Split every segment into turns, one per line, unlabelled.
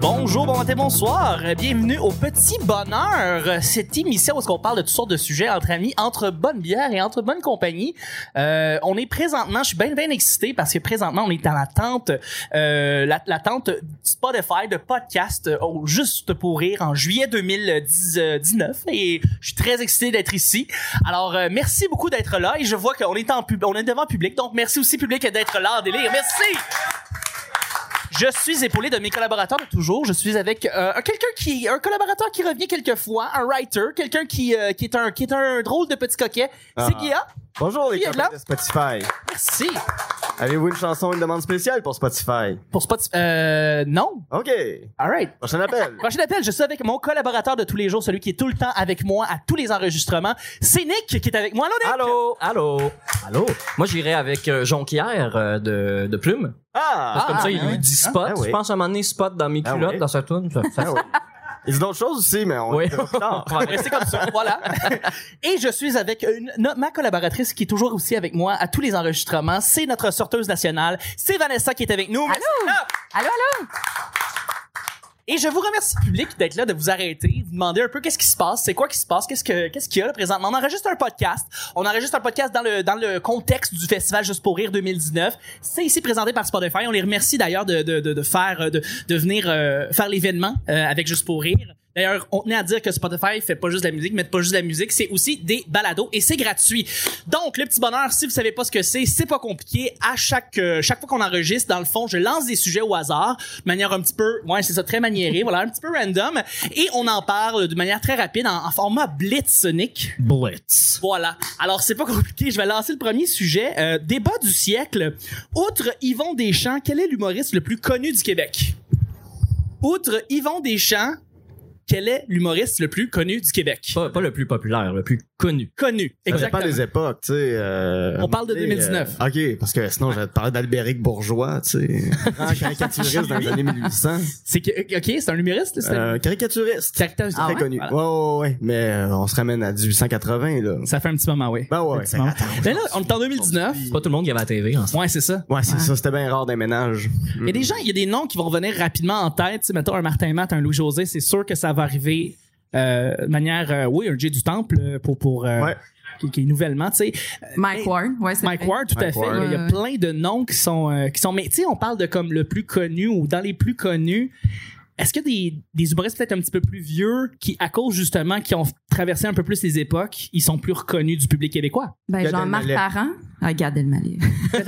Bonjour, bon matin, bonsoir. Bienvenue au Petit Bonheur, cette émission où on parle de toutes sortes de sujets entre amis, entre bonne bière et entre bonne compagnie. Euh, on est présentement, je suis bien, bien excité parce que présentement, on est dans la tente, euh, la, la tente Spotify de podcast euh, au Juste pour rire en juillet 2019 et je suis très excité d'être ici. Alors, euh, merci beaucoup d'être là et je vois qu'on est en pub, on est devant public, donc merci aussi public d'être là en délire. Merci! Je suis épaulé de mes collaborateurs de toujours. Je suis avec euh, un- quelqu'un qui, un collaborateur qui revient quelquefois, un writer, quelqu'un qui, euh, qui est un, qui est un drôle de petit coquet.
Ah.
C'est Guilla.
Bonjour les
Qui est
copains
là?
de Spotify.
Merci.
Avez-vous une chanson, une demande spéciale pour Spotify?
Pour Spotify. Euh, non.
OK.
All right.
Prochain appel.
Prochain appel, je suis avec mon collaborateur de tous les jours, celui qui est tout le temps avec moi à tous les enregistrements. C'est Nick qui est avec moi. Allô, Nick?
Allô, allô.
Allô?
Moi, j'irais avec euh, Jonquière euh, de, de Plume.
Ah!
Comme
Ah,
ça, il
ben
lui
oui.
dit
Hein?
spot.
Ben oui.
Je pense à un moment donné, spot dans mes
Ben
culottes,
oui.
dans sa toune. Ça- ça-
Ah ouais. Il dit d'autres choses aussi, mais on
Oui.
le dira plus tard.
Ouais.
Restez comme ça, voilà. Et je suis avec une- no- ma collaboratrice qui est toujours aussi avec moi à tous les enregistrements. C'est notre sorteuse nationale. C'est Vanessa qui est avec nous. Merci d'être là.
Allô, allô?
Et je vous remercie, public, d'être là, de vous arrêter, vous demander un peu qu'est-ce qui se passe, c'est quoi qui se passe, qu'est-ce que qu'est-ce qu'il y a là présentement. On enregistre un podcast. On enregistre un podcast dans le dans le contexte du festival Juste pour rire 2019. C'est ici présenté par Spotify. On les remercie d'ailleurs de, de, de, de faire euh, de, de venir euh, faire l'événement euh, avec Juste pour rire. D'ailleurs, on tenait à dire que Spotify fait pas juste de la musique, mais pas juste de la musique, c'est aussi des balados et c'est gratuit. Donc, le petit bonheur, si vous savez pas ce que c'est, c'est pas compliqué. À chaque euh, chaque fois qu'on enregistre, dans le fond, je lance des sujets au hasard, de manière un petit peu, ouais, c'est ça, très maniéré, voilà, un petit peu random, et on en parle de manière très rapide en, en format blitz, Nick.
Blitz.
Voilà. Alors, c'est pas compliqué. Je vais lancer le premier sujet. Euh, débat du siècle. Outre Yvon Deschamps, quel est l'humoriste le plus connu du Québec? Outre Yvon Deschamps, quel est l'humoriste le plus connu du Québec?
Pas, pas le plus populaire, le plus connu.
Connu.
Ça dépend
Exactement.
des époques, tu sais. euh,
On parle de
tu sais,
2019.
euh, OK, parce que sinon, je vais te parler d'Albéric Bourgeois, tu sais. Grand caricaturiste dans les années 1800.
C'est que, OK, c'est un humoriste, là? C'est un
Euh, caricaturiste.
caricaturiste.
très connu.
Voilà.
Ah Ouais, ouais, ouais. Mais euh, on se ramène à 1880, là.
Ça fait un petit moment, oui.
Ben ouais.
petit moment. Mais là, on est en 2019.
C'est pas tout le monde qui avait la TV en ce
Ouais, c'est ça.
Ouais, c'est ça. C'était bien rare des ménages.
Il y a des gens, il y a des noms qui vont revenir rapidement en tête. Tu sais, mettons un Martin Matt, un Louis-José, c'est sûr que ça va arriver euh, de manière, euh, oui, un J du Temple euh, pour, pour euh,
Ouais.
qui, qui est nouvellement, tu sais.
Mike Ward. Ouais, c'est
Mike
vrai.
Ward, tout à
Mike
fait.
Ward.
Il y a
Ouais.
plein de noms qui sont, euh, qui sont, mais tu sais, on parle de comme le plus connu ou dans les plus connus. Est-ce qu'il y a des, des humoristes peut-être un petit peu plus vieux qui, à cause justement, qui ont traversé un peu plus les époques, ils sont plus reconnus du public québécois?
Ben,
Gad
Jean-Marc
Elmaleh.
Parent. Ah, Gad Elmaleh.
oui.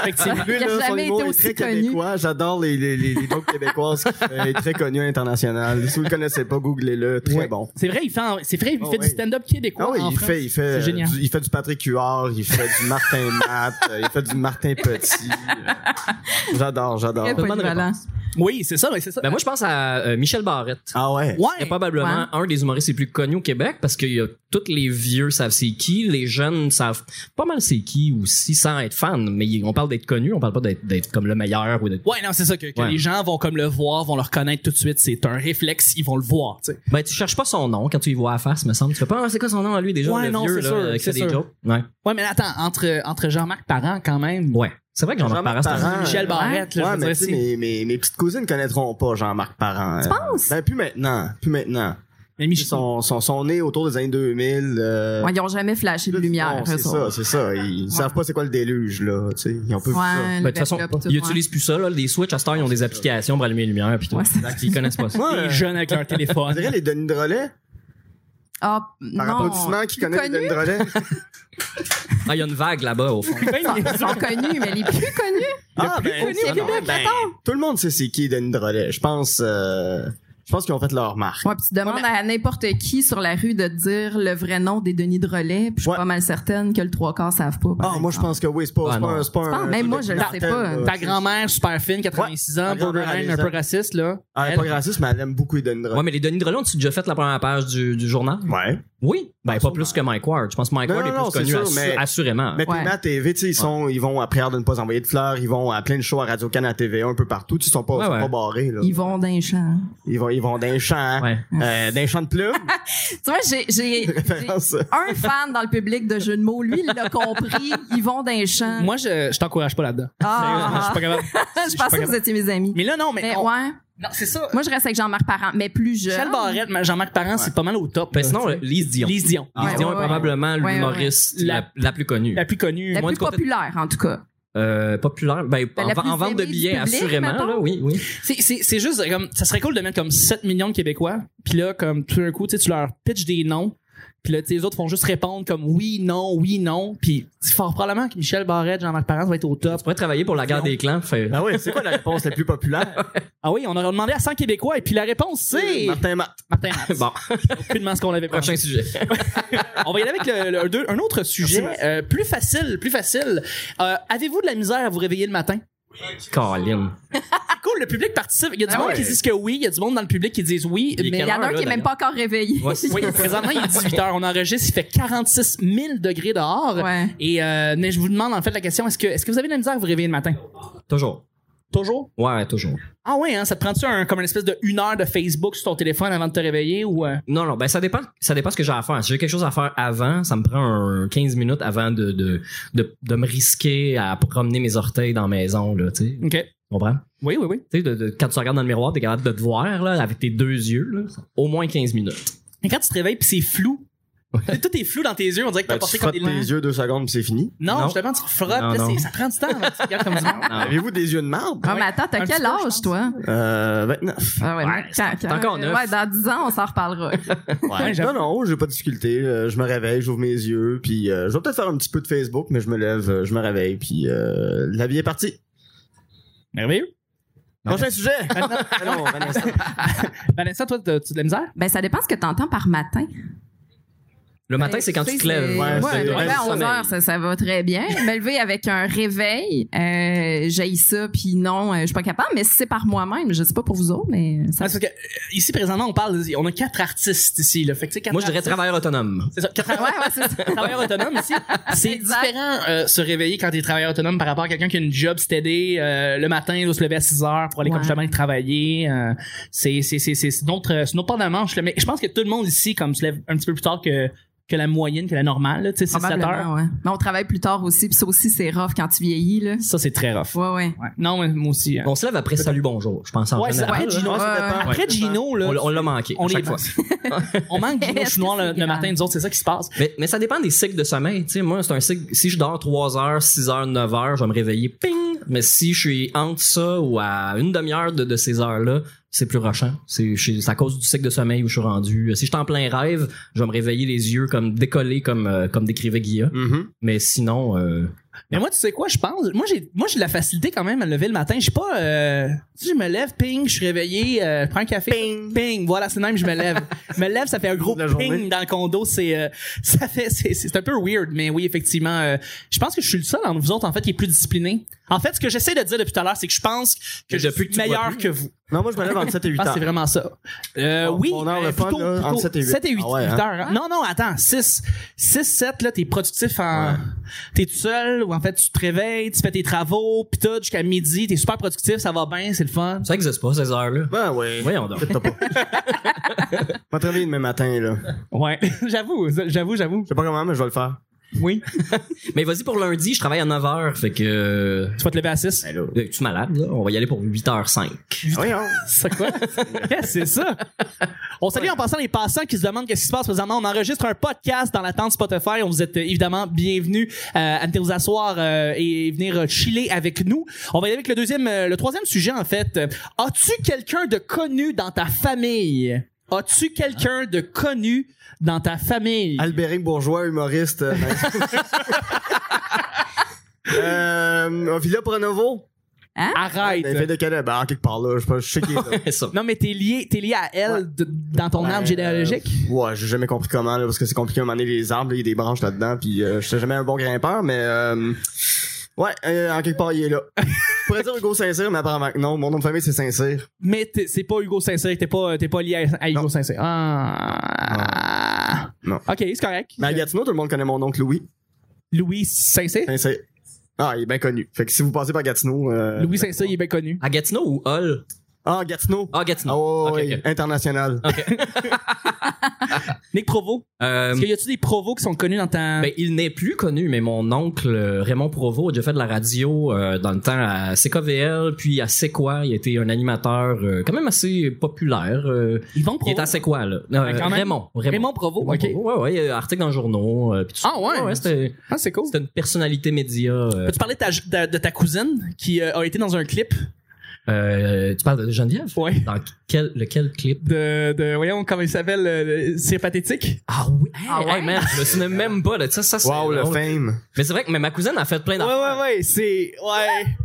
Effectivement.
Lui,
Ah, Il a
là, son
jamais
humour
été
est
aussi
très
connu.
québécois. J'adore les, les, les, les jokes québécoises qu'il fait. Il est très connu à l'international. Si vous le connaissez pas, googlez-le. Très
Ouais.
bon.
C'est vrai, il fait, en- c'est vrai, il
Oh,
fait
oui.
du stand-up québécois.
Ah oui,
en
il
France.
fait, il fait,
C'est
euh,
génial.
du- il fait du Patrick Huard, il fait du Martin Matt, euh, il fait du Martin Petit. euh, J'adore, j'adore.
Très polyvalent.
Oui, c'est ça, mais c'est ça.
Ben, moi, je pense à euh, Michel Barrette.
Ah ouais.
C'est
ouais.
probablement un des humoristes les plus connus au Québec parce que y a- tous les vieux savent c'est qui, les jeunes savent pas mal c'est qui aussi sans être fan, mais y- on parle d'être connu, on parle pas d'être d'être comme le meilleur ou d'être.
Ouais, non, c'est ça que, que
Ouais.
les gens vont comme le voir, vont le reconnaître tout de suite. C'est un réflexe, ils vont le voir. tu sais.
Ben, tu cherches pas son nom quand tu y vois à face, me semble. Tu fais pas, ah, c'est quoi son nom à lui déjà?
Ouais,
le
non,
vieux,
c'est
là,
sûr,
euh, qui fait
c'est sûr.
des jokes. Ouais.
Ouais, mais là, attends, entre, entre Jean-Marc Parent quand même.
Ouais. C'est vrai que Jean-Marc
Jean-Marc
Parent, c'est un-
Parent,
Michel
euh,
Barrette, là,
ouais,
je veux
mais
dire,
tu sais,
c'est-
mes, mes, mes petites cousines connaîtront pas Jean-Marc Parent. Tu
penses?
Ben, plus maintenant, plus maintenant.
mais
Ils
Mich-
sont, sont, sont nés autour des années 2000. euh,
Ouais, ils n'ont jamais flashé de
là,
lumière.
non, C'est
eux
ça,
autres.
c'est ça. Ils savent pas c'est quoi le déluge, là. tu sais. Ils ont pas vu ça.
Ouais,
Ben,
le
de toute façon,
backup, tout,
ils
ouais.
utilisent plus ça, là. Les Switch, à ce temps, ils ont des applications pour allumer les lumières, puis tout.
Ouais, c'est
ils connaissent pas ça.
Moi,
les
euh,
jeunes avec leur
on
téléphone.
dirait les Denis Drolet,
Ah,
par
non.
applaudissement, qui
Plus
connaît les
connus,
Denis Drolet.
Ah, il y a une vague là-bas, au fond.
Ils sont connus, mais les plus connus.
Ah, ben,
connus
ça, non,
au Québec,
ben, Tout le monde sait c'est qui Denis Drolet. Je pense, euh, je pense qu'ils ont fait leur marque.
Ouais, puis tu demandes à n'importe qui sur la rue de te dire le vrai nom des Denis de relais, puis je suis
Ouais.
pas mal certaine que le trois quarts savent pas. par
Ah, moi, je
exemple.
pense que oui, c'est pas,
Ah,
c'est pas,
non.
un- c'est pas
Tu penses?
un.
Même moi, je le
Ta-
sais pas.
euh,
Ta grand-mère, super fine, 86 ans,
Ma grand-mère, elle
borderline,
les
un peu
aime.
raciste, là.
Ah, elle est
Elle-
pas raciste, mais elle aime beaucoup les Denis
Ouais,
Drolet.
mais les Denis Drolet, ont-tu déjà fait la première page du, du journal?
Ouais.
Oui. Ben, pas
sûrement.
plus que Mike Ward. Je pense que Mike
Non,
Ward
non,
est
non,
plus
c'est
connu,
sûr,
assu-
mais-
assurément.
Mais t'es
Ouais.
à TV, tu sais, ils sont, ils vont à prière de ne pas envoyer de fleurs, ils vont à plein de shows à Radio-Can, à TV, un peu partout, tu sais, ils sont pas,
Ouais,
sont
ouais.
pas barrés, là.
Ils vont d'un champ.
Ils vont, ils vont d'un champ,
Ouais.
euh, d'un champ de plumes.
Tu vois, j'ai- j'ai j'ai
Référence.
un fan dans le public de jeux de mots. Lui, il l'a compris. Ils vont d'un champ.
Moi, je, je t'encourage pas là-dedans.
Ah.
Sérieusement, je suis pas capable.
je pensais que vous étiez mes amis.
Mais là, non, mais.
Mais
on-
ouais.
Non, c'est ça.
Moi, je reste avec Jean-Marc Parent, mais plus jeune.
Michel Barrette, ma- Jean-Marc Parent, c'est pas mal au top.
Ben
là,
sinon,
tu
euh,
sais.
Lise Dion. Lise
Lise Dion.
Ouais,
Dion
ouais,
est
ouais.
probablement
Ouais, ouais,
l'humoriste
ouais.
La, la plus connue.
La plus connue.
La
moins
Euh, plus
de compé-
populaire, en tout cas.
Euh, populaire. Ben,
Ben,
en,
la
va-
plus
en vente de
aimée du
billets,
public,
assurément.
mettons.
Là, oui, oui.
C'est- C'est c'est juste euh, comme ça serait cool de mettre comme 7 millions de Québécois, puis là comme tout d'un coup tu sais, tu leur pitches des noms, puis là tu sais, les autres font juste répondre comme oui, non, oui, non, puis c'est fort probablement que Michel Barrette, Jean-Marc Parent ça va être au top.
Tu pourrais travailler pour la guerre
Non.
des clans. Fait...
Ben oui, c'est quoi la réponse la plus populaire?
Ah oui, on aurait demandé à 100 Québécois et puis la réponse c'est
Martin Matt.
Martin Matt.
Euh, Bon,
Aucunement ce qu'on avait promis.
prochain sujet.
On va y aller avec le- le- un deux- un autre sujet euh, plus facile, plus facile. Euh, Avez-vous de la misère à vous réveiller le matin Ah,
Colin.
Cool, le public participe. Il y a du
Ah
monde
ouais.
qui disent que oui, il y a du monde dans le public qui disent oui,
Il est
mais
Il y en a un
Quelle heure,
qui est
là,
même pas encore réveillé.
Ouais, c'est-
Oui, présentement, il est 18h. On enregistre, il fait 46 000 degrés dehors.
Ouais.
Et euh, mais je vous demande en fait la question est-ce que, est-ce que vous avez de la misère à vous réveiller le matin
Toujours.
Toujours
Ouais, toujours.
Ah ouais, hein, ça te prend-tu un, comme une espèce de une heure de Facebook sur ton téléphone avant de te réveiller ou. euh,
Non, non, ben ça dépend, ça dépend ce que j'ai à faire. Si j'ai quelque chose à faire avant, ça me prend un 15 minutes avant de, de, de, de me risquer à promener mes orteils dans la maison, là, tu sais. Tu
Ok.
comprends?
Oui, oui, oui.
Tu sais, de- de- quand tu regardes dans le miroir, t'es capable de te voir, là, avec tes deux yeux, là, au moins 15 minutes.
Mais quand tu te réveilles puis c'est flou, tout est flou dans tes yeux, on dirait que t'as
Ben,
porté
tu
comme
frottes
des
tes yeux deux secondes puis c'est fini.
Non,
Non.
justement, tu frottes,
Non,
là,
non.
c'est- ça prend du temps avant que tu regardes comme du monde.
Ah.
Avez-vous des yeux de marbre?
Ah, mais attends, t'as
Un petit
quel
peu, je pense.
âge, toi?
Euh, 29.
Ah ouais,
Ouais,
mais
c'est-
quand-
c'est
quand-
encore neuf.
Ouais, dans 10 ans, on s'en reparlera.
Ouais, j'avoue.
non, non, j'ai pas de difficulté. Euh, je me réveille, j'ouvre mes yeux, puis euh, je vais peut-être faire un petit peu de Facebook, mais je me lève, euh, je me réveille, puis euh, la vie est partie.
Merveilleux.
Prochain sujet! Ah non, Vanessa.
Vanessa, toi, t'as- tu as de la misère
ben, ça dépend ce que t'entends par matin.
Le matin,
Ben,
c'est quand tu te
sais,
lèves.
c'est-
Ouais,
Ouais,
c'est-
me
ouais,
lever à
le
11
sommeil.
h ça, ça va très bien. Me lever avec un réveil, euh, j'ai ça, puis non, euh, je suis pas capable. Mais si c'est par moi-même, je sais pas pour vous autres, mais ça.
Ah, c'est parce que, euh, Ici, présentement, on parle. On a quatre artistes ici. Là. Fait que, tu sais, quatre
Moi, je dirais
artistes-
travailleur autonome.
C'est ça, quatre
Ah Ouais, ouais, c'est ça.
travailleur autonome ici, c'est
Exact.
différent euh, se réveiller quand t'es travailleur autonome par rapport à quelqu'un qui a une job stédé euh, le matin, il doit se lever à 6 heures pour aller
Ouais.
comme justement travailler. euh, c'est c'est c'est c'est c'est une autre c'est une autre part de la manche là. mais je pense que tout le monde ici comme se lève un petit peu plus tard que que la moyenne, que la normale, là, tu sais, 6 7 heures.
Probablement, ouais. Mais on travaille plus tard aussi, puis ça aussi, c'est rough quand tu vieillis, là.
Ça c'est très rough.
Ouais, ouais.
Ouais. Non, mais moi aussi. hein.
On se lève après salut bonjour, je pense en
Ouais, c'est
général.
après
ouais,
Gino.
ouais,
ça dépend.
Après Gino là,
On, on l'a manqué
on
à
est
chaque fois.
on manque Gino
Est-ce que
chinois le,
c'est
le
grave?
matin, nous autres, c'est ça qui se passe.
Mais, mais ça dépend des cycles de sommeil. Tu sais, moi, c'est un cycle. Si je dors 3 heures, 6 heures, 9 heures, je vais me réveiller, ping! Mais si je suis entre ça ou à une demi-heure de, de ces heures-là, c'est plus rushant. C'est je- c'est à cause du cycle de sommeil où je suis rendu. Si je suis en plein rêve, je vais me réveiller les yeux comme décollés, comme, euh, comme décrivait Guilla.
Mhm.
Mais sinon, euh,
Mais moi, tu sais quoi, je pense. Moi, j'ai, moi, j'ai de la facilité quand même à me lever le matin. Je suis pas. Euh, tu sais, je me lève, ping, je suis réveillé, euh, je prends un café, ping, ping. Voilà, c'est même, je me lève. je me lève, ça fait un gros
De la journée.
ping dans le condo. C'est, euh, ça fait, c'est, c'est un peu weird, mais oui, effectivement. euh, je pense que je suis le seul entre vous autres, en fait, qui est plus discipliné. En fait, ce que j'essaie de dire depuis tout à l'heure, c'est que je pense que
Mais
je
depuis
suis
que tu bois
meilleur
plus.
que vous.
Non, moi, je me lève entre 7 et 8
Je pense que
heures.
Ah, c'est vraiment ça. Euh,
Bon,
oui,
bon heure,
mais
le fun,
plutôt-
là,
plutôt
entre sept et huit.
7 et 8,
Ah ouais, hein?
heures. hein? Non, non, attends, 6. 6, 7, là, t'es productif en...
Ouais.
T'es tout seul, ou en fait, tu te réveilles, tu fais tes travaux, pis tout, jusqu'à midi, t'es super productif, ça va bien, c'est le fun.
ça existe pas, ces heures-là.
Ben ouais.
Voyons donc.
Peut-être pas. Je vais te réveiller demain matin, là. Je
Ouais, j'avoue, j'avoue, j'avoue.
sais pas comment, mais je vais le faire.
Oui.
Mais vas-y pour lundi, je travaille à 9 heures. Fait que. euh,
Tu vas te lever à 6.
Ben là.
euh, tu es malade, là? On va y aller pour 8h05.
Voyons.
C'est quoi? Qu'est-ce que c'est ça? On salue en passant les passants qui se demandent qu'est-ce qui se passe présentement. On enregistre un podcast dans l'attente Spotify. On vous êtes euh, évidemment bienvenus euh, à venir vous asseoir euh, et venir euh, chiller avec nous. On va y aller avec le deuxième, euh, le troisième sujet en fait. Euh, As-tu quelqu'un de connu dans ta famille? As-tu quelqu'un de connu dans ta famille?
Albéric Bourgeois, humoriste. euh, euh, Villa Pronovo?
Arrête.
Il fait de Calais. Ben, en quelque part, là. Je sais pas, je sais qui est là.
ça.
Non mais t'es lié, t'es lié à elle
Ouais.
de- dans ton
Ben,
arbre généalogique.
euh, ouais, j'ai jamais compris comment, là, parce que c'est compliqué à un moment donné, les arbres, là, il y a des branches là-dedans, puis euh, je suis jamais un bon grimpeur, mais euh, ouais, euh, en quelque part, il est là. Je pourrais dire Hugo Saint-Cyr, mais apparemment que non. Mon nom de famille, c'est Saint-Cyr.
Mais t'es- c'est pas Hugo Saint-Cyr, t'es pas, t'es pas lié à, à Hugo Saint-Cyr. Ah.
Non. Non.
Ok, c'est correct. Euh,
Mais à Gatineau, tout le monde connaît mon oncle Louis.
Louis Saint-Cyr.
Saint-Cyr. Ah, il est bien connu. Fait que si vous passez par Gatineau... euh,
Louis Saint-Cyr, il est bien connu.
À Gatineau ou Hall?
Ah, Gatineau.
Ah, Gatineau.
Oh,
Ok,
oui,
ok.
international.
Nick Provo.
Euh,
Est-ce qu'il y a-tu des provos qui sont connus dans ta.
Ben, il n'est plus connu, mais mon oncle euh, Raymond Provost a déjà fait de la radio euh, dans le temps à CKVL, puis à C'est quoi. Il était un animateur euh, quand même assez populaire. euh,
Yvon
il
Provo.
est à C'est quoi, là. Euh,
Ouais, quand même.
Raymond.
Raymond Provo.
Raymond
Ok.
Provost, ouais, ouais, euh, article dans les journaux. euh, puis tout ça.
Ah ouais?
c'était,
Ah, c'est cool.
c'était une personnalité média. euh,
Peux-tu parler de ta, de- de ta cousine qui euh, a été dans un clip?
euh, tu parles de Geneviève?
Ouais.
Dans quel, lequel clip?
De, de, voyons comment il s'appelle, euh, c'est pathétique.
Ah oui,
Ah
hey,
ouais?
hey, man, je me souviens même pas de ça. ça c'est
Wow, le
drôle.
fame.
Mais c'est vrai que mais ma cousine a fait plein
Ouais,
d'affaires.
ouais, ouais, c'est, ouais.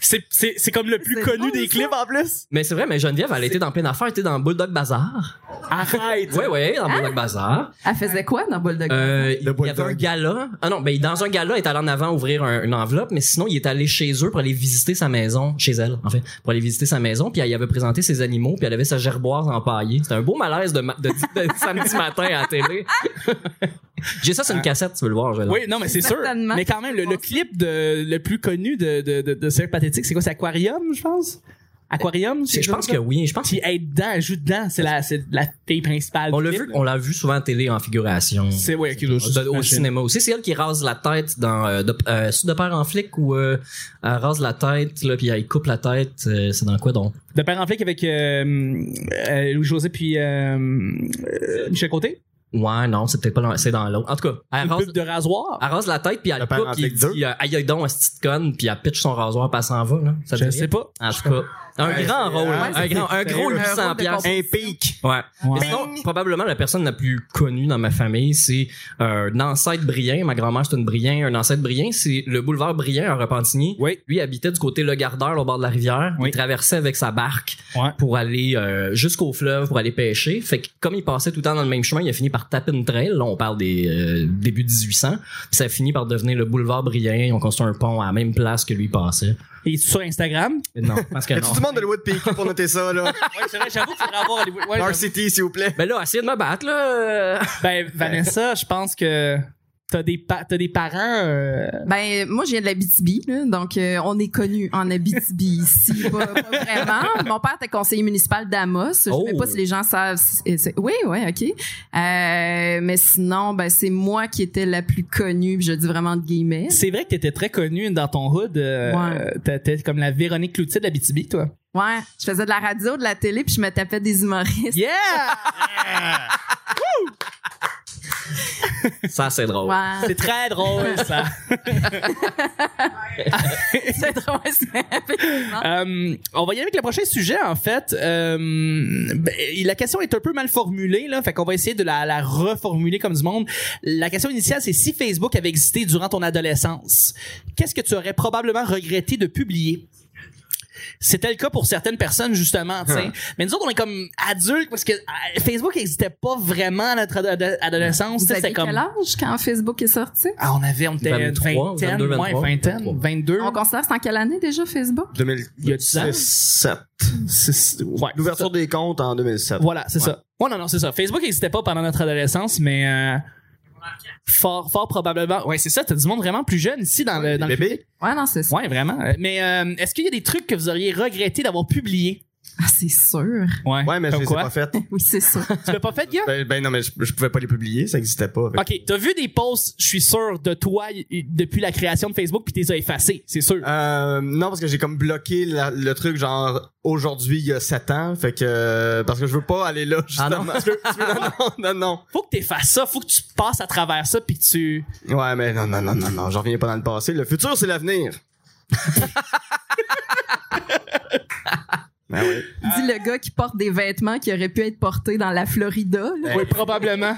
C'est, c'est, c'est comme le plus
C'est
connu
drôle,
des
ça.
clips en plus.
Mais c'est vrai, mais Geneviève, elle était dans plein d'affaires. Elle était dans Bulldog Bazaar. Hein?
Arrête.
Ouais, ouais, dans Bulldog Bazaar.
Elle faisait quoi dans Bulldog?
Euh,
Le
il y avait
Bulldog.
un gala. Ah non, ben, dans un gala, il est allé en avant ouvrir un- une enveloppe, mais sinon, il est allé chez eux pour aller visiter sa maison, chez elle, en fait, pour aller visiter sa maison, puis elle y avait présenté ses animaux, puis elle avait sa gerboise empaillée. C'était un beau malaise de, ma- de, de samedi matin à la télé. J'ai ça sur une cassette, tu veux le voir, je vais le-
Oui, non, mais c'est sûr.
Certainement.
Mais quand même, le, le clip de, le plus connu de, de, de, de Sir Pathétique, c'est quoi? C'est Aquarium, je pense? Aquarium?
C'est- Je pense que oui, je pense
Puis elle est dedans, elle joue dedans, c'est la, c'est la fille principale.
qu'on
du
l'a
clip,
vu,
là.
on l'a vu souvent à télé en figuration.
C'est, ouais, ok, là, je-
De- au cinéma aussi. C'est elle qui rase la tête dans euh, de, euh, de père en flic ou euh, elle rase la tête là, puis elle coupe la tête. euh, c'est dans quoi donc?
De père en flic avec, euh, euh, Louis-José puis, euh, euh, Michel Côté.
Ouais, non, c'est peut-être pas dans, c'est dans l'autre. En tout cas, elle
Une
rase,
pub de rasoir.
elle rase la tête puis elle
Le
coupe
père en
puis
flic deux.
elle dit euh, aïe aïe donc un petit conne puis elle pitch son rasoir pas s'en va là. Ça te
je
dit
sais
rien?
pas.
En tout cas, un
Ouais,
grand
c'est-
rôle,
ouais,
hein. un
c'est-
grand, un
c'est-
gros
c'est-
800 piastres.
Un pic.
Ouais.
Ouais.
Mais sinon, probablement la personne la plus connue dans ma famille, c'est euh, un ancêtre brillant. Ma grand-mère, c'est une brillant. Un ancêtre brillant, c'est le boulevard brillant à Repentigny.
Oui.
Lui habitait du côté Le Gardeur, là, au bord de la rivière.
Oui.
Il traversait avec sa barque
Ouais.
pour aller euh, jusqu'au fleuve, pour aller pêcher. Fait que comme il passait tout le temps dans le même chemin, il a fini par taper une trail. Là, on parle des euh, début 1800. Puis ça a fini par devenir le boulevard brillant. Ils ont construit un pont à la même place que lui passait.
Et sur Instagram.
Mais Non, parce que
Y a
non.
tout le monde de l'Hollywood PQ pour noter ça, là?
Ouais, c'est vrai, j'avoue qu'il faudrait avoir les. Ouais, j'avoue.
RCT, s'il vous plaît.
Ben là, essayez de me battre, là.
Ben, Vanessa, je pense que t'as des, pa- t'as des parents. euh,
Ben, moi, je viens de l'Abitibi, là, donc euh, on est connu en Abitibi ici, pas, pas vraiment. Mon père était conseiller municipal d'Amos. Je
Oh.
sais pas si les gens savent. si- et c'est- Oui, oui, OK. Euh, mais sinon, ben, c'est moi qui étais la plus connue, puis je dis vraiment de guillemets.
C'est vrai que t'étais très connue dans ton hood. euh,
Ouais.
T'étais comme la Véronique Cloutier de la BTB, toi.
Ouais, je faisais de la radio, de la télé, puis je me tapais des humoristes.
Yeah!
Ça, c'est drôle.
Ouais.
c'est très drôle, ça.
C'est drôle, c'est- effectivement.
Euh, on va y aller avec le prochain sujet, en fait. Euh, ben, la question est un peu mal formulée, là. Fait qu'on va essayer de la, la reformuler comme du monde. La question initiale, c'est si Facebook avait existé durant ton adolescence, qu'est-ce que tu aurais probablement regretté de publier? C'était le cas pour certaines personnes, justement, tu sais. Mais nous autres, on est comme adultes parce que euh, Facebook n'existait pas vraiment à notre ado- ado- adolescence. tu
Vous
sais,
aviez
C'était
quel
comme.
âge quand Facebook est sorti?
Ah, on avait, on était
23,
vingtaine,
22,
ouais,
23.
vingtaine, 22.
On considère que c'est en quelle année déjà Facebook?
2007.
C'est- ouais,
L'ouverture des comptes en 2007.
Voilà, c'est ça. Ouais, non, non, c'est ça. Facebook n'existait pas pendant notre adolescence, mais euh, fort, fort probablement. Ouais, c'est ça. T'as du monde vraiment plus jeune ici dans le. Dans le-
Bébé?
Ouais, non, c'est ça.
Ouais, vraiment. Euh, Mais euh, est-ce qu'il y a des trucs que vous auriez regretté d'avoir publié?
Ah, c'est sûr.
Ouais.
Ouais, mais je
Comme
les ai
quoi?
pas Ben, faites.
Oui, c'est ça.
Tu l'as pas fait, gars?
Ben, ben non, mais je, je pouvais pas les publier, ça existait pas. Fait que-
Ok, t'as vu des posts, je suis sûr, de toi y- y- depuis la création de Facebook, puis t'es les as effacés, c'est sûr.
Euh, non, parce que j'ai comme bloqué la- le truc genre aujourd'hui il y a 7 ans, fait que euh, parce que je veux pas aller là
Ah
justement.
non?
Tu veux- tu veux- non, non, non,
Faut que t'effaces ça, faut que tu passes à travers ça, puis que tu.
non. Ouais, mais non, non, non, non, non, j'en reviens pas dans le passé. Le futur c'est l'avenir. ben oui.
Dit le gars qui porte des vêtements qui auraient pu être portés dans la Florida. là.
Oui, probablement.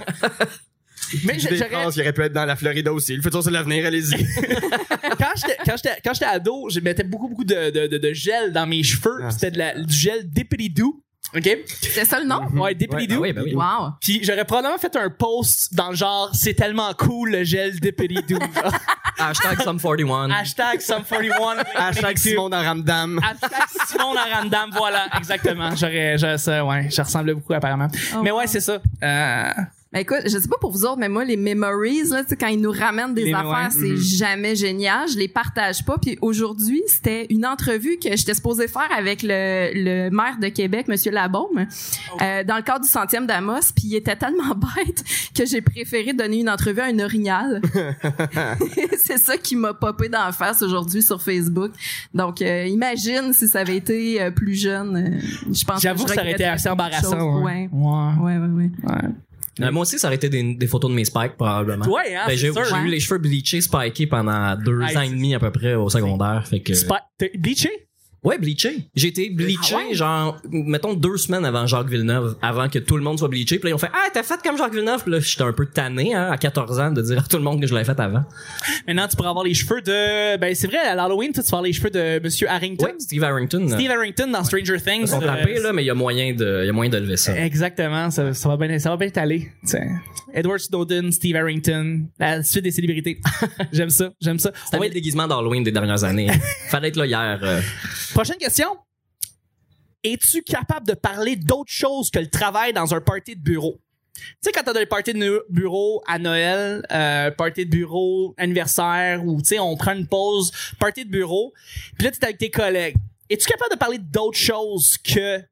Mais
J'ai
je-
des
j'aurais.
phrases qui auraient pu être dans la Floride aussi. Le futur c'est l'avenir, allez-y.
quand j'étais quand j'étais quand j'étais ado, je mettais beaucoup beaucoup de, de, de, de gel dans mes cheveux.
Ah,
C'était de la, du gel Dippity Doo. OK?
C'est ça le nom?
Hmm.
Ouais, Dippity
ah
Doo.
Ouais, ben oui.
Wow.
Puis j'aurais probablement fait un post dans le genre c'est tellement cool le gel Dippity Doo. genre.
Hashtag Sum 41.
Hashtag Sum41.
Hashtag Simon dans Ramdam.
Hashtag Simon dans Ramdam, voilà, exactement. J'aurais, j'aurais ça, ouais. Je ressemblais beaucoup apparemment.
Oh,
Mais
wow.
ouais, c'est ça. Euh,
Ben écoute, je sais pas pour vous autres, mais moi, les memories, là, tu sais, quand ils nous ramènent des
Les- ouais,
affaires, c'est
mhm.
jamais génial. Je les partage pas. Puis aujourd'hui, c'était une entrevue que j'étais supposée faire avec le, le maire de Québec, Monsieur Labaume,
Oh.
euh, dans le cadre du centième d'Amos. Puis il était tellement bête que j'ai préféré donner une entrevue à un orignal. c'est ça qui m'a popé dans la face aujourd'hui sur Facebook. Donc, euh, imagine si ça avait été euh, plus jeune. euh, je pense
J'avoue que
je
ça aurait été
regretterais
assez
beaucoup de
embarrassant.
choses.
hein.
Ouais. Ouais, ouais, ouais.
Euh, moi aussi, ça aurait été des, des photos de mes spikes, probablement.
Ouais, ouais hein,
Ben,
c'est
j'ai
sûr.
j'ai eu les cheveux bleachés, spikés pendant deux
Hey,
ans et
c'est-
demi à peu près au secondaire. Fait que...
Spi- t'es bleaché?
Ouais, bleaché. J'ai été bleaché,
Ah ouais?
genre, mettons deux semaines avant Jacques Villeneuve, avant que tout le monde soit bleaché. Puis là, ils ont fait Ah, t'as fait comme Jacques Villeneuve. Puis là, j'étais un peu tanné, hein, à 14 ans, de dire à tout le monde que je l'avais fait avant.
Maintenant, tu pourras avoir les cheveux de. Ben, c'est vrai, à l'Halloween, toi, tu vas avoir les cheveux de Monsieur Harrington.
Ouais, Steve Harrington. euh,
Steve Harrington dans Stranger Things.
Ils sont
euh,
tapés, là, mais il y a moyen de, il y a moyen de lever ça.
Exactement, ça, ça va bien, ça va bien t'aller. Tiens. Edward Snowden, Steve Harrington, la suite des célébrités. j'aime ça, j'aime ça. On
Ça
va
va
être-
être déguisement d'Halloween des dernières années. Fallait être là hier. euh.
Prochaine question. Es-tu capable de parler d'autre chose que le travail dans un party de bureau? Tu sais, quand t'as des parties de nu- bureau à Noël, euh, party de bureau, anniversaire, ou tu sais, on prend une pause, party de bureau, puis là, t'es avec tes collègues. Es-tu capable de parler d'autre chose que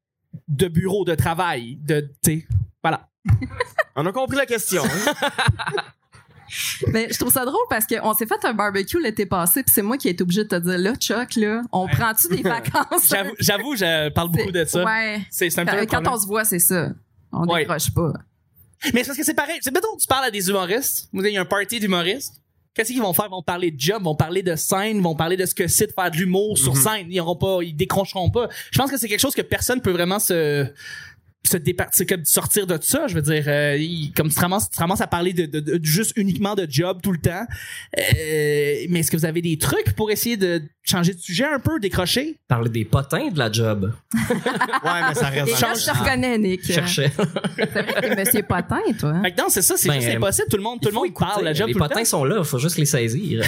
de bureau, de travail, de, tu sais, voilà.
On a compris la question. hein?
Mais je trouve ça drôle parce qu'on s'est fait un barbecue l'été passé, puis c'est moi qui ai été obligée de te dire là, Chuck, là, on prend-tu des vacances?
J'avoue, j'avoue, je parle beaucoup de ça.
Ouais.
C'est c'est un peu un
Quand,
problème.
on se voit, c'est ça. On
Ouais.
décroche pas.
Mais c'est parce que c'est pareil. C'est mettons, tu parles à des humoristes. Vous dites, Il y a un party d'humoristes. Qu'est-ce qu'ils vont faire? Ils vont parler de job, vont parler de scène, vont parler de ce que c'est de faire de l'humour sur
Mhm.
scène. Ils auront pas, ils décrocheront pas. Je pense que c'est quelque chose que personne peut vraiment se, se départir, que de sortir de ça. Je veux dire, euh, il- comme tu te ramasses, tu te ramasses à parler de, de- de- juste uniquement de job tout le temps. Euh, mais est-ce que vous avez des trucs pour essayer de changer de sujet un peu, décrocher?
Parler des potins de la job.
ouais, mais ça
Et
reste.
là, je te reconnais, Nick.
Je cherchais.
C'est vrai que t'es monsieur Potin, toi.
Fait que non, c'est ça, c'est
Ben,
juste
euh,
impossible. Tout le monde, tout le monde parle de
Écoutez,
Ah, job
euh, les
tout le temps.
potins sont là, faut juste les saisir.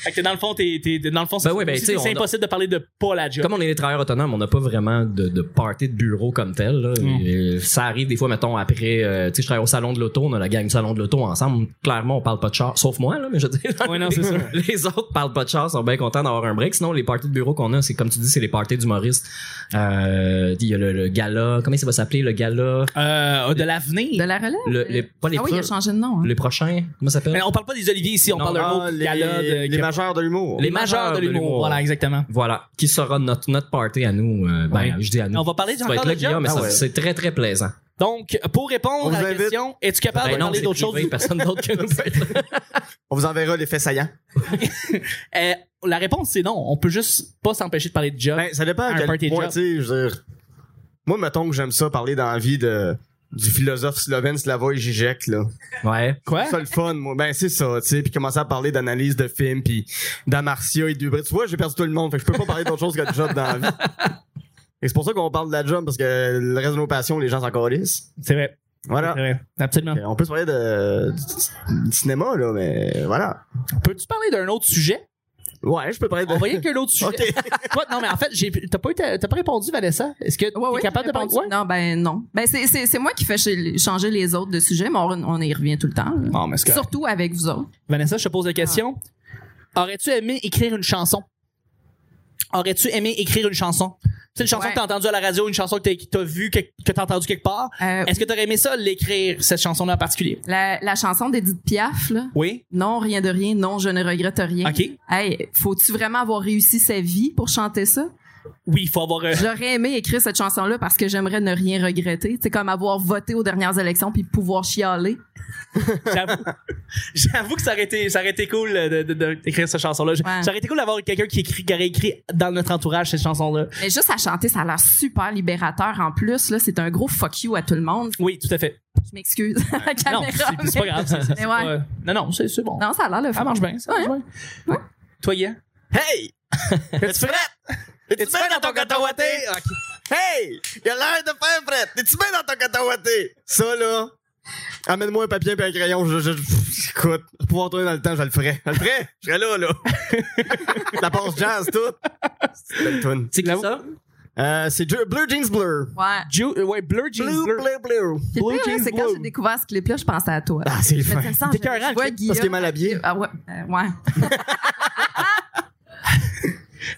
Fait que dans le fond, t'es, t'es- dans le fond,
Ben
c'est,
oui, ben,
c'est-
tu sais,
c'est
on a-
impossible de parler de pas la job.
Comme on est des travailleurs autonomes, on n'a pas vraiment de, de party de bureau comme tel. là. Et, euh, ça arrive des fois, mettons, après, euh, tu sais, je travaille au salon de l'auto, on a la gang du salon de l'auto ensemble. Clairement, on parle pas de char, sauf moi, là, mais je veux dire,
Ouais, non, c'est sûr.
les autres parlent pas de char, sont bien contents d'avoir un break. Sinon, les parties de bureau qu'on a, c'est comme tu dis, c'est les parties d'humoristes. Euh, Il y a le, le gala, comment ça va s'appeler, le gala,
Euh, de
De
l'avenir.
la relève?
le, les, pas les,
ah oui, il a
pro-
changé de nom. hein.
les prochains, comment ça s'appelle?
Mais on parle pas des oliviers ici, on
Non,
parle d'un
Ah,
autre
les,
gala de-
les
que-
majeurs de l'humour.
les
Les
majeurs de l'humour. Voilà, exactement.
Voilà, qui sera notre, notre party à nous. euh, ben,
Ouais.
je dis à nous.
On va parler
Tu vas
encore
être là,
de
Guillaume, mais
job.
ça-
Ah ouais.
c'est très, très plaisant.
Donc, pour répondre
On vous
à la
invite.
question, es-tu capable
Ben
de
non,
parler
c'est
d'autre chose?
privé, personne d'autre que nous.
On vous enverra l'effet saillant.
Euh, la réponse, c'est non. On peut juste pas s'empêcher de parler de job.
Ben, ça dépend
Un
à
party
quel point,
job.
tu sais, je veux dire, Moi, mettons que j'aime ça parler dans la vie de, du philosophe slovène Slavoj Žižek, là.
ouais.
Quoi?
C'est ça le fun, moi. Ben, c'est ça, tu sais. Puis commencer à parler d'analyse de films, puis d'Amarcia et d'Ubré. Tu vois, j'ai perdu tout le monde. Fait que je peux pas parler d'autre chose que de job dans la vie. Et c'est pour ça qu'on parle de la job, parce que le reste de nos passions, les gens s'en calissent.
C'est vrai.
Voilà.
C'est vrai. Absolument.
Euh, On peut se parler de, du- du cinéma, là, mais voilà.
Peux-tu parler d'un autre sujet?
Ouais, je peux parler de...
On va y aller avec un autre sujet.
Ok.
Toi, non, mais en fait, j'ai, t'as, pas eu ta- t'as pas répondu, Vanessa. Est-ce que
Ouais,
t'es
ouais,
capable
j'ai
de parler?
répondu.
Ouais.
Non, ben non. Ben c'est- c'est c'est moi qui fais chez- changer les autres de sujet, mais on, on y revient tout le temps. là.
Non, Oh, mais c'est correct.
Surtout avec vous autres.
Vanessa, je te pose la question. Ah. Aurais-tu aimé écrire une chanson? Aurais-tu aimé écrire une chanson? C'est une chanson
Ouais.
que t'as entendue à la radio, une chanson que t'as- que t'as vue, que, que t'as entendue quelque part.
Euh,
Est-ce que t'aurais aimé ça, l'écrire, cette chanson-là en particulier?
la, la chanson d'Edith Piaf, là.
Oui.
Non, rien de rien. Non, je ne regrette rien.
OK.
Hey, faut-tu vraiment avoir réussi sa vie pour chanter ça?
Oui, il faut avoir... euh,
J'aurais aimé écrire cette chanson-là parce que j'aimerais ne rien regretter. C'est comme avoir voté aux dernières élections puis pouvoir chialer.
J'avoue, j'avoue que ça aurait été, ça aurait été cool euh, de- de- de- d'écrire cette chanson-là. J-
Ouais.
Ça aurait été cool d'avoir quelqu'un qui, écrit, qui aurait écrit dans notre entourage cette chanson-là.
Mais juste à chanter, ça a l'air super libérateur. En plus, là, c'est un gros fuck you à tout le monde.
Oui, tout à fait.
Je m'excuse à la
Non,
caméra.
c'est, c'est pas
mais-
grave. c'est- c'est-
Mais
c'est
ouais.
pas- non, non, c'est, c'est bon.
Non, ça a l'air le
Ça
fun.
marche bien, ça marche bien.
Ouais.
Toi, Yann?
Hey! Es-tu prête? Es-tu prête dans ton coton ouaté? Hey! Il a l'air de faire, Fred! T'es-tu bien dans ton catawaté? Ça, là. Amène-moi un papier et un crayon. Je, je, je- écoute, pour pouvoir tourner dans le temps, je le ferai. Je le ferai? Je serai là, là. La passe jazz, tout. C'est une belle toune.
C'est qui
J'avoue.
ça?
Euh, c'est Ju- Blue Jeans Blur.
Ouais.
Ju- euh, ouais, Blur Jeans
Blue,
Blur.
bleu, bleu.
Puis
Blue
le pire, là,
Jeans
c'est quand
Blue.
j'ai découvert ce clip-là, je pensais à toi.
Ah, c'est
Mais
fin.
ça me semble,
T'es
je- je
écœurant, le
vois
clip,
Parce qu'il est
Guillaume.
mal habillé.
Ah ouais, euh, ouais.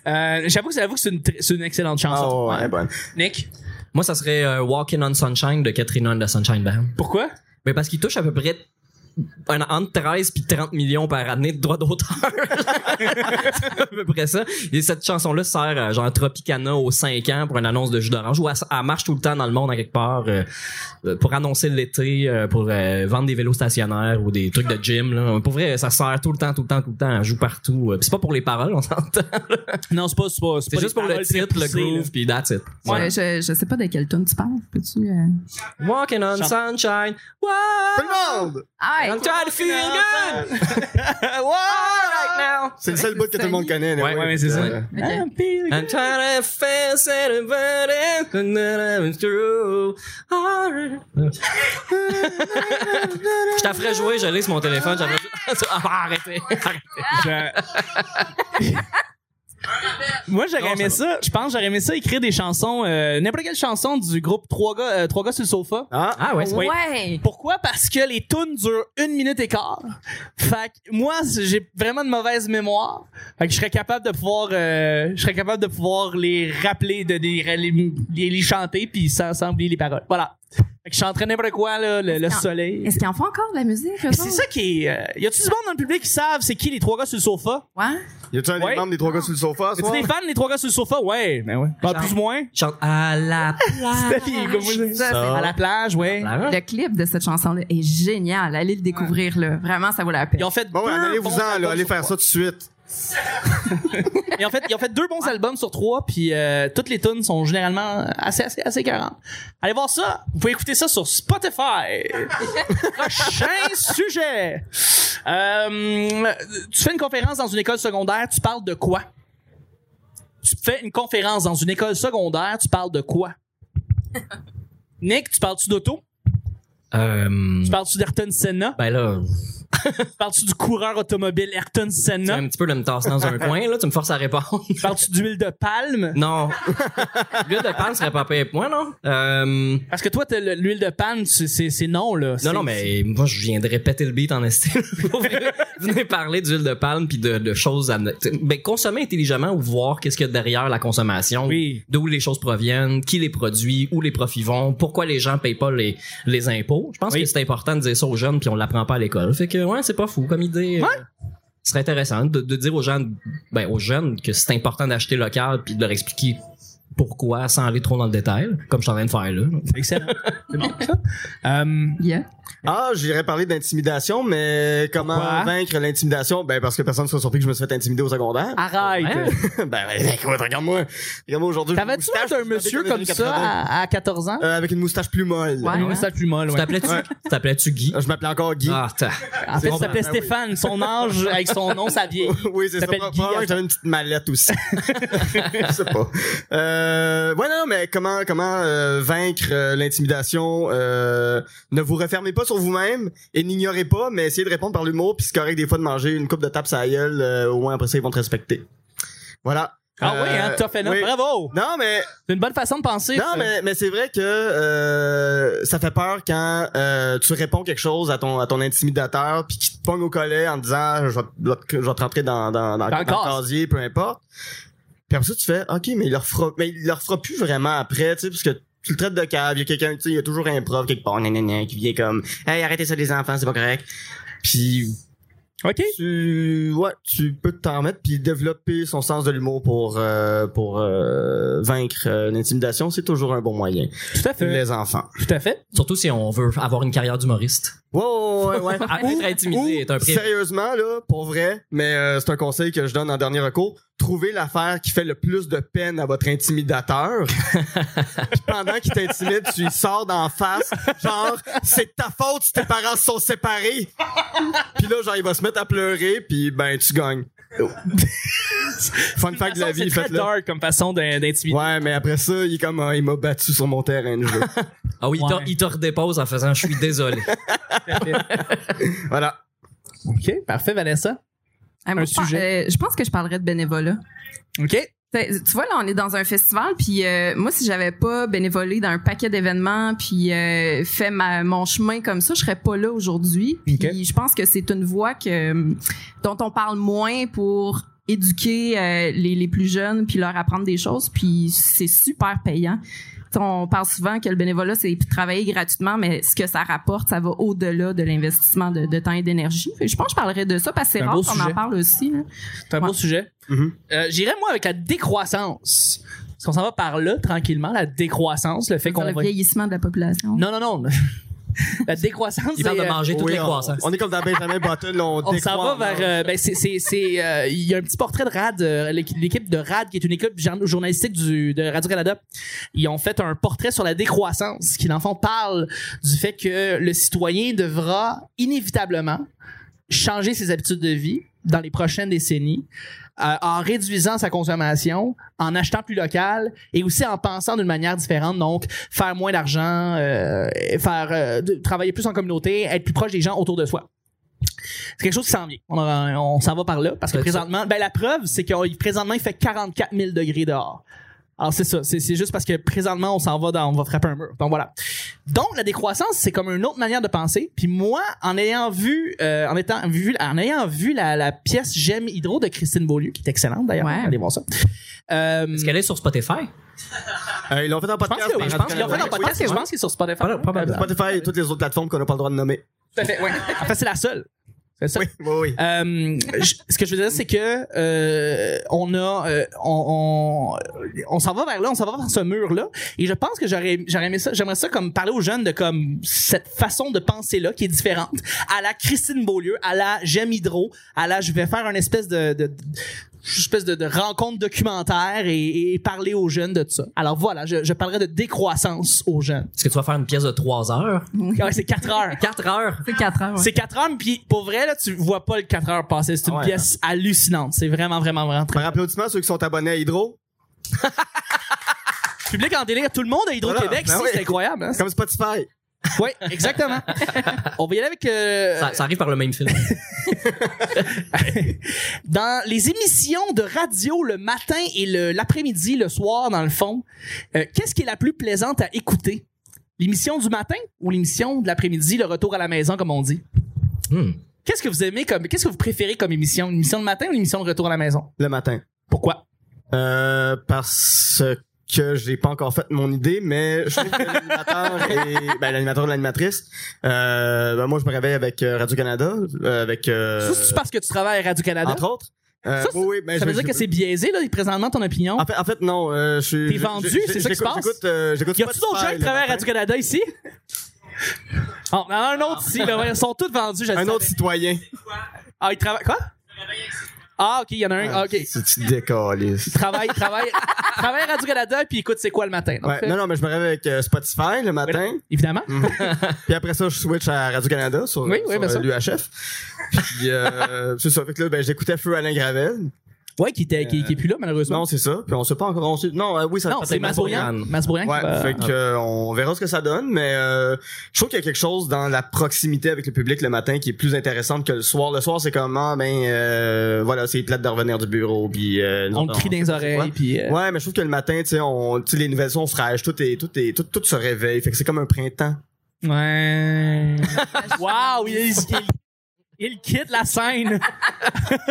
Euh, j'avoue, que- j'avoue que c'est une, tr- c'est une excellente chanson.
Oh, ouais, bonne.
Nick,
Moi, ça serait euh, Walking on Sunshine de Katrina and the Sunshine Band.
pourquoi?
Mais parce qu'il touche à peu près un, entre 13 puis 30 millions par année de droits d'auteur. C'est à peu près ça. Et cette chanson-là sert euh, genre Tropicana aux 5 ans pour une annonce de jus d'orange ou elle, elle marche tout le temps dans le monde à quelque part euh, euh, pour annoncer l'été, euh, pour euh, vendre des vélos stationnaires ou des trucs de gym. Là. Pour vrai, ça sert tout le temps, tout le temps, tout le temps. Elle joue partout. Euh, Puis c'est pas pour les paroles, on s'entend.
Non, c'est pas, c'est pas,
C'est
pas
juste
les
pour le
paroles très
titre, le
poussées, là.
groove, puis that's it.
Je- Je, je sais pas de quel tune tu parles. Peux-tu. euh,
Walking on
Chante.
sunshine. Wow!
Tout le monde!
Ah,
I'm
ouais.
trying to feel good
Ouais,
Ah!
right now.
C'est le seul bout que tout le monde connaît. là,
Ouais,
ouais, mais c'est ça.
Euh,
I'm feeling
I'm trying to face it, but it's not true. Je t'en ferais jouer, j'allais sur mon téléphone, j'avais. Ah, arrêtez, arrêtez. Ah!
Je- Moi, j'aurais
Non,
aimé ça. Je pense que j'aurais aimé ça écrire des chansons, euh, n'importe quelle chanson du groupe 3 gars, euh, Trois gars sur le sofa.
Ah,
Ah ouais, c'est
Oui.
Ouais.
Pourquoi? Parce que les tunes durent une minute et quart. Fait que moi, c'est- j'ai vraiment de mauvaise mémoire. Fait que je serais capable de pouvoir, euh, je serais capable de pouvoir les rappeler, de, de- les, les, les chanter puis sans, sans oublier les paroles. Voilà. Fait que je chanterais n'importe quoi, là, le, le
Est-ce qu'il y en-
soleil.
Est-ce qu'ils en font encore de la musique? eux
Mais C'est
autres?
ça qui est. euh, y a-tu du monde dans le public qui savent c'est qui les trois gars sur le sofa?
Ouais.
Y a-tu un des
Ouais.
membres des trois gars sur le sofa? ce
Es-tu
soir?
des fans les trois gars sur le sofa? Ouais, ben ouais. Pas plus ou moins.
Chante à la
C'était les gars, moi, je-
Ça, c'est-
À la plage, ouais.
plage.
Le clip de cette chanson-là est génial. Allez le découvrir, là. Vraiment, ça vaut la peine.
Ils ont fait
Bon, ouais,
deux bons
allez-vous-en, là,
albums
allez
sur
faire ça
trois.
tout de suite.
Ils ont fait, ils ont fait deux bons albums sur trois, puis euh, toutes les tunes sont généralement assez, assez, assez carrantes. Allez voir ça. Vous pouvez écouter ça sur Spotify. Prochain sujet. Euh, tu fais une conférence dans une école secondaire, tu parles de quoi? Tu fais une conférence dans une école secondaire, tu parles de quoi? Nick, tu parles-tu d'auto?
Euh.
Tu parles-tu d'Ayrton Senna?
Ben là,
Tu parles-tu du coureur automobile Ayrton
tu
Senna?
un petit peu de me tasser dans un coin, là, tu me forces à répondre.
Tu parles-tu d'huile de palme?
Non. L'huile de palme serait pas payé pour moi, non? Euh.
Parce que toi, t'as le- l'huile de palme, c'est- c'est c'est non, là. C'est-
Non, non, mais moi, je viens de répéter le beat en estime. Venez parler d'huile de palme puis de, de choses à... ne- t'sais, Ben, consommer intelligemment ou voir qu'est-ce qu'il y a derrière la consommation.
Oui.
D'où les choses proviennent, qui les produit, où les profits vont, pourquoi les gens payent pas les, les impôts. Je pense
Oui.
que c'est important de dire ça aux jeunes puis on l'apprend pas à l'école. Fait que, ouais, c'est pas fou comme idée.
Ouais.
Euh, Ce serait intéressant de, de dire aux gens, ben, aux jeunes que c'est important d'acheter local puis de leur expliquer pourquoi sans aller trop dans le détail, comme je suis en train de faire là.
Excellent. C'est bon, ça. Euh,
Yeah.
Ah, j'irais parler d'intimidation, mais comment
Pourquoi?
vaincre l'intimidation? Ben, parce que personne ne soit surpris que je me suis fait intimider au secondaire.
arrête.
Ouais.
ben, ben, écoute, regarde-moi. Regarde-moi aujourd'hui. j'ai une
T'avais-tu
moustache,
fait un
je suis
monsieur
avec
comme
des hein.
ça
80.
à, à 14 ans?
Euh, avec une moustache plus molle.
Ouais.
Un moustache plus molle,
Tu
ouais.
t'appelais-tu tu t'appelais-tu Guy?
Je m'appelais encore Guy.
Ah, t'as-
En fait, il s'appelait
Ah oui.
Stéphane. Son âge, avec son nom, ça vieillit.
Oui, c'est ça.
T'appelles Guy,
Probablement que j'avais une petite mallette aussi. je sais pas. Euh, ouais, non, mais comment, comment euh, vaincre euh, l'intimidation? euh, ne vous refermez pas sur vous-même et n'ignorez pas, mais essayez de répondre par l'humour, puis c'est correct des fois de manger une coupe de tape sur la gueule, euh, au moins après ça, ils vont te respecter. Voilà.
Ah
Euh,
oui, hein, tough enough.
oui.
Bravo!
Non, mais
C'est une bonne façon de penser.
non,
ça.
mais, mais c'est vrai que euh, ça fait peur quand euh, tu réponds quelque chose à ton, à ton intimidateur puis qu'il te pogne au collet en disant je vais, te- je vais te rentrer dans, dans, dans,
Dans le
dans
casse.
casier, peu importe. Puis après ça, tu fais OK, mais il leur fera, mais il leur fera plus vraiment après, tu sais, parce que tu le traites de cave, il y a quelqu'un, tu sais, il y a toujours un prof quelque part, gna, gna, gna, qui vient comme Hey, arrêtez ça les enfants, c'est pas correct. Puis
OK.
tu ouais, tu peux t'en remettre puis développer son sens de l'humour pour euh, pour euh, vaincre euh, l'intimidation, c'est toujours un bon moyen.
Tout à fait.
Les enfants.
Tout à fait.
Surtout si on veut avoir une carrière d'humoriste.
Ouais, ouais, ouais, ouais.
Ah, être intimidé est un prix.
Sérieusement là, pour vrai, mais euh, c'est un conseil que je donne en dernier recours. Trouvez l'affaire qui fait le plus de peine à votre intimidateur. Puis pendant qu'il t'intimide, tu lui sors d'en face, genre c'est de ta faute si tes parents se sont séparés. Puis là, genre il va se mettre à pleurer, puis ben tu gagnes. Fun fact de la
Façon,
vie,
c'est très
faites-le.
dark comme façon d'in- d'intimider.
Ouais, mais après ça, il est comme ah, il m'a battu sur mon terrain de jeu.
Ah oui, il te-
Ouais.
il te redépose en faisant je suis désolé.
voilà.
OK. Parfait, Vanessa.
Ah, moi,
Un
je pense-
sujet.
euh, je pense que je parlerais de bénévolat.
OK.
T'sais, Tu vois, là, on est dans un festival, puis euh, moi, si j'avais pas bénévolé dans un paquet d'événements, puis euh, fait ma, mon chemin comme ça, je serais pas là aujourd'hui. Puis
Ok.
je pense que c'est une voie que euh, dont on parle moins pour éduquer euh, les, les plus jeunes, puis leur apprendre des choses, puis c'est super payant. T'sais, on parle souvent que le bénévolat, c'est travailler gratuitement, mais ce que ça rapporte, ça va au-delà de l'investissement de, de temps et d'énergie. Fait que Je pense que je parlerai de ça, parce que
C'est
c'est
un
rare
beau
qu'on
sujet.
en parle aussi. là.
C'est un beau
Ouais.
sujet.
Mhm.
Euh, J'irais, moi, avec la décroissance. Parce qu'on s'en va par là, tranquillement, la décroissance, le fait
Sur
qu'on
le
va.
vieillissement de la population.
Non, non, non. la décroissance.
Il parle
c'est,
de
euh,
manger toutes
Oui,
les
on-
croissances.
On est comme dans Benjamin Button, on
On s'en va
décroît,
vers.
non?
euh, ben, c'est, c'est, c'est, euh, il y a un petit portrait de RAD, euh, l'équi- l'équipe de RAD, qui est une équipe jour- journalistique du, de Radio-Canada. Ils ont fait un portrait sur la décroissance, qui, dans le fond, parle du fait que le citoyen devra inévitablement changer ses habitudes de vie dans les prochaines décennies, euh, en réduisant sa consommation, en achetant plus local et aussi en pensant d'une manière différente. Donc, faire moins d'argent, euh, faire euh, de- travailler plus en communauté, être plus proche des gens autour de soi. C'est quelque chose qui s'en vient. On, aura- on s'en va par là parce que
C'est ça.
présentement, ben la preuve, c'est que présentement, il fait 44 000 degrés dehors. Alors c'est ça, c'est c'est juste parce que présentement, on s'en va dans, on va frapper un mur. Donc voilà. Donc la décroissance, c'est comme une autre manière de penser. Puis moi, en ayant vu, euh, en étant vu, en ayant vu la, la pièce J'aime Hydro de Christine Beaulieu, qui est excellente d'ailleurs,
Ouais.
allez voir ça. Euh,
Est-ce qu'elle est sur Spotify?
Euh, ils l'ont fait en
je pense
podcast.
que oui,
par
je pense qu'ils l'ont fait
Radio-Canada.
en podcast et je pense qu'il est sur Spotify. Euh,
Voilà, probablement.
Spotify et toutes les autres plateformes qu'on n'a pas le droit de nommer.
Tout à fait, ouais. En fait, c'est la seule. C'est la seule.
Oui, oui, oui.
Euh, je- ce que je veux dire, c'est que euh, on a, euh, on, on, on s'en va vers là, on s'en va vers ce mur là, et je pense que j'aurais, j'aurais aimé ça, j'aimerais ça comme parler aux jeunes de comme cette façon de penser là qui est différente, à la Christine Beaulieu, à la J'aime Hydro, à la je vais faire une espèce de, de- de- une espèce de, de rencontre documentaire et, et parler aux jeunes de ça. Alors voilà, je, je parlerai de décroissance aux jeunes.
Est-ce que tu vas faire une pièce de 3 heures?
Ah ouais, c'est 4 heures.
4 heures?
C'est quatre heures. ouais.
C'est 4 heures, puis pour vrai, là, tu vois pas le 4 heures passer. C'est une
Ah ouais,
pièce hallucinante. C'est vraiment, vraiment, vraiment très.
Par applaudissement, ceux qui sont abonnés à Hydro.
Public en délire, tout le monde à Hydro-Québec,
Voilà, ben
ici,
oui.
c'est incroyable. Hein?
Comme Spotify.
Oui, exactement. On va y aller avec... euh,
Ça, ça arrive par le même film.
dans les émissions de radio le matin et le- l'après-midi, le soir, dans le fond, euh, qu'est-ce qui est la plus plaisante à écouter? L'émission du matin ou l'émission de l'après-midi, le retour à la maison, comme on dit?
Hmm.
Qu'est-ce que vous aimez comme... Qu'est-ce que vous préférez comme émission? L'émission de matin ou l'émission de retour à la maison?
Le matin.
Pourquoi?
Euh, parce que j'ai pas encore fait mon idée, mais je trouve que l'animateur et ben, l'animateur ou l'animatrice, euh, ben, moi je me réveille avec euh, Radio-Canada, euh, avec euh,
Ça, c'est parce que tu travailles à Radio-Canada?
entre autres. Euh,
Ça, c'est-
oui, oui, ben,
ça veut
je-
dire que
je-
c'est biaisé, là, présentement, ton opinion.
En fait, en fait, non, euh, je suis.
T'es
je-
vendu,
je-
c'est
je-
ça qui se
j'écoute-
passe?
J'écoute, euh, j'écoute
Y a-tu d'autres gens
Spotify
qui travaillent à
le matin.
Radio-Canada ici? Oh, non, un autre ici, là, ouais, ils sont tous vendus, je le
Un autre
savais.
citoyen.
Ah, ils travaillent. Quoi? Ah, ok, il y en a un. Ah, ok.
Si tu décolles.
Travaille, travaille, travaille à Radio-Canada, puis écoute, c'est quoi le matin? Donc,
Ouais,
euh,
non, non, mais je me réveille avec euh, Spotify le matin.
Évidemment.
Puis après ça, je switch à Radio-Canada sur, euh,
Oui, oui, bien sûr.
l'UHF. Puis euh, c'est ça. Fait que là, ben, j'écoutais Feu Alain Gravel.
Ouais, qui, était- qui, qui est plus là, malheureusement.
Euh, Non, c'est ça. Puis on sait pas encore. On sait... Non, euh, oui, ça
Non,
peut
c'est
être
Masbourian.
Masbourian.
Masbourian qui
Ouais,
va-
fait que euh, on verra ce que ça donne, mais euh, je trouve qu'il y a quelque chose dans la proximité avec le public le matin qui est plus intéressante que le soir. Le soir, c'est comme ah, ben euh, voilà, c'est plate de revenir du bureau puis euh, nous
On le
autres,
crie dans les
quoi.
oreilles, puis. euh,
Ouais, mais je trouve que le matin, tu sais, on, tu sais, les nouvelles sont fraîches, tout est, tout est, tout, tout se réveille. Fait que c'est comme un printemps.
Ouais. Waouh, il, il- il quitte la scène.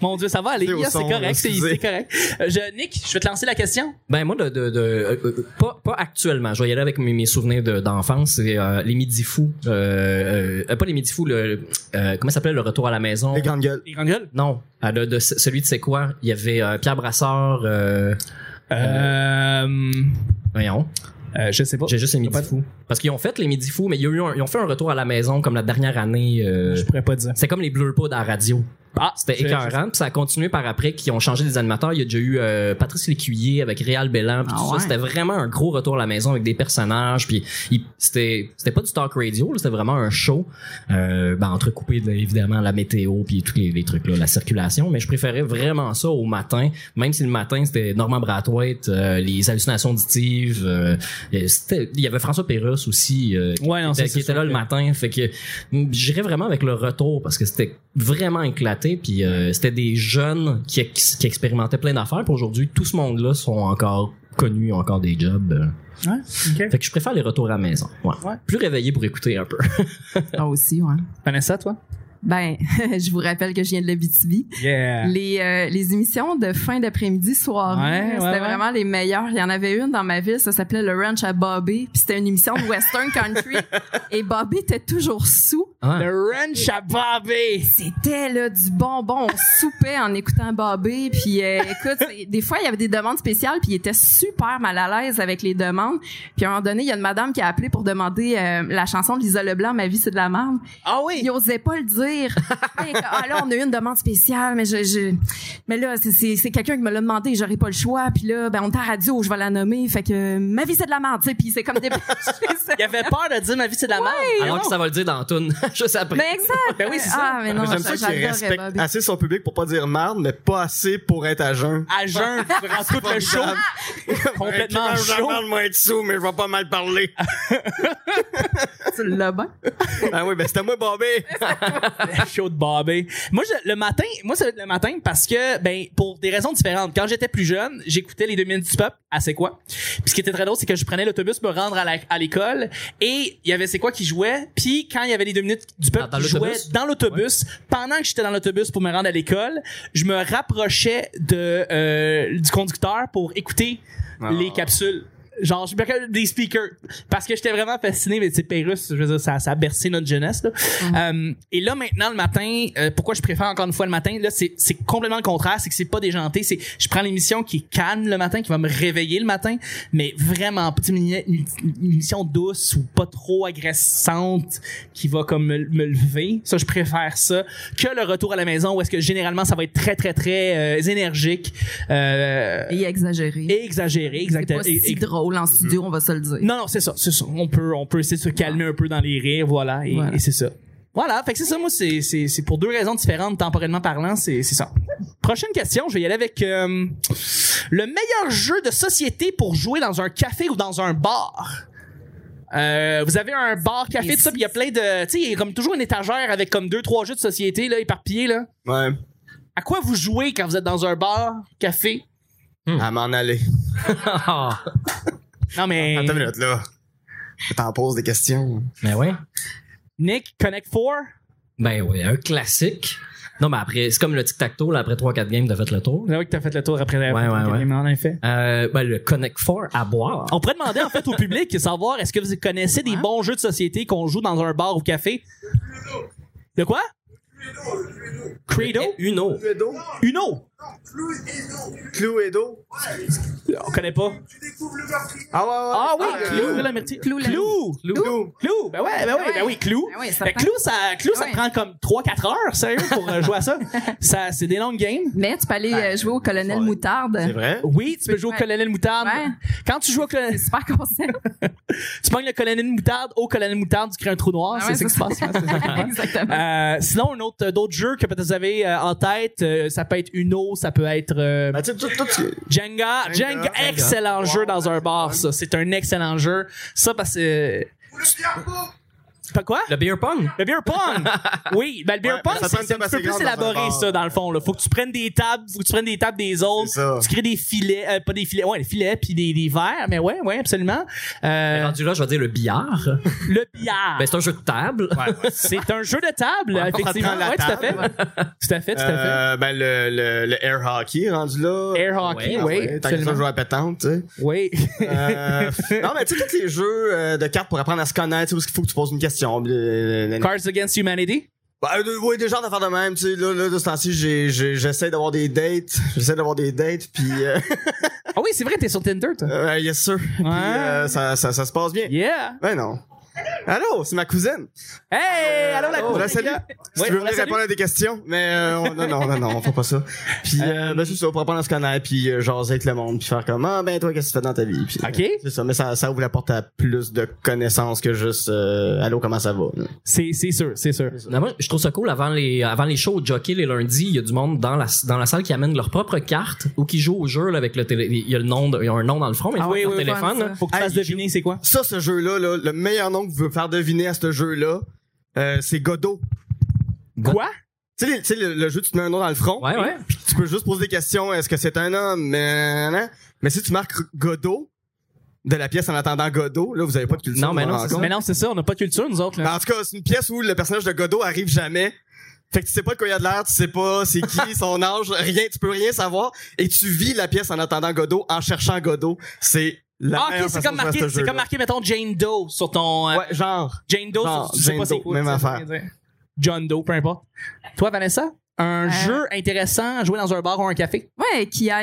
Mon Dieu, ça va aller.
C'est au
Yes, C'est
son,
correct, c'est
excusez.
c'est correct. Euh, je- Nick, je vais te lancer la question.
Ben moi, de, de, de- euh, euh, pas, pas actuellement. Je vais y aller avec mes, mes souvenirs de- d'enfance. C'est euh, les midi fous. Euh, euh, euh, pas les midi fous. Le, euh, comment ça s'appelait le retour à la maison
Les grandes gueules.
Les grandes gueules?
Non, Euh, de, de ce- celui de c'est quoi Il y avait euh, Pierre Brassard. Euh,
Euh,
voyons,
euh, je sais pas.
j'ai juste les
pas
midi
de-
fous. Parce qu'ils ont fait les midi fous, mais il y a eu un- ils ont fait un retour à la maison comme la dernière année. euh,
Je pourrais pas dire.
c'est comme les bleus pas à la radio.
Ah,
C'était écœurant, puis ça a continué par après qui ont changé les animateurs. Il y a déjà eu euh, Patrice Lécuyer avec Réal Bellan, puis
Ah
tout
ouais.
ça. C'était vraiment un gros retour à la maison avec des personnages, puis il- c'était c'était pas du talk radio, là, c'était vraiment un show, euh, ben, entrecoupé de, évidemment la météo puis tous les, les trucs là, la circulation. Mais je préférais vraiment ça au matin, même si le matin c'était Norman Brathwaite, euh, les hallucinations auditives. euh, et c'était- il y avait François Pérusse aussi. euh,
Ouais, non,
qui
ça,
était- qui
c'est
était là
sûr
le
que-
matin. Fait que mm, j'irais vraiment avec le retour parce que c'était vraiment éclaté. raté. Puis euh, c'était des jeunes qui, ex- qui expérimentaient plein d'affaires. Puis aujourd'hui, tout ce monde-là sont encore connus, ont encore des jobs. euh.
Ouais,
Fait que je préfère les retours à la maison. Ouais.
Ouais.
Plus réveillé pour écouter un peu.
Ah, aussi, ouais.
Vanessa, toi?
Ben, je vous rappelle que je viens de l'Abitibi.
Yeah.
Les, euh, les émissions de fin d'après-midi, soirée,
Ouais, ouais,
c'était
ouais.
vraiment les meilleures. Il y en avait une dans ma ville, ça s'appelait Le Ranch à Bobby, puis c'était une émission de Western Country. et Bobby était toujours sous.
Ouais.
Le Ranch à Bobby!
C'était là du bonbon, on soupait en écoutant Bobby. Puis euh, écoute, c'est- des fois il y avait des demandes spéciales, puis il était super mal à l'aise avec les demandes. Puis à un moment donné, il y a une madame qui a appelé pour demander euh, la chanson de Lisa Leblanc, Ma vie c'est de la merde.
Ah
Il
oui!
osait pas le dire. Hey, ah là, on a eu une demande spéciale, mais je, je- mais là c'est- c'est c'est quelqu'un qui me l'a demandé, j'aurais pas le choix. Puis là, ben on est à la radio, je vais la nommer. Fait que ma vie c'est de la merde, tu sais. Puis c'est comme des.
Il avait peur de dire ma vie c'est de la merde.
Alors que ça va le dire dans la toune, juste après.
Mais exact.
Ben oui, c'est ça.
Ah, mais non,
Mais J'aime ça qu'il
j'adorais
respecte
Bobby.
assez son public pour pas dire marde, mais pas assez pour être à jeun.
À jeun, durant tout le show. Complètement chaud.
moi être sous, mais je vais pas mal parler.
Tu l'as bien.
ah oui, ben c'était moi, Bobby.
Chaud de Bobby. Moi, je- le matin, moi, ça va être le matin parce que, ben, pour des raisons différentes. Quand j'étais plus jeune, j'écoutais les deux minutes du peuple à C'est quoi. Puis ce qui était très drôle, c'est que je prenais l'autobus pour me rendre à la- à l'école et il y avait C'est quoi qui jouait. Puis quand il y avait les deux minutes du peuple
Ah, dans
qui jouaient
l'autobus?
dans l'autobus, pendant que j'étais dans l'autobus pour me rendre à l'école, je me rapprochais de, euh, du conducteur pour écouter
Ah.
les capsules. Genre, je me rappelle des speakers. Parce que j'étais vraiment fasciné, mais tu sais, Pérus, je veux dire, ça, ça a bercé notre jeunesse, là. Euh, et là, maintenant, le matin, euh, pourquoi je préfère encore une fois le matin, là, c'est c'est complètement le contraire, c'est que c'est pas déjanté, c'est, je prends l'émission qui est calme le matin, qui va me réveiller le matin, mais vraiment, pas, tu sais, une, une- une émission douce ou pas trop agressante qui va comme me, me lever. Ça, je préfère ça que le retour à la maison où est-ce que généralement ça va être très, très, très euh, énergique, euh,
Et exagéré.
et exagéré, exactement.
C'est pas si drôle en studio, on va se le dire.
Non, non, c'est ça, c'est ça. On peut, on peut essayer de se calmer un peu dans les rires, voilà, et,
Voilà.
et c'est ça. Voilà, fait que c'est ça, moi, c'est, c'est, c'est pour deux raisons différentes, temporellement parlant, c'est, c'est ça. Prochaine question, je vais y aller avec euh, le meilleur jeu de société pour jouer dans un café ou dans un bar. Euh, vous avez un bar café, tout ça, puis il y a plein de, tu sais, il y a comme toujours une étagère avec comme deux trois jeux de société là éparpillés là.
Ouais,
À quoi vous jouez quand vous êtes dans un bar café
à m'en aller.
Ah.
Non mais
Attends une minute, là. T'en poses des questions.
Mais ouais.
Nick Connect 4
Ben oui, un classique. Non, mais après, c'est comme le tic-tac-toe, là, après 3-4 games, t'as fait le tour.
C'est vrai que t'as fait le tour après la
Ouais, ouais, ouais.
en effet.
Euh, ben, le Connect 4 à boire.
On pourrait demander en fait au public de savoir est-ce que vous connaissez des bons jeux de société qu'on joue dans un bar ou café. De quoi? Credo?
Uno.
Cluedo?
Uno?
Cluedo?
On connaît pas.
Ah ouais, ouais.
Ah oui,
euh,
Clou, la merci.
Clou, la-
Clou!
Clou.
Clou! Ben ouais, ben oui, ben oui, Clou.
Ben oui, certain.
Ben Clou, ça, Clou, ça
Ouais.
prend comme 3-4 heures, sérieux, pour euh, jouer à ça. ça c'est des longues games.
Mais tu peux aller euh, jouer au colonel
ouais.
Moutarde.
C'est vrai?
Oui, tu peux jouer au
Ouais.
Colonel Moutarde.
Ouais.
Quand tu joues au Colonel...
C'est super concept.
Tu pognes le Colonel Moutarde au Colonel Moutarde, tu crées un trou noir,
Ah
c'est
ouais,
ça qui se passe. Ouais, c'est ça.
Exactement.
Euh, sinon, un autre, d'autres jeux que peut-être vous avez euh, en tête, euh, ça peut être Uno, ça peut être euh,
Ben, tu sais, tout, tout, tu-
Jenga. Jenga,
Jenga.
excellent
Wow,
jeu dans un bar, ça. C'est un excellent jeu. Ça, parce que. euh, Pas quoi?
Le beer pong.
Le beer pong! oui, ben, le beer
Ouais,
pong,
mais ça
c'est,
prend une
c'est un petit
table
peu
assez
plus
grande dans un
élaboré,
bar.
ça, dans le fond. Là. Faut que tu prennes des tables, faut que tu prennes des tables des autres.
C'est ça.
Tu crées des filets, euh, pas des filets, ouais, des filets, puis des, des verres, mais ouais, ouais, absolument.
Mais
Euh,
Rendu là, je vais dire le billard.
le billard.
Ben, c'est un jeu de table.
c'est un jeu de table, effectivement.
prend la
Ouais, tout à
table.
fait. tout à fait, tout à fait.
Euh, ben, le, le, le air hockey rendu là.
Air hockey,
Ouais,
Ah
oui.
ouais, Tant que ça
absolument.
joue à la pétante, tu sais.
Oui.
Euh, non, mais tu sais, tous les jeux euh, de cartes pour apprendre à se connaître, tu sais, parce qu'il faut que tu poses une question. euh, euh,
Cards Against Humanity.
Bah, euh, oui, des genres d'affaires de même, tu sais, là, là, de ce temps-ci, j'ai- j'ai- j'essaie d'avoir des dates, j'essaie d'avoir des dates, puis euh,
Ah oui, c'est vrai, t'es sur Tinder, toi.
euh, yes sir, puis euh, ça, ça, ça se passe bien.
Yeah.
Ben non. Allô, c'est ma cousine.
Hey, allô la
Oh,
cour.
la salue. Si
Ouais,
tu veux
on la
venir
salue.
répondre à des questions, mais euh, on- non, non, non, non, on fait pas ça. Puis euh, ben c'est ça, pour apprendre à se connaître, puis euh, jaser avec le monde, puis faire comme ah ben toi qu'est-ce que tu fais dans ta vie. Puis,
Ok.
euh, C'est ça, mais ça, ça ouvre la porte à plus de connaissances que juste euh, allô comment ça va.
C'est, c'est sûr, c'est sûr.
Non, moi, je trouve ça cool. Avant les, avant les shows de jockey, les lundis, il y a du monde dans la, dans la salle qui amène leurs propres cartes ou qui joue au jeu là, avec le télé. Il y a le nom, de- il y a un nom dans le front, mais
Ah
ils font
oui,
leur
oui, oui,
téléphone.
fun,
là.
Faut que tu
Hey,
fasses deviner c'est quoi.
Ça, ce jeu-là, là, le meilleur nom que vous pouvez faire deviner à ce jeu-là, euh, c'est Godot.
Quoi?
Tu sais, les- tu sais, le, le jeu, tu te mets un nom dans le front.
Ouais, ouais.
Puis tu peux juste poser des questions. Est-ce que c'est un homme? Mais, mais si tu marques Godot de la pièce en attendant Godot, là, vous avez pas de culture.
Non, mais non,
dans
c'est
ça.
Mais non, c'est ça, on n'a pas de culture, nous autres.
Mais
Là.
Ben, en tout cas, c'est une pièce où le personnage de Godot arrive jamais. Fait que tu sais pas de quoi il a de l'air, tu sais pas c'est qui, son âge, rien, tu peux rien savoir. Et tu vis la pièce en attendant Godot, en cherchant Godot. C'est la
Ah,
meilleure
ok, c'est
façon
comme
de faire
marqué,
ce
c'est
jeu-là.
comme marqué, mettons, Jane Doe sur ton. euh,
Ouais, genre.
Jane Doe,
Genre,
tu sais
Jane
pas c'est
Doe,
quoi.
même
tu sais
affaire.
rien dire. John Doe, peu importe. Toi, Vanessa, un
Euh,
jeu intéressant à jouer dans un bar ou un café?
Ouais, qui est là?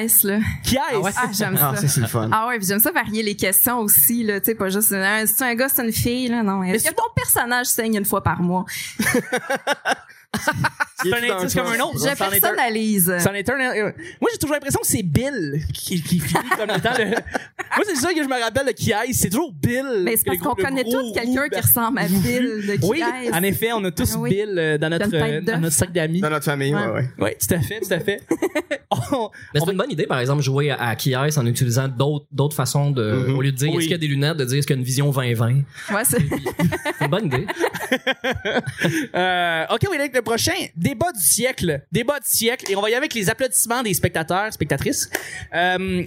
Qui est-ce?
Ah, j'aime
Ah,
ça.
ça, c'est le fun.
Ah ouais, puis j'aime ça varier les questions aussi là, tu sais pas juste euh, c'est un gars, c'est une fille là, non. Est-ce
c'est-
que ton personnage saigne une fois par mois
c'est un indice comme un autre.
Je
c'en est un.
personnalise.
C'en est un, euh, Moi, j'ai toujours l'impression que c'est Bill qui, qui finit comme étant le. Moi, c'est ça que je me rappelle de qui est. C'est toujours Bill.
Mais c'est parce
Le gros-
qu'on
le
connaît
gros
tous quelqu'un
roux,
qui ressemble à Bill de qui
Oui,
est.
en effet, on a tous
Ah oui.
Bill euh, dans notre,
Dans le tête
euh,
d'œuf.
dans notre sac d'amis.
Dans notre famille, ouais, ouais.
Oui, tout à fait, tout à fait. On-
Mais c'est une bonne idée, par exemple, jouer à, à qui est en utilisant d'autres d'autres façons de.
Mhm.
Au lieu de dire
Mm-hmm. Oui.
est-ce qu'il y a des lunettes, de dire est-ce qu'il y a une vision 20-20.
Ouais, c'est-
C'est une bonne idée.
Euh, ok, on est avec le prochain. Débat du siècle. Débat du siècle. Et on va y aller avec les applaudissements des spectateurs, spectatrices. Euh,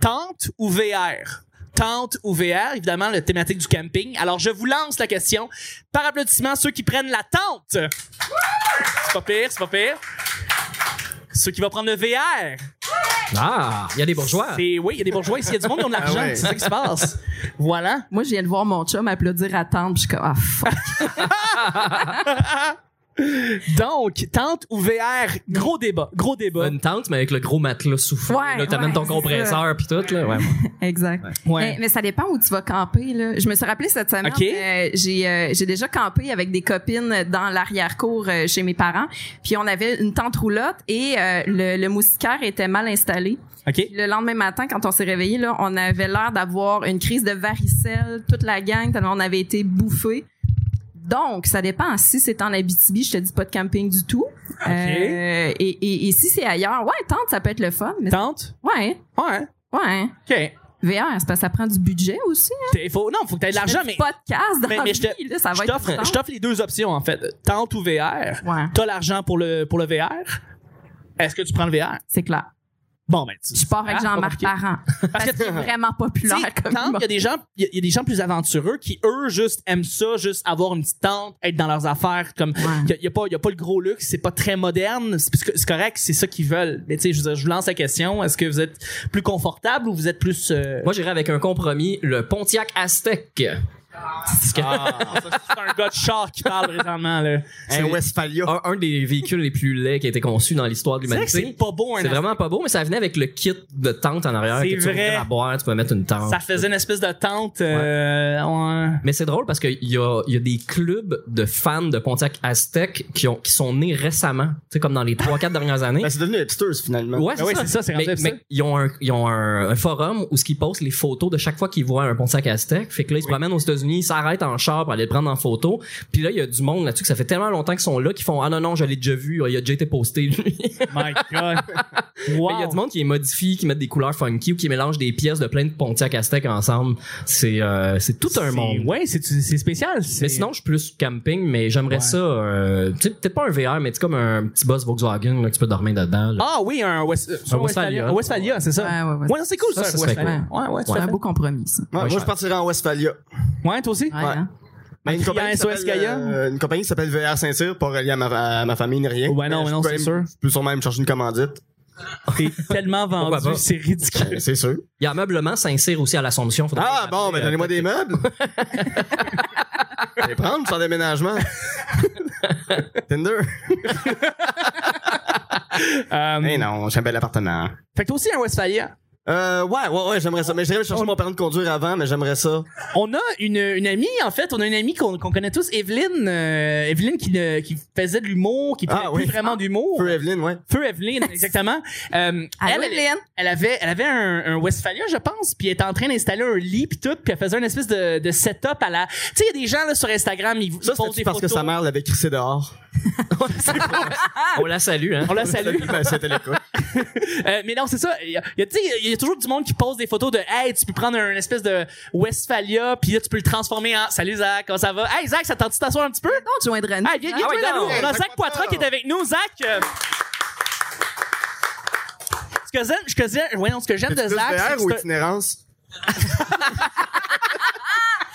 tente ou VR? Tente ou VR, évidemment, la thématique du camping. Alors, je vous lance la question. Par applaudissement, ceux qui prennent la tente. C'est pas pire, c'est pas pire. Ceux qui vont prendre le VR.
Ah, il y a des bourgeois.
C'est, oui, il y a des bourgeois ici, il y a du monde qui ont de l'argent.
Ah ouais.
C'est ça qui se passe. Voilà.
Moi, je viens de voir mon chum applaudir à tente, puis je suis comme ah fuck.
Donc, tente ou VR, gros débat, gros débat.
Une tente, mais avec le gros matelas soufflé.
Ouais,
là, t'amènes
ouais,
ton
c'est
compresseur puis tout. Là. Ouais,
Exact. Mais, mais ça dépend où tu vas camper. Là. Je me suis rappelé cette semaine,
Ok.
euh, j'ai euh, j'ai déjà campé avec des copines dans l'arrière-cour euh, chez mes parents. Puis on avait une tente roulotte et euh, le, le moustiquaire était mal installé.
OK.
Puis Le lendemain matin, quand on s'est réveillé, là, on avait l'air d'avoir une crise de varicelle, toute la gang, tellement on avait été bouffés. Donc, ça dépend. Si c'est en Abitibi, je te dis pas de camping du tout. Euh, et, et, et si c'est ailleurs, ouais, tente, ça peut être le fun. Mais
Tente?
ouais,
Ouais.
ouais.
OK.
VR, c'est parce que ça prend du budget aussi. hein.
T'es- faut- non, faut que t'aies de l'argent, mais
podcast dans
mais-
la
mais je te-
vie, là, ça va
je
être
t'offre,
du temps.
je t'offre les deux options, en fait. Tente ou VR.
Ouais,
T'as l'argent pour le, pour le VR. Est-ce que tu prends le VR?
c'est clair.
Bon, ben, tu-
Je pars avec
Ah,
Jean-Marc
remarqué.
Parent. Parce
que-
que c'est vraiment
Tu sais,
populaire comme
tente,
humour.
il y a des gens, il y a- il y a des gens plus aventureux qui eux juste aiment ça, juste avoir une petite tente, être dans leurs affaires, comme
Ouais.
il y a- il y, a pas, il y a pas le gros luxe, c'est pas très moderne, c'est c'est- c'est correct, c'est ça qu'ils veulent. Mais tu sais, je, veux dire, je vous lance la question, est-ce que vous êtes plus confortable ou vous êtes plus euh,
Moi, j'irais avec un compromis, le Pontiac Aztec.
Ah, ça, c'est un gars de char qui parle présentement là.
Un Westphalia.
Un, un des véhicules les plus laids qui a été conçu dans l'histoire de
C'est vrai que c'est
l'humanité.
pas beau un
C'est vraiment pas beau, mais ça venait avec le kit de tente en arrière.
C'est
que tu
vrai.
ouvrais la boîte, tu pouvais mettre une tente.
Ça faisait une espèce de tente. euh, Ah, ouais.
Mais c'est drôle parce qu'il y a, il y a des clubs de fans de Pontiac Aztec qui, ont, qui sont nés récemment, tu sais, comme dans les 3-4 dernières années.
Ben, c'est devenu hipsters, finalement.
Ouais,
Ah oui, c'est ça, c'est rendu
mais,
ça.
mais ils ont, un, ils ont un, un forum où ce qu'ils postent les photos de chaque fois qu'ils voient un Pontiac Aztec. Fait que là, ils se promènent aux États-Unis, ils s'arrêtent en char pour aller le prendre en photo. Puis là, il y a du monde là-dessus que ça fait tellement longtemps qu'ils sont là qu'ils font Ah non, non, je l'ai déjà vu, il a déjà été posté, lui.
My God. Wow.
Mais Il y a du monde qui les modifie, qui mettent des couleurs funky ou qui mélangent des pièces de plein de Pontiac Aztec ensemble. C'est euh, c'est tout un
C'est-
monde.
Ouais, c'est c'est spécial.
Mais sinon, je suis plus camping, mais j'aimerais
Ouais.
ça. euh, tu sais, peut-être pas un VR, mais tu sais, comme un petit boss Volkswagen, là, que tu peux dormir dedans. là.
ah oui, un, West, euh, un Westphalia.
Westphalia.
Un Westphalia, c'est ça.
Ouais, ouais, ouais.
Ouais, non, c'est cool ça.
Ça, ça
un
serait
Westphalia. Ouais, ouais, tout
C'est
à
un
fait.
beau compromis, ça.
Ouais,
Ouais,
moi,
cher.
je partirais en Westphalia.
Ouais, toi aussi.
Ouais, hein.
Mais une
Puis, il y a un
compagnie, qui
SOS
s'appelle,
Gaia.
euh, une compagnie qui s'appelle VR Saint-Cyr pour relier à ma, à ma famille ni rien.
Ouais, Oh, ben non,
Mais
non,
je
c'est
peux-
sûr.
Je peux sûrement me chercher une commandite.
T'es tellement
Pourquoi
vendu,
pas?
c'est ridicule.
Euh, C'est sûr.
Il y a ameublement Saint-Cyr aussi à l'Assomption. Faudrait
Ah
les
bon,
appeler,
ben donnez-moi
euh,
des meubles. Je vais les prendre sans déménagement. Tinder.
Euh,
Eh non, j'ai un bel appartement.
Fait que toi aussi un Westphalia.
Euh, ouais, ouais, ouais, j'aimerais ça. Mais j'irais chercher mon permis de conduire avant, mais j'aimerais ça.
On a une, une amie, en fait, on a une amie qu'on qu'on connaît tous, Evelyne. euh, Evelyne qui, ne- qui faisait de l'humour, qui faisait
Ah
plus
oui.
vraiment d'humour.
Peu Evelyne, ouais.
Feu Evelyne, exactement. Euh,
Allô,
elle, elle-
Hélène?
elle avait, elle avait un, un Westphalia, je pense, puis elle était en train d'installer un lit puis tout, puis elle faisait une espèce de, de setup à la. Tu sais, il y a des gens là sur Instagram, ils
Ça,
posent des
c'est parce que
photos.
sa mère l'avait crissé dehors.
On la salue, hein.
On la salue.
Ben, c'était le cas.
Euh, mais non, c'est ça. Il y a, il y a- tu sais, il y a toujours du monde qui pose des photos de Hey, tu peux prendre un espèce de Westphalia, puis là, tu peux le transformer en Salut Zach, comment ça va? Hey Zach, ça tente de t'asseoir un petit peu?
Donc, joindre nous.
Hey, viens, viens,
Ah ouais,
joindre nous.
donc.
On a
Hey,
Zach
Zach
Poitras qui est avec nous. Zach! euh, Ce que j'aime, ce que j'aime- voyons, ce que j'aime de
Plus
Zach, c'est
VR
que
ou
c'est un-
itinérance?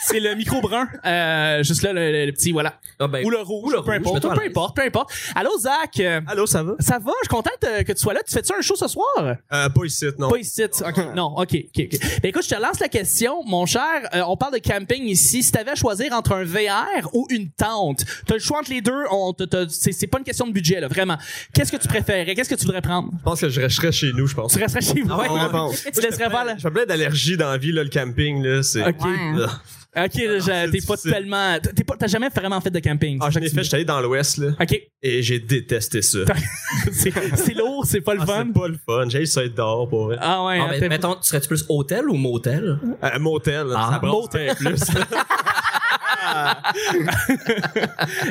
c'est le micro brun, euh, juste là, le, le- le petit, voilà.
Ah ben,
ou le rouge,
ou le
peu
rouge,
importe,
mets-toi à
peu
l'aise.
importe, peu importe. Allô Zach, euh,
Allô, ça
Ah,
va?
ça va? Je suis contente euh, que tu sois là. Tu fais-tu un show ce soir?
Euh, pas ici, non.
Pas ici. tu- ok, Non, OK. ok, ok. Ben écoute, je te lance la question, mon cher. Euh, on parle de camping ici. Si t'avais à choisir entre un VR ou une tente, t'as le choix entre les deux. On te- te- c'est, c'est pas une question de budget, là, vraiment. Qu'est-ce que tu préférais? Qu'est-ce que tu voudrais prendre?
Je pense que je resterais chez nous, je pense.
Tu resterais chez vous?
Bonne réponse.
Tu laisserais faire la...
Je fais plein d'allergies dans la vie, là, le camping, là, c'est...
OK.
Ouais.
Ah,
OK, là, je-
c'est
t'es pas
difficile.
tellement... T'es pas, t'as jamais vraiment fait de camping.
Ah,
c'est
je
ça
l'ai
que tu
fait,
dis.
j'étais allé dans l'Ouest, là,
OK.
et j'ai détesté ça.
c'est, c'est lourd, c'est pas le
Ah,
fun.
c'est pas le fun, j'ai ça être dehors, pour vrai.
Ah ouais,
Ah,
hein,
ben,
t'es-
mettons, tu serais-tu plus hôtel ou motel?
Euh, motel, là,
Ah,
ça brosse bien plus.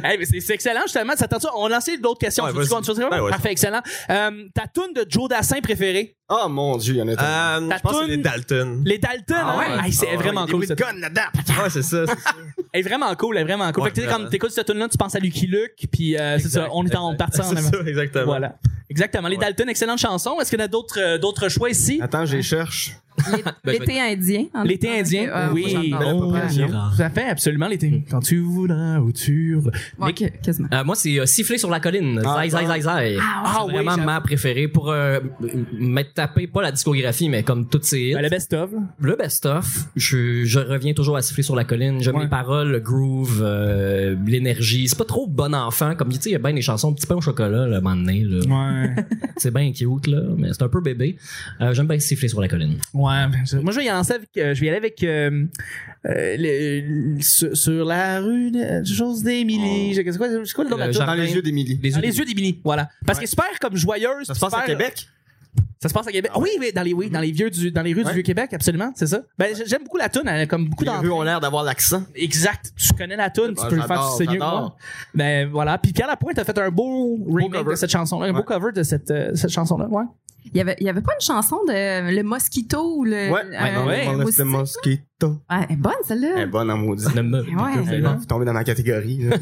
Hey, mais c'est c'est excellent, justement. Ça t'attend- On a lancé d'autres questions.
Ouais,
Tu veux-tu
vas-y.
qu'on- tu veux-
Ben, ouais.
Parfait, excellent. Euh, ta toune de Joe Dassin préférée?
Oh mon dieu, il y en a tellement.
Euh,
Ta
je pense que c'est les
toune-
Dalton.
Les Dalton,
Ah
hein?
ouais?
Hey, c'est
Ah ouais,
vraiment
Les
cool.
With
Cette...
Gun là-dedans.
Ouais, c'est ça, c'est ça.
Elle est vraiment cool, elle est vraiment cool.
Ouais,
fait que tu sais,
vraiment.
quand t'écoutes cette tune là tu penses à Lucky Luke, puis euh, c'est ça, on est en on partit en
C'est
avant.
ça, exactement.
Voilà. Exactement. Les Dalton, excellente chanson. Est-ce qu'il y en a d'autres euh, d'autres choix ici?
Attends, je les cherche.
Ben, je vais-
L'été indien. en
L'été
disant,
indien,
ok, ah, moi,
oui. Ben,
j'adore.
Belle appropriation.
Tout à fait, absolument. L'été. Quand tu voudras, où tu voudras.
Ouais, que- quasiment.
Euh, moi, c'est euh, Siffler sur la colline.
Ah,
Zai, zai, zai, zai.
Ah,
C'est
ouais,
vraiment
j'avoue.
ma préférée pour euh, m- m'être tapé, pas la discographie, mais comme toutes ces hits.
Ben, le best-of. là.
Le best-of, je, je reviens toujours à Siffler sur la colline. J'aime
Ouais.
les paroles, le groove, euh, l'énergie. C'est pas trop bon enfant. Comme tu sais, il y a bien des chansons, petit pain au chocolat, le moment donné. Là.
Ouais.
C'est bien cute, là, mais c'est un peu bébé. Euh, J'aime bien Siffler sur la colline.
Ouais, ben, je- moi je vais y lancer avec, euh, je vais y aller avec euh, euh, le- le- sur, sur la rue, de- chose d'Émilie. Je- C'est quoi, c'est quoi le nom de la
Le
toune?
Oh. Euh, Dans les yeux d'Émilie.
Dans les yeux d'Émilie, voilà. Parce que super comme joyeuse.
Ça se passe à
super- euh,
Québec? Mm-hmm.
Ça se passe à Québec. Ah Oui, oui, dans les, oui, dans les vieux du, dans les rues du
Ouais.
vieux Québec, absolument, c'est ça. Ben j- j'aime beaucoup la tune, elle a comme beaucoup
Les rues
d'entrées.
ont l'air d'avoir l'accent.
Exact. Tu connais la tune, tu
Ah,
peux le faire
j'adore,
saigner.
j'adore.
Ben voilà. Puis Pierre Lapointe a fait un beau remake
cover.
de cette chanson, là un beau
Ouais.
cover de cette euh, cette chanson là. Ouais.
Il y avait, il y avait pas une chanson de Le Mosquito ou le.
Ouais,
ouais, euh, ouais,
on
aussi-
laisse le mosquito.
Ah, elle est bonne
Eh,
celle-là.
bonne en maudit.
Ne me-
Ouais.
Vous tombez dans ma catégorie. là.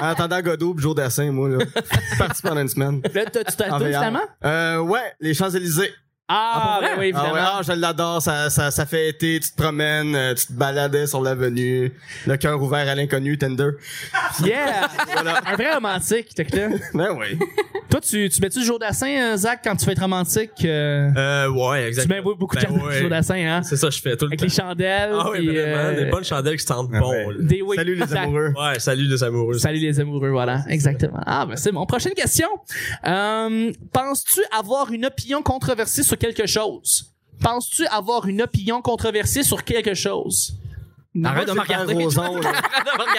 en attendant Godot pis Joe Dassin, moi, là. Je suis parti pendant une semaine.
Là, t'as- tu t'as
En
tout
VR.
finalement.
Euh, ouais, les Champs-Élysées.
Ah, ben oui, évidemment.
Ah ouais, ah, je l'adore, ça, ça, ça fait été, tu te promènes, euh, tu te baladais sur l'avenue, le cœur ouvert à l'inconnu, Tender.
Yeah! Un vrai romantique, t'es là.
Ben oui.
Toi, tu, tu mets-tu du Jodassin, euh, Zach, quand tu veux être romantique? euh,
Euh, ouais,
tu mets
exactement.
beaucoup de
Ben
chandelles
ouais.
Jodassin, hein?
C'est ça, que je fais tout le
Avec
temps.
les chandelles.
Ah oui,
puis,
vraiment,
euh,
des bonnes chandelles qui sentent bon.
ouais.
là.
des- oui,
Salut les
exact.
amoureux.
Ouais, salut les amoureux.
Salut les amoureux, voilà, exactement. Ah ben c'est mon prochaine question. Euh, Penses-tu avoir une opinion controversée sur quelque chose? Penses-tu avoir une opinion controversée sur quelque chose?
Arrête de me
Pierre
regarder.
Roson, là.
Arrête de me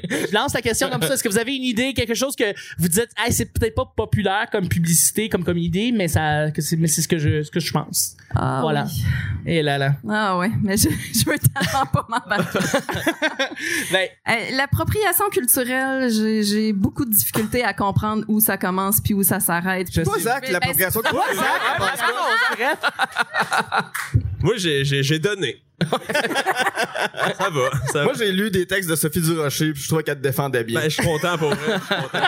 regarder.
Je lance la question comme ça. Est-ce que vous avez une idée, quelque chose que vous dites, hey, c'est peut-être pas populaire comme publicité, comme comme idée, mais ça, que c'est, mais c'est ce que je, ce que je pense.
Ah,
voilà.
oui.
Et là là.
Ah ouais, mais je, je veux tellement pas m'embarquer.
Ben,
Euh, L'appropriation culturelle, j'ai j'ai beaucoup de difficultés à comprendre où ça commence puis où ça s'arrête.
Je
Toi,
sais.
Zach,
Ben,
l'appropriation culturelle.
Moi, j'ai- j'ai j'ai donné. ça va, ça va.
Moi, j'ai lu des textes de Sophie Durocher, pis je trouvais qu'elle te défendait bien.
Ben, je suis content pour vrai. je suis content.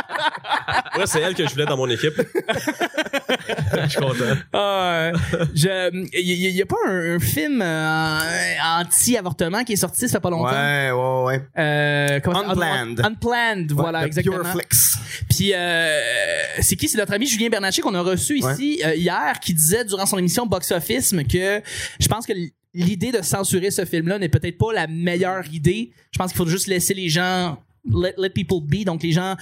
Moi, c'est elle que je voulais dans mon équipe. Je suis content.
Euh, je, y, y- y a pas un, un film euh, anti-avortement qui est sorti ça fait pas longtemps.
ouais, ouais, ouais.
Euh, comment ça-
Unplanned.
Unplanned, voilà,
Ouais, de
exactement.
Pure Flex.
Puis euh, c'est qui C'est notre ami Julien Bernatchez qu'on a reçu ici euh, hier, qui disait durant son émission Box Office que je pense que l- l'idée de censurer ce film-là n'est peut-être pas la meilleure idée. Je pense qu'il faut juste laisser les gens let, let people be, donc les gens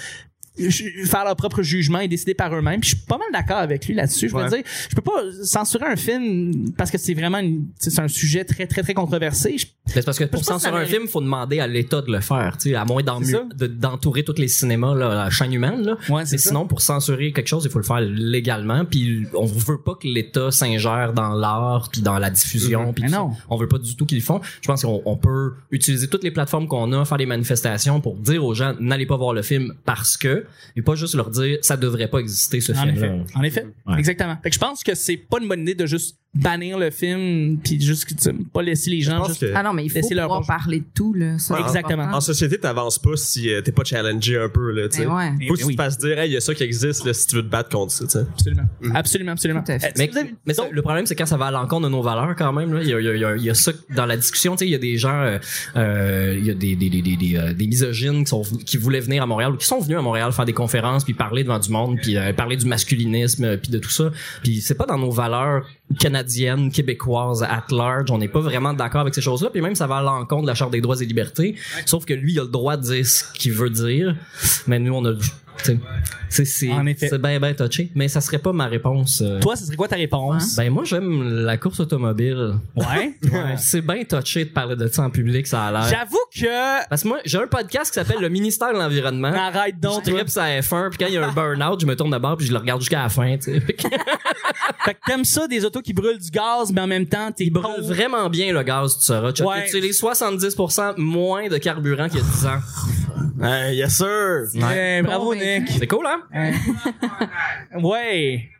ju- faire leur propre jugement et décider par eux-mêmes. Puis je suis pas mal d'accord avec lui là-dessus. Je veux
Ouais.
dire, je peux pas censurer un film parce que c'est vraiment une- tu sais, c'est un sujet très très très controversé. Je-
Mais c'est parce que pour
Je pense que ça
censurer un
mérite-
film, faut demander à l'État de le faire, tu sais, à moins d'en-
C'est ça.
de- d'entourer tous les cinémas, là, la chaîne humaine. Là.
Ouais,
Mais sinon, pour censurer quelque chose, il faut le faire légalement. Puis on veut pas que l'État s'ingère dans l'art, puis dans la diffusion.
Mm-hmm.
puis
Mais
tout
non.
ça. On veut pas du tout qu'ils le font. Je pense qu'on on peut utiliser toutes les plateformes qu'on a, faire des manifestations pour dire aux gens n'allez pas voir le film parce que, et pas juste leur dire ça devrait pas exister ce
En effet.
film-là.
En effet.
Ouais.
Exactement. Fait que je pense que c'est pas une bonne idée de juste bannir le film puis juste tu sais, pas laisser les gens
pense
juste
que-
Ah non, mais il faut
Laissez-leur
pouvoir
manger.
parler de tout, là. ça, c'est
Exactement.
En
important.
société, t'avances pas si euh, t'es pas challengé un peu, là, tu sais.
Ben ouais.
Faut que
Eh
tu
oui.
te fasses dire, hey, il y a ça qui existe, là, si tu veux te battre contre ça, tu sais.
absolument.
Mm.
Absolument, absolument.
Tout à fait.
Euh,
Mais,
vous avez-
mais ça, le problème, c'est quand ça va à l'encontre de nos valeurs, quand même. là. Il y a, il y a- il y a- il y a ça dans la discussion. tu sais, Il y a des gens, euh, euh, il y a des, des, des, des, des, euh, des misogynes qui, sont, venus- qui voulaient venir à Montréal ou qui sont venus à Montréal faire des conférences, puis parler devant du monde, puis euh, parler du masculinisme, euh, puis de tout ça. Puis c'est pas dans nos valeurs canadiennes, québécoises, at large. On n'est pas vraiment d'accord avec ces choses-là. Puis même, ça va à l'encontre de la Charte des droits et libertés. Sauf que lui, il a le droit de dire ce qu'il veut dire. Mais nous, on a... le- tu sais, C'est, c'est,
En effet.
c'est bien, bien touché. Mais ça serait pas ma réponse. euh,
Toi, ce serait quoi ta réponse?
ben moi j'aime la course automobile.
Ouais.
C'est bien touché de parler de ça en public, ça a l'air.
J'avoue que.
Parce que moi j'ai un podcast qui s'appelle le ministère de l'environnement.
Arrête donc.
Je
toi.
tripe sa F1 puis quand il y a un burn-out, je me tourne de bord puis je le regarde jusqu'à la fin. tu sais.
Fait que t'aimes ça des autos qui brûlent du gaz, mais en même temps, t'es
Il brûle
contre.
vraiment bien le gaz, tu sauras. Tu
Oh. Ouais.
utilises 70% moins de carburant qu'il y a 10 ans.
Hey, yes sir!
Ouais, bravo,
Bon, ben,
Nick.
C'est cool hein?
Ouais.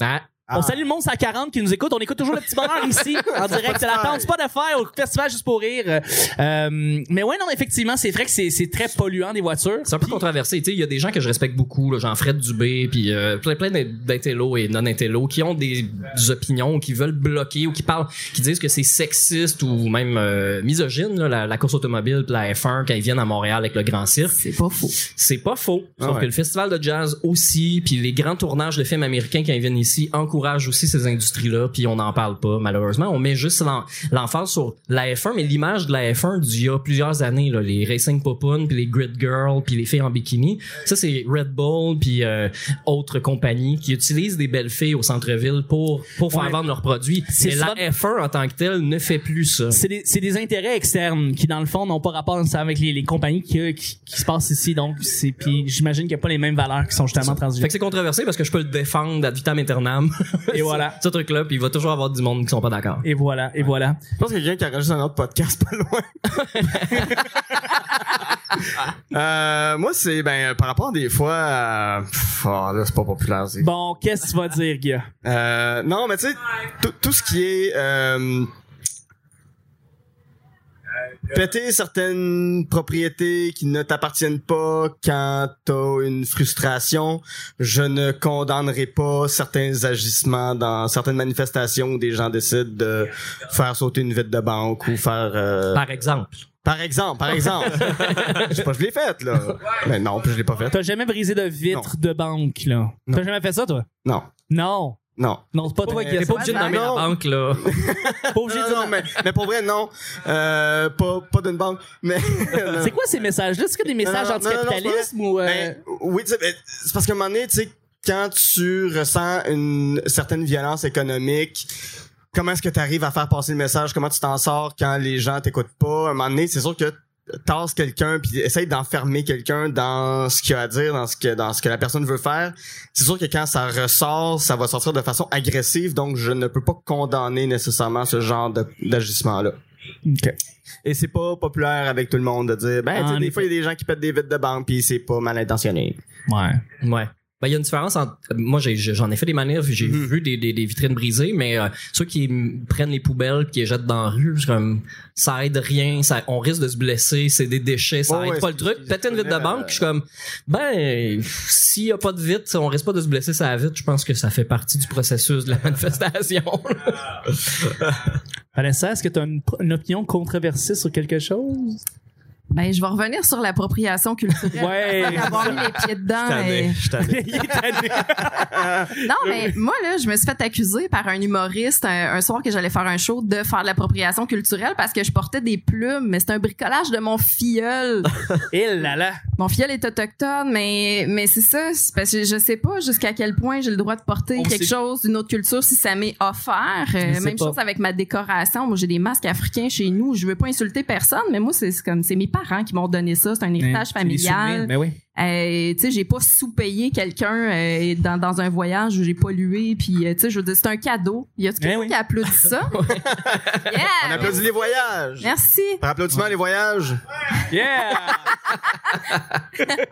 Ah.
On salue le monde 140 qui nous écoute. On écoute toujours le petit bonheur ici, en direct. C'est la tente Spotify au festival juste pour rire. Euh, euh, mais ouais, non, effectivement, c'est vrai que c'est c'est très polluant des voitures.
C'est un peu controversé. Tu sais, il y a des gens que je respecte beaucoup, là, genre Fred Dubé, puis euh, plein, plein d'intellos et non-intellos qui ont des, des opinions ou qui veulent bloquer ou qui parlent, qui disent que c'est sexiste ou même euh, misogyne, là, la, la course automobile, puis la F1 quand ils viennent à Montréal avec le grand cirque.
C'est pas faux.
C'est pas faux. Sauf
Ah ouais.
que le festival de jazz aussi, puis les grands tournages de films américains qui viennent ici encouragent aussi ces industries-là, puis on n'en parle pas, malheureusement. On met juste l'en- l'emphase sur la F1, mais l'image de la F1 d'il y a plusieurs années, là, les Racing Popoon, puis les Grid Girls, puis les filles en bikini. Ça, c'est Red Bull, puis euh, autres compagnies qui utilisent des belles filles au centre-ville pour, pour faire
Ouais.
vendre leurs produits.
C'est
Mais la F1 en tant que telle ne fait plus ça.
C'est des, c'est des intérêts externes qui, dans le fond, n'ont pas rapport nécessairement avec les, les compagnies qui, qui, qui se passent ici. Donc, c'est puis j'imagine qu'il n'y a pas les mêmes valeurs qui sont justement
Fait
transgéniques.
que c'est controversé parce que je peux le défendre ad vitam aeternam.
Et voilà.
Ce truc-là, puis il va toujours avoir du monde qui sont pas d'accord.
Et voilà, et voilà.
Je pense qu'il y a quelqu'un qui enregistre un autre podcast pas loin. Euh, moi, c'est ben par rapport des fois, à- Pff, oh, là c'est pas populaire. c'est-
Bon, qu'est-ce que tu vas dire, Guy?
Euh, non, mais tu sais, tout- tout ce qui est euh, péter certaines propriétés qui ne t'appartiennent pas quand t'as une frustration, je ne condamnerai pas certains agissements dans certaines manifestations où des gens décident de faire sauter une vitre de banque ou faire euh,
Par exemple.
par exemple, par exemple. je sais pas, je l'ai faite là. Mais non, puis je l'ai pas faite.
T'as jamais brisé de vitre de banque, là? T'as jamais fait ça, toi?
Non,
Non.
non.
Non, c'est pas toi,
Euh,
Guy.
T'es pas obligé de nommer la
Non.
banque, là.
Pas obligé
Non,
de
non, mais, mais pour vrai, non. Euh, pas, pas d'une banque. Mais. non.
C'est quoi ces messages-là? Est-ce que des messages
non, non,
anticapitalismes ou. euh,
Ben, oui, tu sais, ben, c'est parce qu'à un moment donné, tu sais, quand tu ressens une certaine violence économique, comment est-ce que tu arrives à faire passer le message? Comment tu t'en sors quand les gens t'écoutent pas? À un moment donné, c'est sûr que tasse quelqu'un puis essaye d'enfermer quelqu'un dans ce qu'il a à dire, dans ce que dans ce que la personne veut faire. C'est sûr que quand ça ressort, ça va sortir de façon agressive, donc je ne peux pas condamner nécessairement ce genre de- d'agissement-là.
OK.
Et c'est pas populaire avec tout le monde de dire, ben, tu
En
sais, des
effet.
fois, il y a des gens qui pètent des vides de banque puis c'est pas mal intentionné.
Ouais.
Ouais. Mm-hmm. Ben, il y a une différence entre. Moi, j'ai- j'en ai fait des manifs, j'ai vu des, des, des vitrines brisées, mais euh, ceux qui mm, prennent les poubelles puis qui les jettent dans la rue, c'est comme. Ça aide rien, ça, on risque de se blesser, c'est des déchets, ça
Ouais,
aide
ouais,
pas le truc.
c'est-
Péter une vitre de
c'est-
banque, je suis comme. Ben, s'il y a pas de vitre, on risque pas de se blesser, ça va vite. Je pense que ça fait partie du processus de la manifestation.
Vanessa, est-ce que tu as une, une opinion controversée sur quelque chose?
Ben, je vais revenir sur l'appropriation culturelle.
Ouais.
Parce que D'avoir mis les pieds dedans.
tanné,
euh,
je suis tanné.
Il est tanné.
Non, mais moi, là, je me suis fait accuser par un humoriste un, un soir que j'allais faire un show de faire de l'appropriation culturelle parce que je portais des plumes, mais c'était un bricolage de mon filleul.
Il là là.
mon filleul est autochtone, mais, mais c'est ça, c'est parce que je sais pas jusqu'à quel point j'ai le droit de porter
On
quelque
sait-
chose d'une autre culture si ça m'est offert. Euh,
sais
même
pas.
chose avec ma décoration. Moi, j'ai des masques africains chez nous. Je veux pas insulter personne, mais moi, c'est c'est comme, c'est mes parents qui m'ont donné ça. C'est un héritage
C'est des
familial.
Ben
souvenirs, Mais oui.
Euh, tu sais, j'ai pas sous-payé quelqu'un euh, dans, dans un voyage où j'ai pollué, puis euh, tu sais, je veux dire, c'est un cadeau. Y a
Ben
quelqu'un
oui.
qui applaudit ça? yeah!
Ah
On applaudit les
Hein?
voyages.
Merci.
Par applaudissement, les voyages.
Yeah!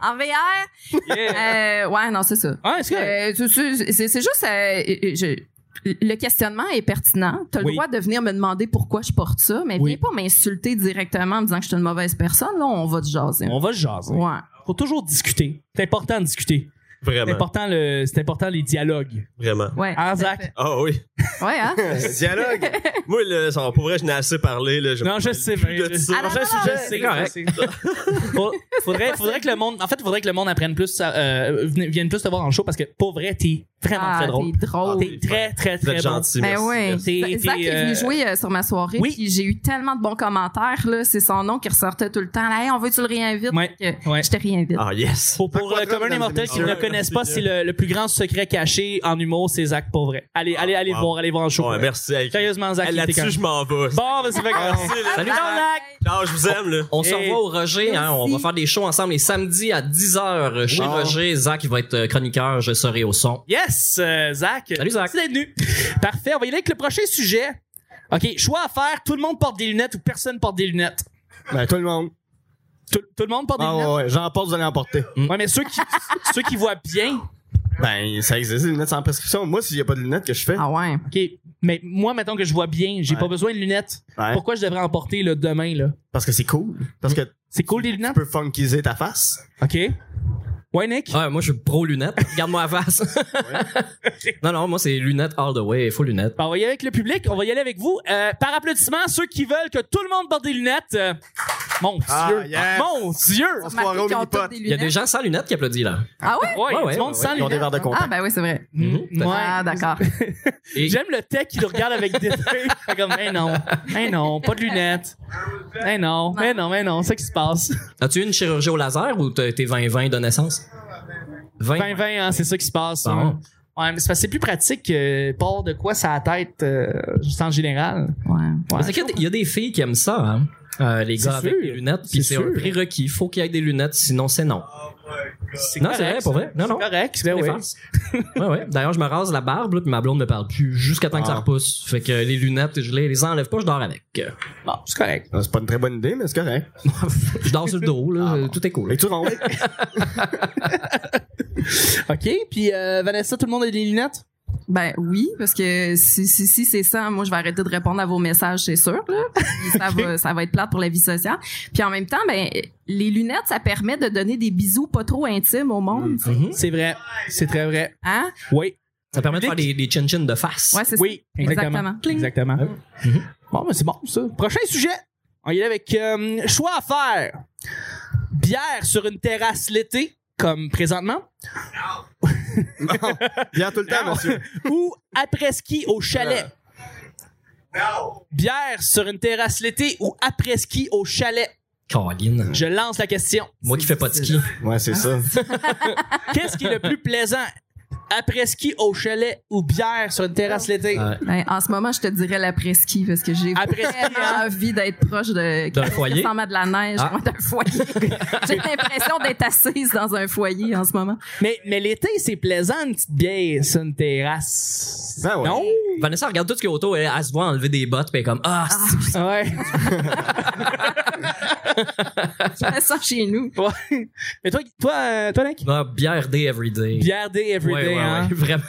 En VR?
Yeah!
Euh, ouais, non, c'est ça.
Ah, est-ce que.
Euh, c'est- c'est c'est- c'est juste... euh, je- le questionnement est pertinent. T'as le
Oui.
droit de venir me demander pourquoi je porte ça, mais
Oui.
viens pas m'insulter directement en me disant que je suis une mauvaise personne. Là, on va te jaser.
On va se jaser.
Ouais.
Faut toujours discuter. C'est important de discuter. C'est
Vraiment,
important, le, c'est important les dialogues.
vraiment.
Ouais.
Hein,
tout à
Zach?
fait.
Ah oui.
Ouais, hein?
Dialogue.
Moi, là, ça, pour vrai, je n'ai assez parlé. Là,
Non, je sais,
plus
mais-
de ça.
Ah, non,
Prochain
non, non,
sujet,
mais-
c'est correct. Faut- faudrait, faudrait que le monde, en fait, faudrait que le monde apprenne plus, à- euh, venez- vienne plus te voir en show parce que pour vrai, t'es vraiment
Ah,
très drôle.
t'es drôle.
T'es très, très,
Ah, Vous
très
êtes
bon.
gentil,
Ben
merci.
ouais.
merci.
T'es-
Zach Zach
t'es,
est venu
euh,
jouer euh, sur ma soirée.
oui.
Puis j'ai eu tellement de bons commentaires. là. C'est son nom qui ressortait tout le temps. Là, Hey, on veut que tu le réinvites.
Ouais,
Fait que
ouais.
Je te réinvite.
Ah, yes.
Pour, pour euh,
Zach
le
Quattro,
commun des
mesdames et
mortels qui ne
messieurs.
le connaissent pas, c'est le, le plus grand secret caché en humour, c'est Zach pour vrai. Allez, allez, allez
wow.
voir, allez voir en show.
Ouais, merci. Hey,
Sérieusement, Zach,
hey,
il était
Là-dessus, je m'en vais.
quand- Bon, vas-y, fait que-
Merci, là.
Salut,
Bye.
Zach.
Non, je vous aime, là.
On se
Et-
revoit au Roger, hein, on
Merci.
va faire des shows ensemble les samedis à 10h chez
Wow.
Roger. Zach, il va être euh, chroniqueur, je serai au son.
Yes, euh, Zach.
Salut, Zach.
Merci d'être venu. Parfait, on va y aller avec le prochain sujet. OK, choix à faire, tout le monde porte des lunettes ou personne porte des lunettes.
Ben, tout le monde.
Tout, tout le monde porte des
Ah,
lunettes.
ouais, ouais. J'en porte, vous allez en porter.
Ouais, mais ceux qui, ceux qui voient bien,
Ben, ça existe, les lunettes sans prescription. Moi, s'il n'y a pas de lunettes que je fais.
Ah ouais.
OK, mais moi, mettons que je vois bien, j'ai
Ouais.
pas besoin de lunettes.
Ouais.
Pourquoi je devrais en porter là, demain, là?
Parce que c'est cool. Parce que tu
C'est cool, les lunettes?
peux funkiser ta face.
OK. Ouais, Nick?
Ouais, moi, je suis pro lunettes. Regarde-moi la face. non, non, moi, c'est lunettes all the way, faux lunettes.
Ben, on va y aller avec le public, on va y aller avec vous. Euh, par applaudissement, ceux qui veulent que tout le monde porte des lunettes. euh, mon Dieu!
Ah, yes.
Mon Dieu!
On se
Remarquez
croirait au
qu'ils ont toutes
mini-pot.
des
Il y a des
lunettes.
gens sans lunettes qui applaudissent là.
Ah ouais?
Ouais,
Ouais,
du
ouais,
monde
ouais,
sans
ouais.
Ils ont des verres
lunettes.
de
Ah
contact.
ben oui, c'est vrai.
Mhm,
Tout à fait.
ouais.
Ah d'accord.
Et
J'aime le tech qui le regarde avec des Fait comme, mais non, mais non, pas de lunettes. Mais non, mais non, mais non, c'est ça qui se passe.
as-tu eu une chirurgie au laser ou t'as été 20-20 de naissance? 20?
20-20, hein, c'est ça qui se passe.
Bon.
hein. Ouais, mais c'est parce que c'est plus pratique que port de quoi ça la tête, euh, juste en général.
Ouais.
Ouais.
Parce qu'il y a des- il y a des filles qui aiment ça, hein. Euh, les
C'est
gars avec
sûr.
des lunettes, puis
C'est
c'est un
sûr.
prérequis. Faut qu'il y ait des lunettes, sinon c'est non.
C'est
Non,
correct,
c'est vrai, pour vrai. Non, non.
C'est correct, c'est
Les
vrai.
farces. Eh ouais, ouais. D'ailleurs, je me rase la barbe, là, puis ma blonde me parle plus jusqu'à temps que ça
Ah.
repousse. Fait que les lunettes, je les, les enlève pas, je dors avec.
Bon, c'est correct.
Ah, C'est pas une très bonne idée, mais c'est correct.
je dors sur le dos, là. Tout est cool.
Et tout rondes.
OK, puis euh, Vanessa, tout le monde a des lunettes?
Ben oui, parce que si, si, si c'est ça, moi je vais arrêter de répondre à vos messages, c'est sûr. là. Puis ça, va, ça va être plate pour la vie sociale. Puis en même temps, ben les lunettes, ça permet de donner des bisous pas trop intimes au
Mm.
monde.
Mhm.
C'est vrai, c'est très vrai.
Hein?
Oui,
Ça permet de faire des, des chin-chin de face.
Ouais, c'est ça.
oui, exactement.
Exactement. Cling.
Exactement.
Mhm.
Bon, mais c'est bon, ça. Prochain sujet. On y est avec euh, choix à faire. Bière sur une terrasse l'été, comme présentement,
Bien tout le temps, monsieur.
ou après-ski au chalet. Bière sur une terrasse l'été ou après-ski au chalet.
Caroline.
Je lance la question.
Moi qui fais pas de ski.
Ouais, c'est
Ah.
ça.
Qu'est-ce qui est le plus plaisant? Après-ski au chalet ou bière sur une terrasse l'été?
Ouais.
Ben, en ce moment, je te dirais la presqu'île parce que j'ai
Après-ski,
vraiment
hein?
envie d'être proche de
D'un foyer?
ressemble à de la neige,
Ah.
loin d'un foyer. j'ai l'impression d'être assise dans un foyer en ce moment.
Mais, mais l'été, c'est plaisant, une petite bière sur une terrasse.
Ben ouais.
Non?
Vanessa regarde tout ce qui est autour, elle, elle se voit enlever des bottes, puis elle est comme Ah, c'est-
Ouais.
Je fais ça chez nous.
Ouais. Mais toi, toi, euh, toi, Nick?
Ah, bière day everyday.
Bière day everyday,
ouais, ouais,
hein?
ouais, vraiment.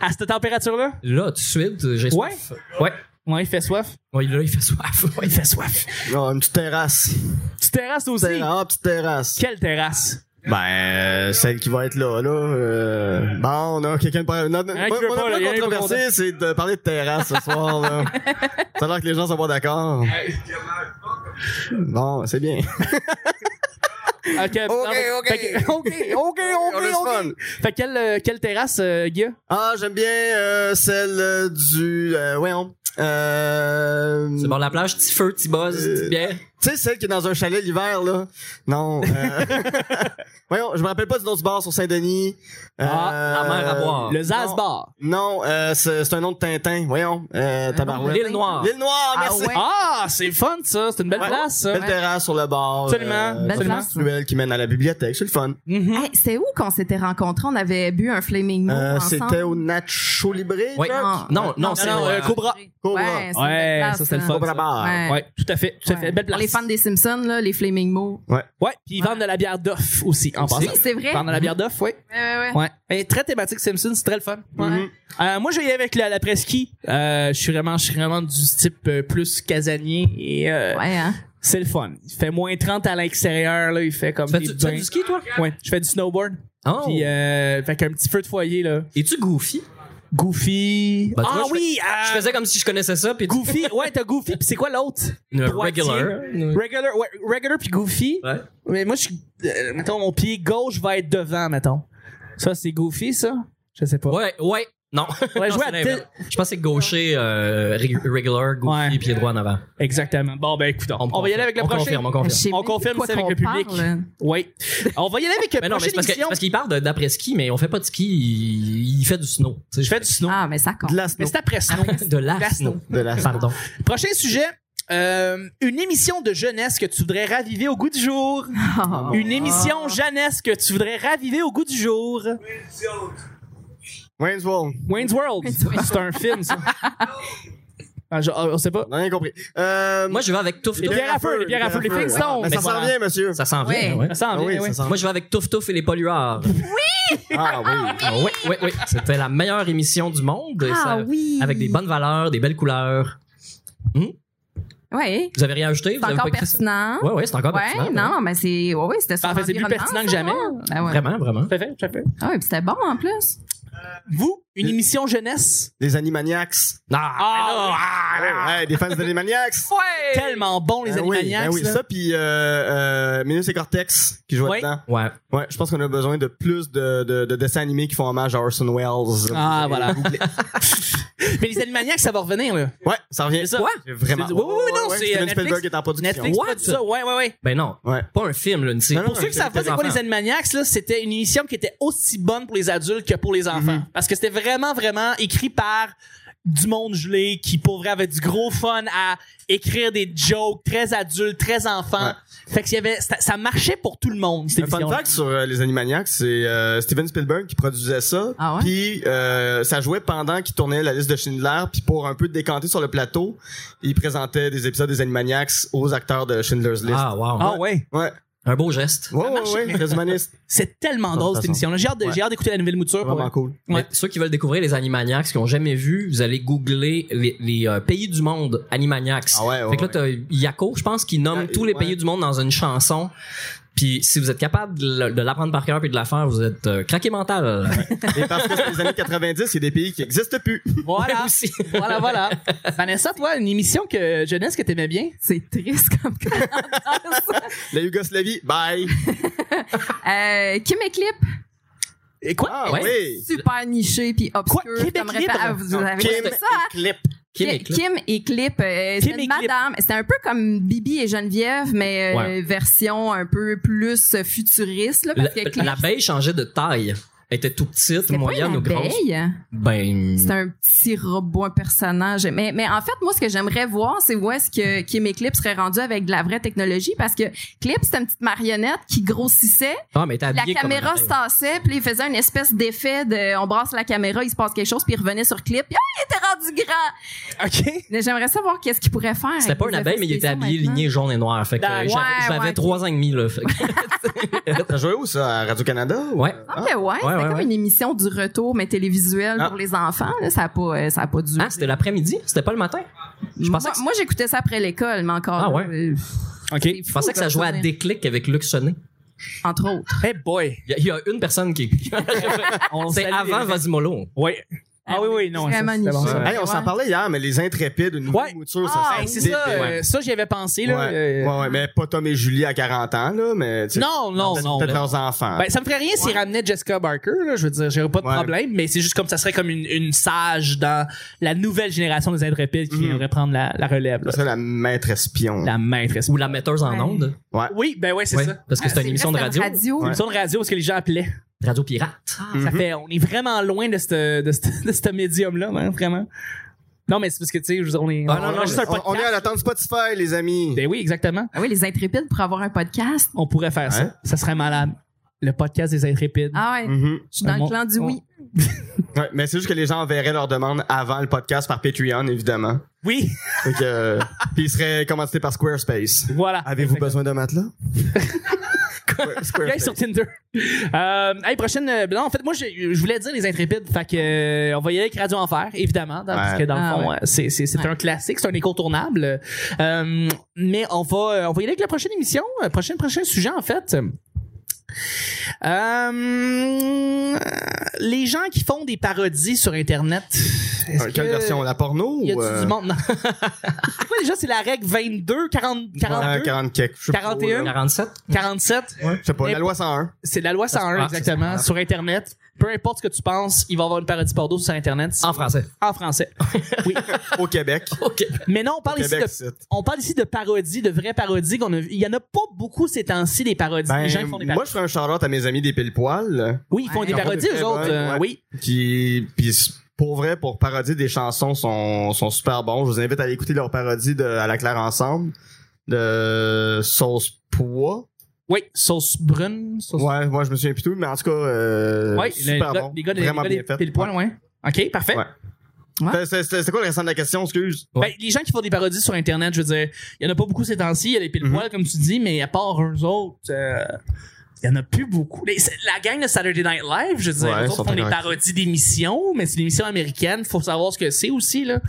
À cette température-là?
Là, tout de suite, j'ai
Ouais.
soif. Ouais.
Ouais, il fait soif.
Ouais, là, il fait soif. Ouais, il fait soif.
Ah, une petite terrasse.
Petite terrasse aussi.
Terra- Ah, petite terrasse.
Quelle terrasse?
Ben, euh, celle qui va être là, là. euh, Bon, on a quelqu'un de... par- Non, non,
Hein,
moi,
qui veut
mon
pas,
emploi
là, y a rien pour
controversé, c'est de parler de terrasse ce soir, là. Ça a l'air que les gens sont pas d'accord. Bon, c'est bien.
Ok, non, mais-
ok.
fait que- ok, ok,
On a
ok,
du
ok.
fun.
Fait que quelle, euh, quelle terrasse, euh, Guy?
Ah, j'aime bien euh, celle euh, du... Euh, voyons. Euh,
C'est bon, la plage, petit feu, petit buzz, petit bien.
Tu sais, celle qui est dans un chalet l'hiver, là. Non. euh, voyons, je me rappelle pas du nom du bar sur Saint-Denis. Euh,
Ah, la mer à boire.
Le Zasbar.
Non, euh, c'est c'est un nom de Tintin. Voyons.
Ah,
Euh, tabarouette.
L'île Noire.
L'île Noire,
Ah
merci.
ouais.
Ah, c'est fun, ça. C'est une belle
Ouais.
place, ça.
Belle terrasse sur le bord. euh,
Absolument,
Euh,
Belle
sur une
place.
ruelle qui mène à la bibliothèque. C'est le fun.
Mm-hmm.
Mhm.
Hey, c'est où qu'on s'était rencontrés? On avait bu un Flaming Moon
Euh,
ensemble. Ah.
C'était au Nacho Libre.
Ouais.
Jack?
Non, non,
Non,
c'est.
non,
euh,
euh, Cobra.
Cobra.
Ouais, c'est une belle
Ouais,
place,
ça, c'est le
hein.
fun.
Cobra
ça.
Bar.
Ouais.
Ouais, tout à fait. Tout à fait.
Ouais.
Belle
Pour
place.
les fans des Simpsons, là, les Flaming Moon.
Ouais, puis ils vendent de la bière d'off aussi, en passant.
Oui, c'est vrai.
Ils vendent de la bière d'off, ouais.
Ouais, ouais,
Ouais.
ouais.
Et très thématique Simpson, c'est très le fun.
Ouais.
Euh, moi, j'ai avec la, la presqu'île. Euh, je suis vraiment, je suis vraiment du type euh, plus casanier et euh,
Ouais, hein.
c'est le fun. Il fait moins 30 à l'extérieur, là. Il fait comme
Fais-tu
des
tu fais
bains.
du ski, toi?
Ouais, je fais du snowboard.
Oh.
Puis, euh, fait qu'un petit feu de foyer, là.
Es-tu goofy?
Goofy.
Bah, tu
ah
vois, je
oui! euh,
Je faisais comme si je connaissais ça, puis tu-
Goofy. Ouais, t'as Goofy, puis c'est quoi l'autre?
Une
Droitier.
Euh, regular.
Regular, ouais, regular puis Goofy.
Ouais.
Mais moi, je suis. euh, mettons, mon pied gauche va être devant, mettons. Ça, c'est Goofy, ça? Je sais pas.
Ouais, ouais. Non.
Ouais,
Non,
je vois
c'est
à
l'inverse. Je pense que c'est gaucher, euh, reg- regular, goofy,
Ouais.
pied droit en avant.
Exactement. Bon, ben, écoute, on, va y aller avec le
on
prochain.
Confirme, on confirme.
Je sais
On
même plus
confirme
quoi
ça avec
qu'on
le public.
parle.
Oui. On va y aller avec la
Mais non, mais c'est
prochaine
parce que-
émission.
parce qu'il parle de- d'après-ski, mais on fait pas de ski, il, il fait du snow. Tu sais,
Je fais du snow.
Ah, mais ça compte.
De la snow.
mais c'est après snow.
de la,
la
snow.
snow.
De la snow.
Pardon.
prochain sujet. euh, une émission de jeunesse que tu voudrais raviver au goût du jour.
Oh.
Une émission jeunesse que tu voudrais raviver au goût du jour.
Wayne's World.
Wayne's World. c'est un film, ça. Ah, je- ah, on sait pas.
On a rien compris. Euh,
Moi, je vais avec Touf
Les
Touf.
pierres à feu, les pierres à feu, les Flintstones.
Mais ça s'en
Voilà.
vient, monsieur.
Ça s'en vient,
Ouais.
ouais.
Ça s'en
Ah
vient,
oui,
oui.
ça s'en
Moi, je vais avec Touf Touf et les polluards.
Ah oui.
oui, oui, oui. C'était la meilleure émission du monde. et
Ah
ça-
oui.
Avec des bonnes valeurs, des belles couleurs.
Ouais.
Vous avez rien ajouté? Vous
C'est
avez
encore
pas écrit ça?
pertinent.
Ouais, ouais, c'est encore
Ouais,
Ah, ben, pertinent. ouais.
non, mais c'est. Ouais, ouais, c'était sur
En Ah, fait, c'est plus
l'environnement,
pertinent que
ça,
jamais.
ouais. Ah ouais.
Vraiment, vraiment.
Tout à fait, tout à fait.
Ah ouais, puis c'était bon en plus.
Vous, une émission jeunesse?
Les Animaniacs.
Ah,
Ouais, ouais, des fans des Animaniacs.
Ouais.
tellement bon, les
Ben oui,
Animaniacs.
ben oui,
là.
ça puis euh, euh, Minus et Cortex qui jouent
Ouais.
dedans.
Ouais.
Ouais, je pense qu'on a besoin de plus de, de, de dessins animés qui font hommage à Orson Welles.
Ah,
Et-
voilà. Mais les Animaniacs, ça va revenir, là.
Ouais, ça revient.
C'est ça.
Ouais, vraiment.
C'est- oui, oui, oui, non, c'est, euh,
Steven
Netflix.
Spielberg est en production.
Netflix,
What?
pas de ça. Ouais, ouais, ouais.
Ben non.
Ouais.
Pas un film, là, une série.
Non, non,
Pour ceux qui savent pas c'est quoi les Animaniacs, là, c'était une émission qui était aussi bonne pour les adultes que pour les enfants. Parce que c'était vraiment, vraiment écrit par du monde gelé qui, pour vrai, avait du gros fun à écrire des jokes très adultes, très enfants. Fait que s'il y avait, ça, ça marchait pour tout le monde, cette
Un fun
émission-là.
fact sur euh, les Animaniacs, c'est euh, Steven Spielberg qui produisait ça.
Ah ouais?
Puis euh, ça jouait pendant qu'il tournait la liste de Schindler. Puis pour un peu décanter sur le plateau, il présentait des épisodes des Animaniacs aux acteurs de Schindler's List.
Ah, wow.
Ah ouais.
Ouais,
Un beau geste.
ouais, ouais, ouais, très humaniste.
C'est tellement
De toute
drôle cette
façon.
émission-là. J'ai hâte de-
Ouais.
j'ai hâte d'écouter la nouvelle mouture.
Vraiment
ouais.
cool.
Ouais.
Mais ceux qui veulent découvrir les Animaniacs qui ont jamais vu, vous allez googler les, les, euh, pays du monde Animaniacs.
Ah ouais, ouais,
fait que là, t'as Yako, je pense, qui nomme
Ah,
tous les
ouais.
pays du monde dans une chanson. Puis si vous êtes capable de le- de l'apprendre par cœur puis de la faire, vous êtes euh, craqué mental.
Et parce que c'est les années 90, il y a des pays qui n'existent plus.
Voilà.
aussi.
voilà, voilà. Vanessa, toi, une émission que jeunesse que t'aimais bien?
C'est triste comme commentaire, ça.
La Yougoslavie, bye.
Euh, Québec Libre,
Et quoi?
Ah
Ouais.
oui.
super niché puis obscur.
Quoi? Québec
comme
Libre?
répa- Ah, vous
Non,
avez
Kim
ça,
et
hein?
Clip.
Kim
Kim
et Clip.
et Clip. euh,
Kim
c'est une
et Clip.
madame. C'était un peu comme Bibi et Geneviève, mais euh,
Ouais.
version un peu plus euh, futuriste. Là, parce
La-
que Clip,
L'abeille changeait de taille. Elle était tout petite,
c'était pas
moyenne
une
ou grosse.
abeille.
Ben.
C'est un petit robot, un personnage. Mais, mais en fait, moi, ce que j'aimerais voir, c'est où est-ce que Kim et Clip serait rendu avec de la vraie technologie. Parce que Clip, c'était une petite marionnette qui grossissait.
Ah, mais elle était
La
habillée comme
caméra
une
se
abeille.
tassait, puis il faisait une espèce d'effet de on brasse la caméra, il se passe quelque chose, puis il revenait sur Clip. Puis, ah, il était rendu grand.
OK.
Mais J'aimerais savoir qu'est-ce qu'il pourrait faire.
C'était pas une abeille, mais il était habillé ligné jaune et noir. Fait que
Dans-
euh,
Ouais,
j'avais- j'avais
ouais.
trois ans et demi, là. Fait que-
T'as joué où ça? À Radio-Canada? ou-
Ouais.
Ah, mais ouais, c'était
ouais,
comme
ouais.
une émission du retour, mais télévisuelle
Ah.
pour les enfants. là. ça n'a pas, euh, ça a pas dû.
Ah, c'était l'après-midi? C'était pas le matin? Je pensais
moi,
que c-
moi, j'écoutais ça après l'école, mais encore.
Ah
là,
ouais.
euh,
OK.
c'est
Je
fou,
pensais que ça
comme
jouait à
souvenir.
Déclic avec Luc Sonnet.
Entre autres.
Hey boy.
Il y, a- il y a une personne qui.
On
C'est
salue les-
avant Vasimolo.
Ouais. Ah oui, oui, non.
Vraiment
ça, c'était
niché.
ça.
Hey, on s'en
Ouais.
parlait hier, mais les intrépides, une nouvelle
Ouais.
mouture, ça
Ah,
Hey, c'est
débile.
ça, euh, ça j'y avais pensé. Là,
ouais.
euh,
ouais, ouais, mais pas Tom et Julie à 40 ans, là, mais tu sais,
Non, non,
peut-être-
non.
Peut-être
là.
leurs enfants.
Ben, ça me ferait rien s'ils ramenaient Jessica Barker, là, je veux dire, j'aurais pas de
Ouais.
problème, mais c'est juste comme ça serait comme une, une sage dans la nouvelle génération des intrépides qui viendrait prendre la, la relève. là.
c'est la maître espion.
La maîtresse.
Ou la metteuse en
Ouais.
onde.
Ouais.
Oui, ben ouais, c'est
Ouais,
ça.
Parce que c'est
Ah,
une émission de
vrai,
radio.
c'est une radio. Ah,
Une émission de radio, ce que les gens appelaient.
Radio pirate.
Ça fait, on est vraiment loin de ce de c'te- de c'te médium-là, hein, vraiment. Non, mais c'est parce que, tu sais, je veux dire, on est.
Ah,
on
non, non,
enregistre un
On, on est
podcast.
à l'attente Spotify, les amis.
Ben oui, exactement.
Ah oui, les intrépides pour avoir un podcast.
On pourrait faire
Hein?
ça. Ça serait malade. Le podcast des intrépides.
Ah ouais,
Mhm.
je suis dans
Mon-
le clan du oui.
Ouais, mais c'est juste que les gens enverraient leurs demandes avant le podcast par Patreon, évidemment.
Oui,
Fait que, euh, puis ils seraient commentés par Squarespace.
voilà.
Avez-vous besoin d'un matelas? Square-
Gars
Squarespace.
sur Tinder. Euh, hey, prochaine. euh, non, en fait, moi, j'ai- je voulais dire les intrépides. Fait que, euh, on va y aller avec Radio Enfer, évidemment. dans- Parce que, dans
Ah,
le fond,
ouais.
euh, c'est, c'est, c'est
Ouais.
un classique, c'est un incontournable. Euh, mais on va, euh, on va y aller avec la prochaine émission, euh, prochain, prochain sujet, en fait. Euh, les gens qui font des parodies sur Internet. est-ce
Euh,
que-
Quelle version? La porno?
Y a
ou, euh,
du monde? Non. C'est quoi déjà? C'est la règle 22, 40, 42,
Ouais, 40 quelques, je sais pas,
41?
là.
47.
47?
Ouais, je sais pas,
Mais-
la loi 101.
C'est la loi 101,
Ah, c'est
exactement,
ça.
sur Internet. Peu importe ce que tu penses, il va y avoir une parodie porno sur Internet
En français.
en français. Oui.
Au Québec.
OK.
Mais non, on
Au
parle ici
Québec,
de
c'est-
on parle ici de parodies, de vraies parodies qu'on a vues. Il y en a pas beaucoup ces temps-ci des parodies,
Ben,
des gens qui font des
moi,
parodies.
je ferais un shout-out à mes amis des pile-poils,
Oui, ils font
Ouais.
des
Ils en font
parodies
des
eux
très
autres,
bonnes,
euh,
ouais.
oui.
qui, puis pour vrai, pour parodier des chansons, sont, sont super bons. Je vous invite à aller écouter leur parodie de À la claire ensemble, de Sauce Poids.
Oui, sauce brune, sauce
Ouais, moi, je me souviens plus tout, mais en tout cas, euh,
Ouais, le-
super
le-
bon.
les gars de- les
vraiment
gars
bien
des
fait.
pile poil, ouais. OK, parfait.
Ouais. C'était- C'était c'était quoi le restant de la question, excuse?
Ben, les gens qui font des parodies sur Internet, je veux dire, il y en a pas beaucoup ces temps-ci, il y a les
Mhm.
pile poil comme tu dis, mais à part eux autres, euh, il y en a plus beaucoup. Les- c'est- la gang de Saturday Night Live, je veux dire,
Ouais,
eux
ils
autres
sont
font des
très
parodies d'émissions, mais c'est une émission américaine, faut savoir ce que c'est aussi là.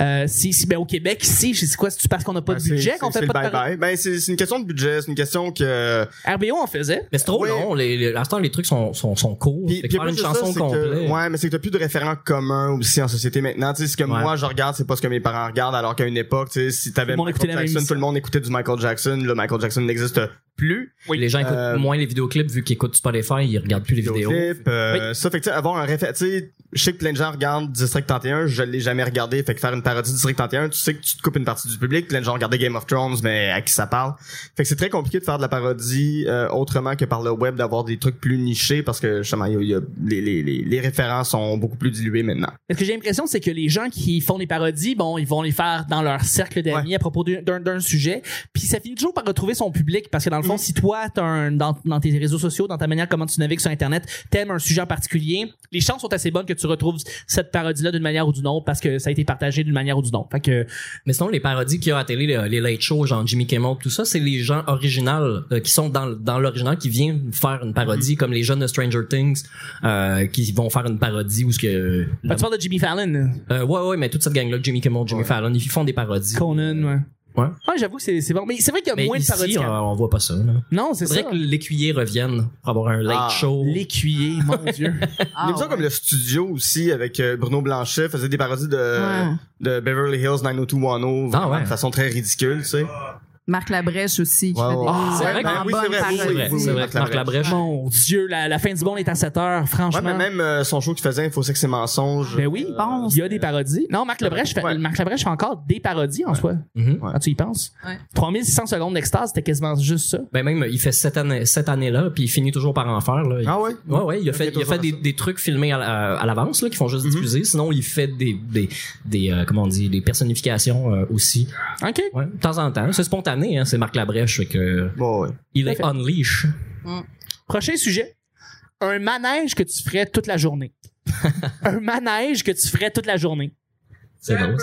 Euh, si, si ben au Québec, si, je sais quoi, si tu parce qu'on n'a pas
Ben,
de
c'est-
budget,
c'est-
qu'on
c'est
fait
le
pas de
bye-bye. Ben, c'est c'est une question de budget, c'est une question que.
parodies. RBO en faisait.
Mais c'est trop
Ouais.
long. Les, les, à ce temps, les trucs sont, sont, sont courts.
Puis,
Fait que
puis en
faire
plus
une
de ça,
chanson
c'est que-
complète.
ouais, mais c'est que t'as plus de référents communs aussi en société maintenant. Tu sais, ce que
Ouais.
moi je regarde, c'est pas ce que mes parents regardent, alors qu'à une époque, tu sais, si t'avais
Tout le monde écoutait
Michael
la même
Jackson,
musique.
tout le monde écoutait du Michael Jackson. Là, Michael Jackson n'existe plus.
Les gens écoutent
Euh,
moins les vidéoclips vu qu'ils écoutent Spotify, ils regardent plus les vidéos.
Vidéoclip, euh, Ça fait que tu sais, avoir un référent, tu sais, je sais que plein de gens regardent District 31, je l'ai jamais regardé. Fait que faire une parodie de District 31, tu sais que tu te coupes une partie du public. Plein de gens regardaient Game of Thrones, mais à qui ça parle. Fait que c'est très compliqué de faire de la parodie euh, autrement que par le web, d'avoir des trucs plus nichés parce que justement, il y a- il y a- les, les, les, les référents sont beaucoup plus dilués maintenant.
Ce que j'ai l'impression, c'est que les gens qui font des parodies, bon, ils vont les faire dans leur cercle d'amis à propos d'un- d'un d'un sujet, puis ça finit toujours par retrouver son public, parce que dans le fond,
Mm.
si toi, t'as un, dans, dans tes réseaux sociaux, dans ta manière comment tu navigues sur Internet, t'aimes un sujet en particulier, les chances sont assez bonnes que tu retrouves cette parodie-là d'une manière ou d'une autre, parce que ça a été partagé d'une manière ou d'une autre. Fait que,
Mais sinon, les parodies qu'il y a à télé, les, les late shows, genre Jimmy Kimmel, tout ça, c'est les gens originaux euh, qui sont dans, le- dans l'original, qui viennent faire une parodie,
Mhm.
comme les jeunes de Stranger Things, euh, qui vont faire une parodie où ce que...
Ah, tu parles de Jimmy Fallon,
Euh, ouais, ouais, mais toute cette gang-là, Jimmy Kimmel, Jimmy Fallon, ils font des parodies.
Conan, ouais.
Ouais.
Ah, j'avoue que c'est c'est bon. Mais c'est vrai qu'il y a
Mais
moins
ici,
de parodies.
euh,
qu'avant.
on voit pas ça. Là.
Non, c'est ça.
Faudrait que l'écuyer revienne pour avoir un late
Ah,
show.
L'écuyer, mon Dieu.
Ah,
Une émission
ouais.
comme le studio aussi avec euh, Bruno Blanchet faisait des parodies de, euh,
Ouais.
de Beverly Hills 90210
Ah ouais.
vraiment de façon très ridicule, tu sais.
Marc Labrèche aussi. qui
Ouais,
fait des-
ouais.
Ah,
c'est vrai
vraiment
que- oui, c'est
bonne
vrai, oui,
C'est vrai,
parodie.
oui,
c'est vrai.
Marc
Marc
Labrèche.
Labrèche.
mon Dieu, la, la fin du monde est à 7 heures,
Ouais,
franchement.
mais même euh, son show qu'il faisait Info Sexe et Mensonges. euh,
Ben oui,
Bon,
il y a des parodies. Non, Marc Labrèche fait,
Ouais.
Marc Labrèche fait encore des parodies en soi.
Mhm.
Ouais.
Quand tu y penses.
Ouais.
3600 secondes d'extase, c'était quasiment juste ça.
Ben même, il fait cette année, cette année-là, puis il finit toujours par en faire. Là. Il-
Ah ouais?
Ouais, ouais, il a
Ok,
fait, il a
toujours
fait des,
ça.
des trucs filmés à, la- à l'avance, là, qui font juste diffuser. Sinon, il fait des, des, des euh, comment on dit, des personnifications euh, aussi.
OK.
Ouais, de temps en temps. C'est spontané, hein, c'est Marc Labrèche, fait que
Bon, ouais.
il est unleash.
Prochain sujet. Un manège que tu ferais toute la journée. un manège que tu ferais toute la journée.
C'est drôle.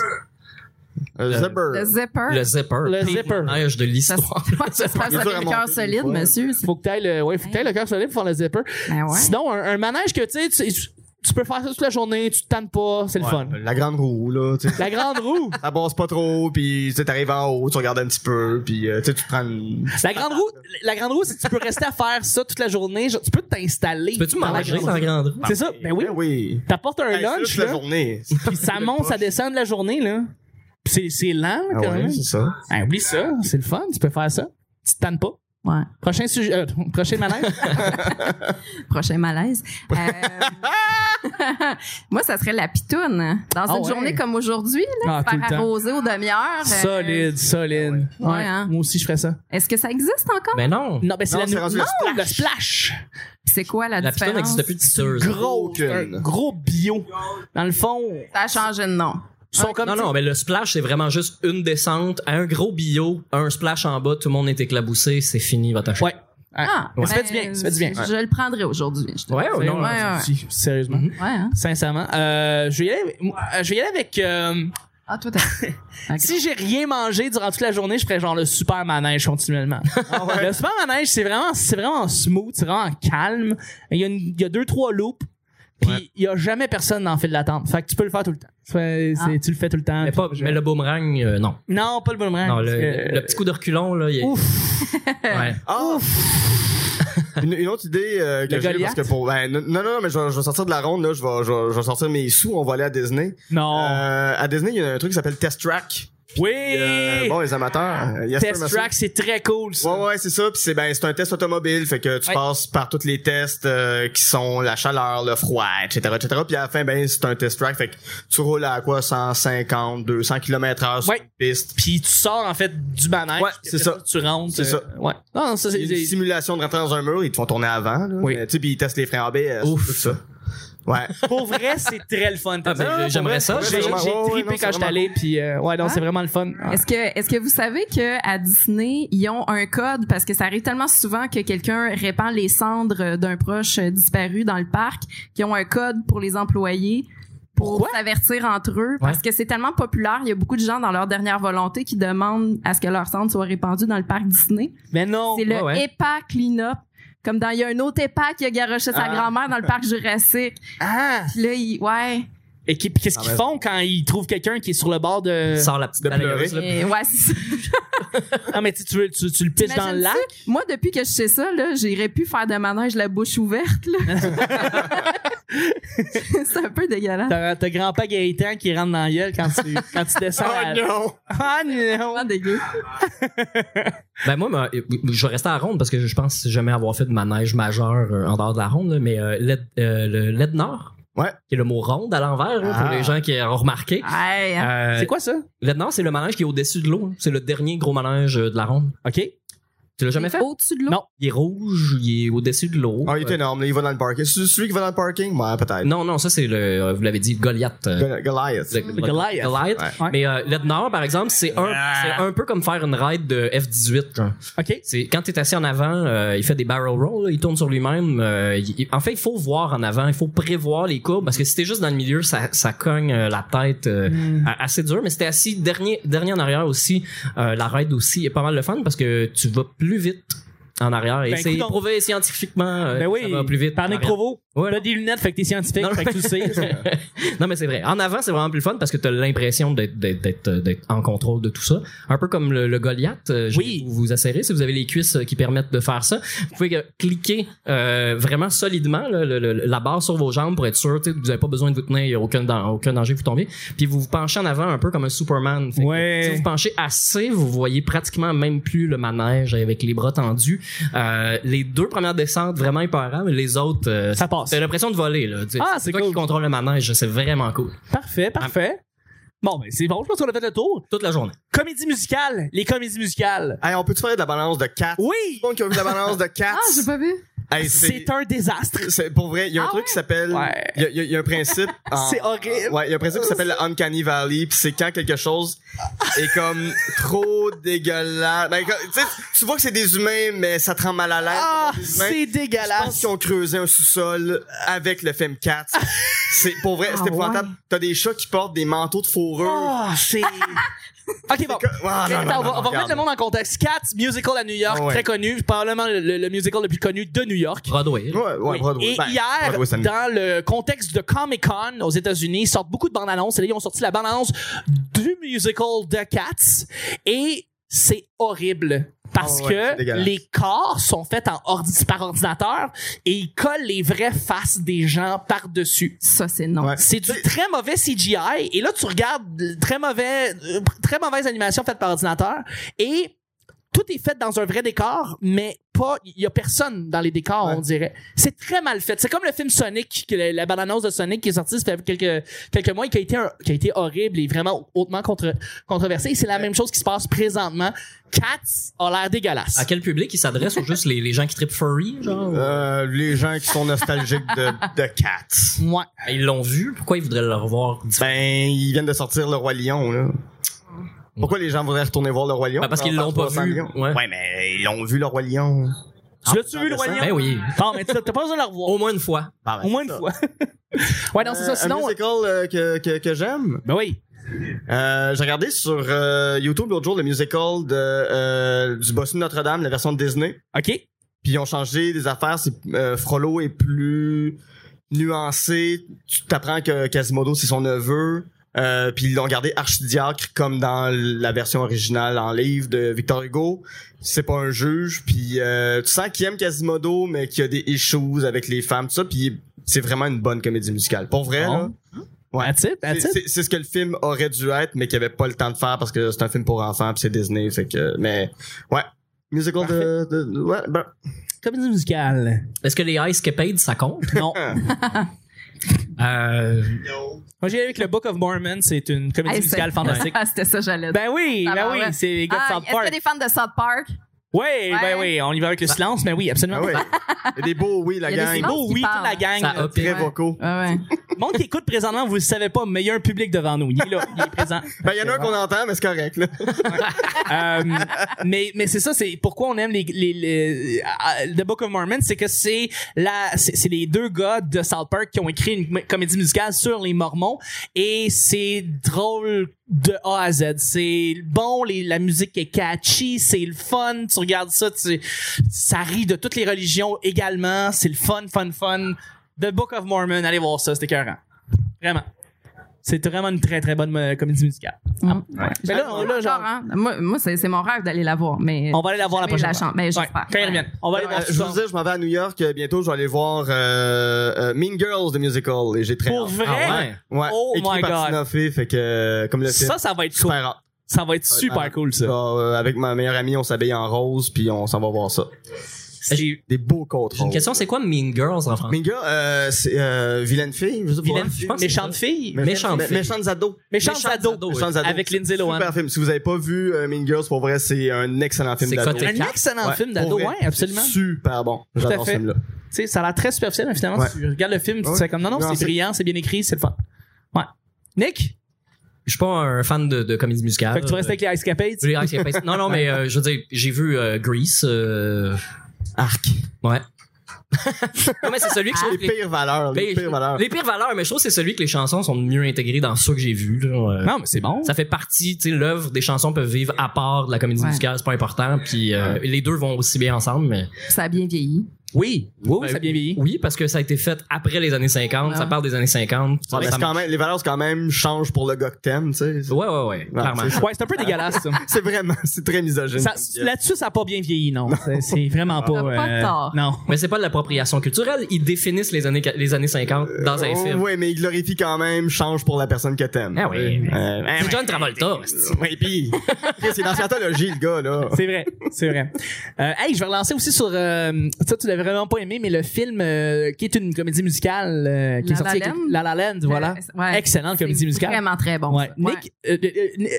Euh,
Le-
Zipper.
Le zipper.
Le zipper.
Le
Pire
zipper.
manège de
Ça
l'histoire.
se ouais, ça se passe
Il est dur à
avec le
monter,
cœur
des
solide,
fois.
monsieur. c'est-
Faut que t'ailles le, ouais, faut que t'ailles le cœur solide pour faire le zipper.
Ben ouais.
Sinon, un, un manège que tu sais, tu- tu- tu peux faire ça toute la journée, tu te tannes pas, c'est le fun.
La grande roue, là, tu sais.
La grande roue.
Ça passe pas trop, puis tu sais, t'arrives en haut, tu regardes un petit peu, puis euh, tu sais, tu prends une...
La grande roue, la grande roue, c'est que tu peux rester à faire ça toute la journée. Genre, tu peux t'installer.
Peux-tu
dans la
manger
grande
sans
roue.
grande roue?
C'est ça, ben oui.
Eh oui.
T'apportes un
Hey, c'est
lunch,
toute la
là,
journée.
puis ça monte, ça descend de la journée, là. Puis c'est, c'est lent, là,
Ah
quand
ouais,
même.
c'est ça.
Hey, oublie ça, c'est le fun, tu peux faire ça. Tu te tannes pas.
Ouais.
Prochain sujet, euh, prochain malaise.
Prochain malaise. Euh, Moi, ça serait la pitoune. Dans
Ah
une
ouais?
journée comme aujourd'hui,
Ah,
là, se
tout le
faire
temps.
arroser aux demi-heures. euh,
solide, solide.
Ouais, hein.
Moi aussi, je ferais ça.
Est-ce que ça existe encore?
Mais non.
Non, ben c'est
Non,
la
c'est rendu
non,
le
le splash.
C'est quoi la,
La
différence?
pitoune existe depuis 10 heures.
Gros,
Aucune.
un gros bio. Dans le fond,
Ça a changé de nom.
ils sont comme
Non, non, mais le splash, c'est vraiment juste une descente, un gros bio, un splash en bas, tout le monde est éclaboussé, c'est fini, va t'acheter.
Ouais.
Ah,
Ça fait du bien, ça fait du bien.
Je, je le prendrai aujourd'hui. je te-
Ouais, ou non?
Ouais, ouais.
Si, sérieusement.
Mhm.
Ouais, hein?
Sincèrement, euh, je vais y aller. avec- moi, euh, Je vais y aller avec. euh,
Ah, toi, t'as. Ok.
Si j'ai rien mangé durant toute la journée, je ferais genre le super manège continuellement.
Ah
Le super manège, c'est vraiment, c'est vraiment smooth, c'est vraiment calme. Il y a, une- il y a deux, trois loops. Puis il y a jamais personne dans le fil d'attente. Fait que tu peux le faire tout le temps. Tu, fais- c'est-
Ah.
tu le fais tout le temps.
Mais, pas, mais le boomerang, euh, non.
Non, pas le boomerang.
Non,
Ah,
le,
parce que-
le petit coup de reculon, là, il est...
Ouf.
Ouais.
Ah! Une, une autre idée euh, que
Le
j'ai
Goliath?
parce que pour ben, non non non mais je vais, je vais sortir de la ronde là je vais, je vais, je vais sortir mes sous on va aller à Disney
Non.
euh, à Disney il y a un truc qui s'appelle Test Track
oui.
Euh, bon les amateurs euh, yes, sir,
Test
monsieur.
track, c'est très cool. ça.
Ouais ouais c'est ça puis c'est ben c'est un test automobile fait que tu
Ouais.
passes par tous les tests euh, qui sont la chaleur le froid etc etc puis à la fin ben c'est un test track fait que tu roules à quoi 150 200 km heure sur
Ouais.
une piste
Puis tu sors en fait du manège.
Ouais,
puis
c'est
après
ça.
Tu rentres.
C'est
euh, Ouais. Non, non, ça c'est.
Il y a une
c'est-
simulation de rentrer dans un mur ils te font tourner avant là.
Oui.
Mais, tu sais puis ils testent les freins en ABS
Ouf.
tout ça ouais
Pour vrai, c'est très le fun.
Ah, ben,
Non, non, non,
j'aimerais
pour
ça,
vrai, J'ai
j'aimerais-
j'ai
Ouais, ouais, non,
trippé
c'est
quand j'étais
vraiment
allé. Puis euh, ouais, non,
Ah.
c'est vraiment le fun. Ah.
Est-ce que, est-ce que vous savez que à Disney, ils ont un code parce que ça arrive tellement souvent que quelqu'un répand les cendres d'un proche euh, disparu dans le parc, qu'ils ont un code pour les employés pour
Pourquoi?
s'avertir entre eux parce que c'est tellement populaire, il y a beaucoup de gens dans leur dernière volonté qui demandent à ce que leurs cendres soient répandues dans le parc Disney.
Mais non.
C'est le
ouais, ouais.
EPA clean-up. Comme dans, il y a un autre EPA qui a garoché sa
Ah.
grand-mère dans le parc Jurassique.
Ah.
Puis là, il, ouais.
Et qui- qu'est-ce qu'ils
Ah, ben-
font quand ils trouvent quelqu'un qui est sur le bord de.
Sors la petite
Euh, de pleurer.
balayeuse, là.
Et ouais, c'est ça.
Ah, mais tu, tu, veux- tu, tu le pitches dans le lac.
T'imagines-tu? Moi, depuis que je sais ça, là, j'irais plus faire de manège la bouche ouverte. Là. c'est un peu dégueulasse.
T'as t'as grand-père Gaétan qui rentre dans la gueule quand tu, quand tu descends. à-
Oh, non
Ah non!
Vraiment dégueu.
Ben moi, ma- je vais rester à la ronde parce que je pense jamais avoir fait de manège majeur euh, en dehors de la ronde, là, mais euh, l'aide- euh, le l'aide nord,
Ouais.
qui est le mot ronde à l'envers, là, pour
Ah.
les gens qui ont remarqué.
Hey, hein.
Euh,
Ah. C'est quoi ça?
L'aide nord, c'est le manège qui est au-dessus de l'eau. hein. C'est le dernier gros manège euh, de la ronde.
OK.
Tu l'as jamais fait?
Au-dessus de l'eau.
Non.
Il est rouge, il est au-dessus de l'eau.
Ah, il est énorme, là, il va dans le parking. C'est celui qui va dans le parking? Ouais, peut-être.
Non, non, ça c'est le, euh, vous l'avez dit, Goliath. euh,
Gol- Goliath.
le- le-
Goliath.
Goliath.
Ouais. Ah.
Mais euh, l'aide nord, par exemple, c'est un, c'est un peu comme faire une ride de F-18. genre.
OK.
C'est quand t'es assis en avant, euh, il fait des barrel rolls, là, il tourne sur lui-même. euh, il- il- en fait, il faut voir en avant, il faut prévoir les courbes parce que si t'es juste dans le milieu, ça, ça cogne euh, la tête euh,
Ben
a- assez dur. Mais si t'es assis dernier, dernier en arrière aussi, euh, la ride aussi est pas mal le fun parce que tu vas plus vite en arrière et
Ben,
c'est
coudonc.
prouvé scientifiquement. euh,
Ben oui.
ça va plus vite.
Par
en
Nick
arrière.
Provo.
Ouais.
T'as des lunettes, fait que t'es scientifique,
Non,
fait que tu sais.
Non, mais c'est vrai. En avant, c'est vraiment plus le fun parce que t'as l'impression d'être, d'être, d'être, euh, d'être en contrôle de tout ça. Un peu comme le, le Goliath. euh, je
Oui.
vais Vous vous asserrez si vous avez les cuisses euh, qui permettent de faire ça. Vous pouvez euh, cliquer euh, vraiment solidement là, le- le- la barre sur vos jambes pour être sûr tu sais, que vous n'avez pas besoin de vous tenir. Il n'y a aucun, dan- aucun danger que vous tombez. Puis vous vous penchez en avant un peu comme un Superman. Fait que
Ouais.
Si vous penchez assez, vous voyez pratiquement même plus le manège avec les bras tendus. Euh, les deux premières descentes, vraiment imparables. mais les autres... euh,
Ça passe.
T'as l'impression de voler, là. Tu-
Ah, c'est
c'est toi
cool.
qui contrôle le manège, c'est vraiment cool.
Parfait, parfait. Bon, ben c'est bon, je pense qu'on a fait le tour.
Toute la journée.
Comédie musicale, les comédies musicales.
Hey, on peut-tu faire de la balance de 4?
Oui!
Tout le monde qui a vu la balance de 4.
Ah, j'ai pas vu.
Hey, c'est,
C'est un désastre.
c'est- pour vrai, il y a un
Ah
truc
ouais?
qui s'appelle.
Ouais.
Il y a- il y, a- il y a un principe. en-
C'est horrible.
Ouais, il y a un principe qui s'appelle le Uncanny Valley, puis c'est quand quelque chose est comme trop dégueulasse. Ben, quand- tu sais, tu vois que c'est des humains, mais ça te rend mal à l'aise.
Ah,
Des humains.
c'est
Je pense
dégueulasse.
qu'ils ont creusé un sous-sol avec le FM4. C'est pour vrai,
Ah
c'est épouvantable.
ouais.
T'as des chats qui portent des manteaux de fourrure.
Ah, c'est. Ok, bon. Oh.
Ah, non,
Mais attends,
non,
on
non,
va, on
non,
va remettre
regarde.
le monde en contexte. Cats, musical à New York,
Ah ouais.
très connu, probablement le, le musical le plus connu de New York.
Broadway. là.
Ouais, ouais,
Oui.
Broadway.
Et
Ben,
hier,
Broadway, ça nous-
dans le contexte de Comic Con aux États-Unis, ils sortent beaucoup de bandes annonces. Et là, ils ont sorti la bande annonce du musical de Cats. Et c'est horrible. Parce
Ah ouais, c'est
que
dégueulasse.
les corps sont faits en ordi, par ordinateur et ils collent les vraies faces des gens par-dessus.
Ça, c'est non.
Ouais.
C'est du très mauvais CGI et là tu regardes le très mauvais euh, très mauvaise animation faite par ordinateur et tout est fait dans un vrai décor mais pas il y a personne dans les décors
Ouais.
on dirait. C'est très mal fait. C'est comme le film Sonic que la, la bande-annonce de Sonic qui est sortie ça fait quelques quelques mois et qui a été un- qui a été horrible et vraiment hautement contre, controversé et c'est la même chose qui se passe présentement. Cats a l'air dégueulasse.
À quel public il s'adresse ou juste les, les gens qui tripent furry, genre?
Euh, les gens qui sont nostalgiques de, de Cats.
Ouais.
Ben, Ils l'ont vu, pourquoi ils voudraient le revoir? différemment?
Ben, ils viennent de sortir Le Roi Lion, là. Pourquoi les gens voudraient retourner voir Le Roi Lion?
Ben, parce
On
qu'ils
parle
l'ont pas
300
vu.
millions.
Ouais.
Ouais. mais ils l'ont vu, Le Roi Lion.
Tu l'as-tu vu le
intéressant.
Roi Lion?
Ben oui,
Non, mais t'as t'as pas besoin de le revoir.
au moins une fois.
Bah,
Au moins une fois. ouais, non, c'est ça.
un
Sinon,
musical euh, que, que, que j'aime.
ben oui.
Euh, j'ai regardé sur euh, YouTube l'autre jour le musical de, euh, du Bossu de Notre-Dame, la version de Disney.
OK.
Puis ils ont changé des affaires. C'est, euh, Frollo est plus nuancé. Tu t'apprends que Quasimodo, c'est son neveu. Euh, puis ils l'ont gardé archidiacre comme dans la version originale en livre de Victor Hugo. C'est pas un juge. Puis euh, tu sens qu'il aime Quasimodo, mais qu'il y a des issues avec les femmes, tout ça. Puis c'est vraiment une bonne comédie musicale. Pour vrai, là, Ouais.
That's it, that's
c'est-
it.
c'est- C'est ce que le film aurait dû être, mais qu'il n'y avait pas le temps de faire parce que c'est un film pour enfants puis c'est Disney. Fait que, mais ouais, musical de, de- de- ouais, ben,
Comédie musicale.
Est-ce que les Ice Capades, ça compte?
Non.
Euh,
Moi, j'ai avec le Book of Mormon, c'est une comédie
Hey, c'est-
musicale fantastique.
Ah, c'était ça, j'allais dire.
Ben oui,
Ah,
ben
ben ouais.
oui, c'est les gars de
Ah,
South
Est-ce qu'il y a
Park.
des fans de South Park?
Oui, ben
Ouais.
oui, on y va avec le silence, mais oui, absolument.
ah ouais. Il y a des beaux oui, la
Il y a des
gang.
silences.
Oh
qui
oui, toute
parle.
la gang.
Ça
là.
up.
Très
Ouais.
vocaux.
Ah
Ouais, ouais.
Le monde qui écoute présentement, vous le savez pas, mais il y a un public devant nous. Il est là, il est présent.
Ben, il y en a un qu'on entend, mais c'est correct, là.
Euh, mais mais c'est ça, c'est pourquoi on aime les, les, les- euh, The Book of Mormon, c'est que c'est la c'est c'est les deux gars de South Park qui ont écrit une com- comédie musicale sur les Mormons et c'est drôle de A à Z. C'est bon, les, la musique est catchy, c'est le fun. Tu regardes ça, tu ça rit de toutes les religions également. C'est le fun, fun, fun. The Book of Mormon, allez voir ça, c'était écœurant. Vraiment. C'est vraiment une très très bonne euh, comédie musicale. Mais là, on- là, genre-
Encore, hein. Moi, moi, c'est c'est mon rêve d'aller la voir, mais.
On va aller la voir la
J'ai eu
prochaine
la
fois.
chance, mais j'espère.
Ouais, quand ils reviennent. On va aller voir
Euh,
ça.
je veux dire, je m'en vais à New York euh, bientôt, je vais aller voir euh, euh, Mean Girls, de musical, et j'ai très
Pour
hâte.
vrai?
Ah ouais.
Ouais,
Oh
écrit
my
par
God.
Tina Fey, fait que, euh, comme le film.
Ça, ça va être cool.
super hâte.
Ça va être super
vraiment.
cool, ça.
Genre, euh, avec ma meilleure amie, on s'habille en rose, puis on s'en va voir ça.
C'est
Des beaux côtes
J'ai une question, c'est quoi Mean Girls en français?
Mais gars, euh, c'est euh, vilaine fille, je sais pas.
vilaine,
Hein? je pense que
méchante fille.
Méchante-
Méchante
mé-
fille.
Méchantes ados.
Méchante ado.
ados, oui.
Méchantes ados.
Avec Lindsay Lohan.
Super film. Si vous avez pas vu euh, Mean Girls, pour vrai, c'est un excellent film
C'est
d'ado.
coté.
Un excellent
Ouais,
film
pour
d'ado,
vrai,
ouais, absolument.
c'est
Tu
Super bon.
à
J'adore ce
fait.
film-là.
sais, ça a l'air très superficiel, mais finalement,
Ouais.
tu regardes le film, tu te
Ouais.
fais comme non, non,
Non,
c'est
c'est-
brillant, c'est bien écrit, c'est le fun. Ouais. Nick,
Je suis pas un fan de, de comédie musicale. Euh,
fait que tu restes avec les Ice Capades.
Les Ice Capades. Non, non, mais euh, je veux dire, j'ai vu euh, Grease. euh,
Arc.
Ouais. non, Ah, mais c'est celui que je
Ah,
Les
trouve.
pires valeurs. Les pires valeurs.
les pires valeurs, mais je trouve que c'est celui que les chansons sont mieux intégrées dans ceux que j'ai vus. là. Euh,
Non, mais c'est bon.
Ça fait partie, tu sais, l'œuvre des chansons peuvent vivre à part de la comédie
Ouais.
musicale, c'est pas important. Puis euh, les deux vont aussi bien ensemble, mais
Ça a bien vieilli.
Oui, oui,
Ben,
ça a bien vieilli.
oui, parce que ça a été fait après les années 50,
Ouais.
ça parle des années 50.
Ouais, mais
Ça-
c'est quand même, les valeurs, c'est quand même, changent pour le gars que t'aimes, tu sais.
Ouais, ouais, ouais, clairement.
c'est-
Ouais, c'est un peu dégueulasse, ça.
C'est vraiment, c'est très misogyne.
Ça- Là-dessus, ça a pas bien vieilli, non. C'est- C'est vraiment pas.
T'as pas
euh,
tort.
Non.
Mais c'est pas de l'appropriation culturelle, ils définissent les années, les années 50
Euh,
dans un film.
Oui, Oh, mais il glorifie quand même, change pour la personne que t'aimes.
Ah oui.
Euh, hein,
C'est John Travolta. c'est-
Ouais, pis, c'est dans Scientologie, le gars, là.
C'est vrai, c'est vrai. Euh, hey, je vais relancer aussi sur euh, ça, tu l'as vraiment pas aimé, mais le film euh, qui est une comédie musicale euh, qui
La
est sorti
La
avec-
Land?
La La Land, voilà.
Euh, ouais.
Excellente comédie
C'est
musicale.
Vraiment très bon.
Ouais.
ça. Ouais.
Nick, euh, euh,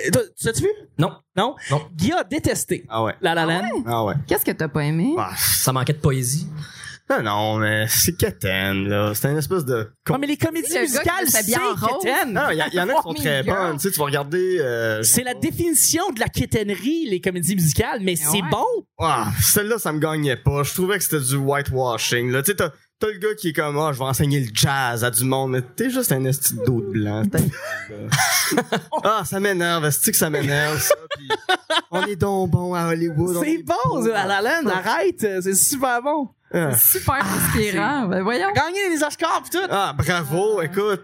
euh, toi, tu l'as-tu vu?
Non,
Non?
Non.
Guy a détesté
Ah ouais.
La La Land.
Ah ouais.
Qu'est-ce que t'as pas aimé?
Ah,
ça manquait de poésie.
Non, non, mais c'est quétaine, là. C'est une espèce de...
Non, mais les comédies
Le gars qui
musicales,
le fait
c'est
bien en rose.
quétaine.
Non, il y, a- y en a qui sont
Formidable.
très bonnes. Tu sais, tu vas regarder... Euh...
C'est la définition de la quétainerie, les comédies musicales, mais c'est
ouais.
bon.
ah, Celle-là, ça me gagnait pas. Je trouvais que c'était du whitewashing, là. Tu sais, t'as- T'as le gars qui est comme, ah, je vais enseigner le jazz à du monde, mais t'es juste un esti d'eau de blanc. Ta gueule, là. ah, ça m'énerve, esti que ça m'énerve, ça. Puis on est donc bon à Hollywood. on
C'est
est
bon,
bon.
ça, La La Land, arrête, euh, c'est super bon.
Ah.
Super inspirant. Ben voyons.
Gagner les Oscars pis tout.
Ah, bravo, écoute.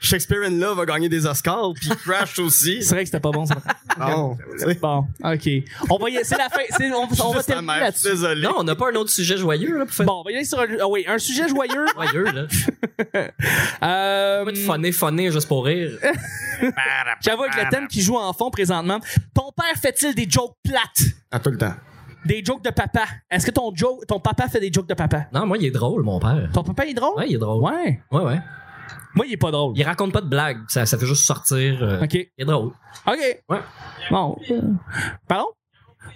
Shakespeare in Love a gagné des Oscars, puis Crash aussi.
C'est vrai que c'était pas bon, ça.
Non, c'est
Bon, ok. On va y c'est la fin. c'est- On, on va
juste ta
terminer
mère,
là-dessus.
désolé.
Non, on n'a pas un autre sujet joyeux, là, pour faire
Bon, on va y aller sur un, ah oui, un sujet joyeux.
joyeux, là.
Euh,
Pas de funner, funner juste pour rire.
J'avoue avec le thème qui joue en fond présentement. Ton père fait-il des jokes plates?
Ah, tout le temps.
Des jokes de papa? Est-ce que ton, joke, ton papa fait des jokes de papa?
Non, moi, il est drôle, mon père.
Ton papa il est drôle?
Ouais, il est drôle.
Ouais.
Ouais, ouais.
Moi, il est pas drôle.
Il raconte pas de blagues. Ça, ça fait juste sortir. euh,
Ok.
Il est drôle.
OK.
Ouais.
Bon. Pardon?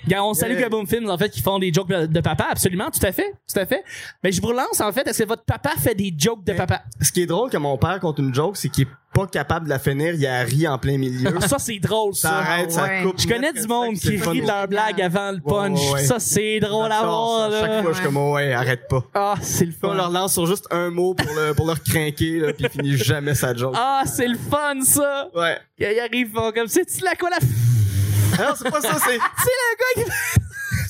Gars, On salue
Yeah.
Kaboom Films, en fait, qui font des jokes de papa. Absolument, tout à fait. Tout à fait. Mais je vous relance, en fait, est-ce que votre papa fait des jokes de papa?
Ce qui est drôle que mon père compte une joke, c'est qu'il est pas capable de la finir, il a ri en plein milieu.
Ah, ça, c'est drôle,
ça
ça.
arrête, ça
ouais.
coupe.
Je connais
net,
du monde
c'est
qui
le fun
rit de
au-
leur blague avant le punch.
ouais, ouais.
Ça, c'est drôle à
J'adore
voir,
ça. Chaque
là.
fois, je suis comme, oh, ouais, arrête pas.
Ah, c'est le
Puis on
fun.
leur lance sur juste un mot pour, le, pour leur crinquer, là, puis il finit jamais sa joke.
Ah, c'est le fun, ça.
Ah. Ouais.
Il arrive comme, c'est la quoi la... C'est
Ah Non, c'est pas ça, c'est.
le gars qui...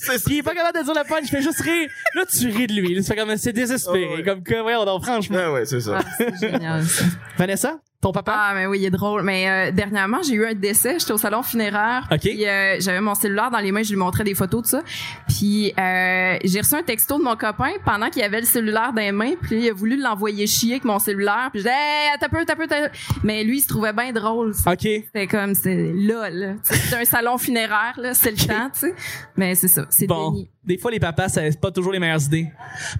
C'est
Puis il est pas capable de dire le punch, il fait juste rire. Là, tu ris de lui. là. C'est comme, c'est désespéré.
Ah ouais.
Comme que, ouais, on franchement.
Ah ouais, c'est ça.
Ah, c'est génial. ça.
Vanessa, ton papa?
Ah, mais oui, il est drôle. Mais euh, dernièrement, j'ai eu un décès. J'étais au salon funéraire.
Ok.
Puis euh, j'avais mon cellulaire dans les mains. Je lui montrais des photos de ça. Puis euh, j'ai reçu un texto de mon copain pendant qu'il avait le cellulaire dans les mains. Puis il a voulu l'envoyer chier avec mon cellulaire. Puis j'ai dit, hey, t'as peu, t'as peu, t'as peu. Mais lui, il se trouvait bien drôle. ça.
OK.
C'était comme, c'est lol. Tu sais, C'est un salon funéraire, là. C'est le temps, tu sais. Mais c'est ça. C'est
Bon,
déni.
des fois les papas, ça- c'est pas toujours les meilleures idées.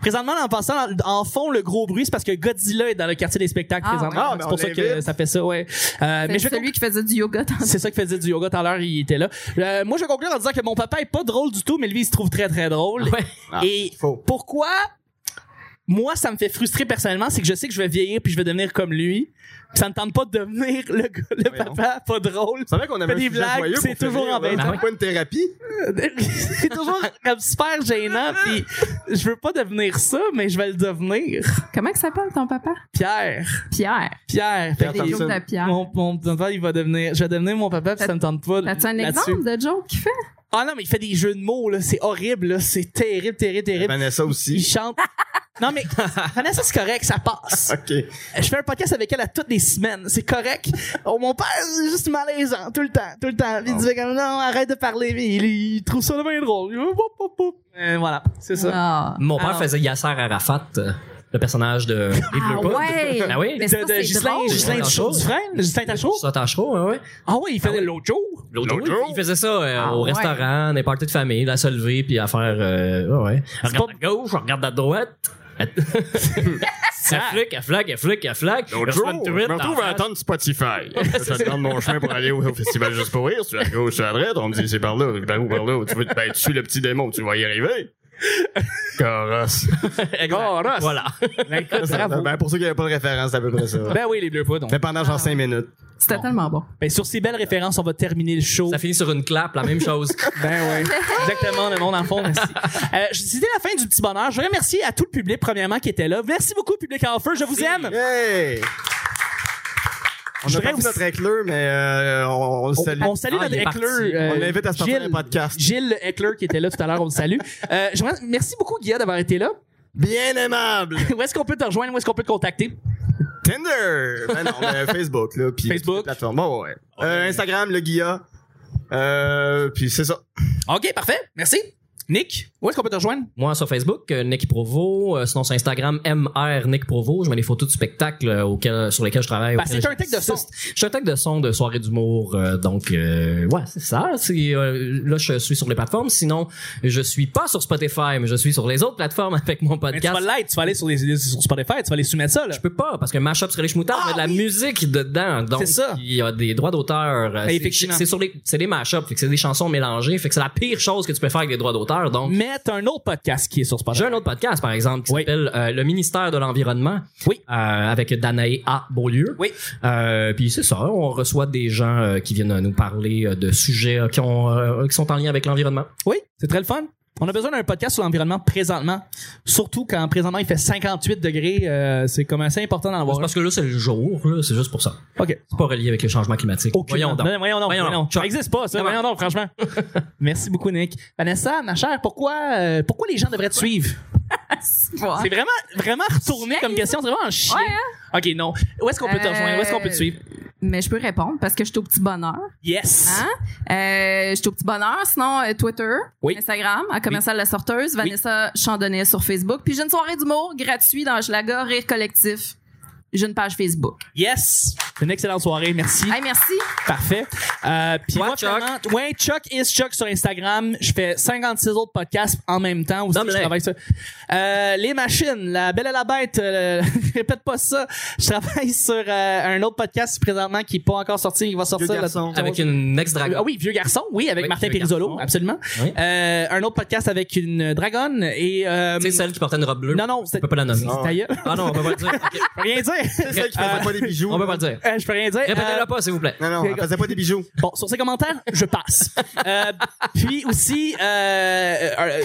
Présentement, en passant, en, en fond, le gros bruit, c'est parce que Godzilla est dans le quartier des spectacles
Ah,
présentement.
ouais. Ah,
c'est
ben,
pour
on
ça que
l'invite.
ça fait ça, ouais. Euh, mais
C'est
je vais
celui qui faisait du yoga tantôt.
c'est ça qui faisait du yoga tout à l'heure, il était là. Euh, moi, je vais conclure en disant que mon papa est pas drôle du tout, mais lui, il se trouve très, très drôle.
Ouais.
Et
Faux.
pourquoi moi ça me fait frustrer personnellement c'est que je sais que je vais vieillir puis je vais devenir comme lui Puis ça me tente pas de devenir le, gars- le
Voyons.
papa pas drôle
C'est vrai qu'on avait
Fais
un
des
sujet
blagues,
joyeux pour
c'est
faire
toujours Ah
rire, là.
embêtant.
C'est pas une thérapie.
c'est toujours comme super gênant puis je veux pas devenir ça mais je vais le devenir
Comment que s'appelle ton papa?
Pierre
Pierre.
Pierre
Pierre
Fait
Des
que
Thompson.
jokes de Pierre.
mon, mon papa il va devenir je vais devenir mon papa puis ça me tente pas
As-tu un
là-dessus.
exemple de joke qu'il fait?
ah non mais il fait des jeux de mots là c'est horrible là. c'est terrible terrible terrible
Vanessa
il
aussi.
chante non mais Vanessa c'est correct ça passe
Ok.
Je fais un podcast avec elle à toutes les semaines, c'est correct. Oh, mon père, c'est juste malaisant, tout le temps, tout le temps. Il disait comme, non, arrête de parler, mais il, il trouve ça bien drôle. Woup, woup, woup. Euh, voilà, c'est ça.
Ah.
Mon père
Alors-
faisait Yasser Arafat, euh, le personnage de Les
Ah
Bleus Poudres.
ouais!
Ah oui?
Mais
de
ça,
de
c'est
Ghislain,
drôle.
Ghislain
Ouais,
Tachereau,
Tachereau.
du frère, Ghislain Tachereau.
Ça Tachereau, hein, ouais.
Ah oui, il faisait l'autre jour.
L'autre
L'autre
jour,
jour?
il faisait ça euh,
Ah,
au
ouais.
restaurant, des parties de famille, à se lever puis à faire. euh, ouais, ouais. Elle
pas-
Regarde à gauche, elle regarde à droite. Elle elle flic, elle flague, elle flic, elle flague.
L'autre jour, je me retrouve à attendre Spotify. Je te demande mon chemin pour aller au, au festival Juste pour rire. Tu es à gauche, tu es à droite. On me dit c'est par là, par où, par là. Tu veux, ben, tu suis le petit démon, tu vas y arriver. Corosse.
Goros.
Voilà.
Ben, écoute, bravo.
Ben, pour ceux qui n'avaient pas de référence, c'est à peu près ça.
Ben oui, les bleus poudres.
Mais pendant genre 5 minutes.
C'était tellement bon.
Ben, sur ces belles références, on va terminer le show.
Ça finit sur une clap, la même chose.
Ben oui. Exactement, le monde en fond, merci. Euh, C'était la fin du petit bonheur. Je remercie à tout le public, premièrement, qui était là. Merci beaucoup, public en feu. Je vous aime.
Hey! On
Je
a
voudrais
perdu
aussi-
notre éclair, mais euh, on, on le salue.
On, on salue
Ah,
notre
il est
heckler.
parti.
euh,
On l'invite à se partir
Gilles-
un podcast.
Gilles le heckler qui était là tout à l'heure, on le salue. Euh, je voudrais- merci beaucoup, Guilla, d'avoir été là.
Bien aimable!
Où est-ce qu'on peut te rejoindre? Où est-ce qu'on peut te contacter?
Tinder! Ben non, mais Facebook, là. Puis
Facebook.
toutes les plateformes. Bon, ouais. Euh, Instagram, le Guilla. Euh, puis c'est ça.
OK, parfait. Merci. Nick, où est-ce qu'on peut te rejoindre?
Moi, sur Facebook, euh, Nick Provo. euh, sinon, sur Instagram, MR Nick Provo. Je mets des photos du spectacle euh, auquel- sur lesquels je travaille.
Bah,
auquel
c'est un tech de son.
j'assiste. Je suis un tech de son de soirée d'humour. euh, donc, euh, ouais, c'est ça. C'est, euh, là, je suis sur les plateformes. Sinon, je suis pas sur Spotify, mais je suis sur les autres plateformes avec mon
Mais tu
podcast.
vas l'être, tu vas aller sur, les, sur Spotify, tu vas aller soumettre ça. Là.
Je peux pas, parce que Mashup sur les schmoutards, il y a de la musique dedans. Donc,
Ah C'est ça.
il y a des droits d'auteur. euh, c'est-
Effectivement.
C'est sur les, c'est des mashups, fait que c'est des chansons mélangées, fait que c'est la pire chose que tu peux faire avec des droits d'auteur. Donc,
Mais t'as un autre podcast qui est sur Spotify.
j'ai un autre podcast, par exemple, qui
Oui.
s'appelle euh, Le ministère de l'Environnement.
Oui.
Euh, avec Danae A. Beaulieu.
Oui.
Euh, Puis c'est ça, on reçoit des gens euh, qui viennent nous parler euh, de sujets euh, qui, ont, euh, qui sont en lien avec l'environnement.
Oui, c'est très le fun. On a besoin d'un podcast sur l'environnement présentement. Surtout quand présentement il fait 58 degrés, euh, c'est comme assez important d'en
C'est
voir.
parce que là, c'est le jour, là, c'est juste pour ça.
OK.
C'est pas relié avec le changement climatique.
Aucune-
Voyons donc.
Non, voyons donc.
Voyons
Voyons
donc.
donc. Ça n'existe pas, ça. Voyons donc, franchement. Merci beaucoup, Nick. Vanessa, ma chère, pourquoi, euh, pourquoi les gens devraient te suivre? C'est vraiment, vraiment retourné comme question. C'est vraiment un chien.
Ah. Ouais, hein?
OK, non. Où est-ce qu'on peut te
Euh,
rejoindre? Où est-ce qu'on peut te suivre?
Mais je peux répondre parce que je suis au petit bonheur.
Yes.
Hein? Euh, je suis au petit bonheur. Sinon, euh, Twitter,
Oui.
Instagram, à Commercial La Sorteuse, Vanessa Chandonnet sur Facebook. Puis j'ai une soirée d'humour gratuite dans Schlaga, Rire Collectif. J'ai une page Facebook.
Yes. Une excellente soirée. Merci.
Hey, merci.
Parfait. Euh, puis
Toi,
moi,
Chuck.
finalement, ouais, Chuck is Chuck sur Instagram. Je fais 56 autres podcasts en même temps aussi.
Nomme-les.
Je travaille sur euh, les machines, la Belle et la Bête. euh, répète pas ça. Je travaille sur euh, un autre podcast présentement qui est pas encore sorti, qui va sortir.
Vieux
le-
garçon.
Avec une ex-dragon.
Ah oui, vieux garçon, oui, avec
Oui,
Martin
Vieux
Perizzolo,
Garçon.
absolument.
Oui.
Euh, un autre podcast avec une dragonne et euh,
Tu sais, celle qui portait une robe bleue.
non non,
On
c'est
peut pas la nommer.
Non.
ta gueule.
Ah non, on peut pas le dire. Ok.
Je peux rien
C'est
dire.
celle qui faisait pas des bijoux.
On peut pas le dire.
Euh, Je peux rien dire.
Répétez-le pas, s'il vous plaît.
Non, non, elle faisait pas des bijoux.
Bon, sur ces commentaires, je passe. Euh, puis aussi, euh, euh, euh,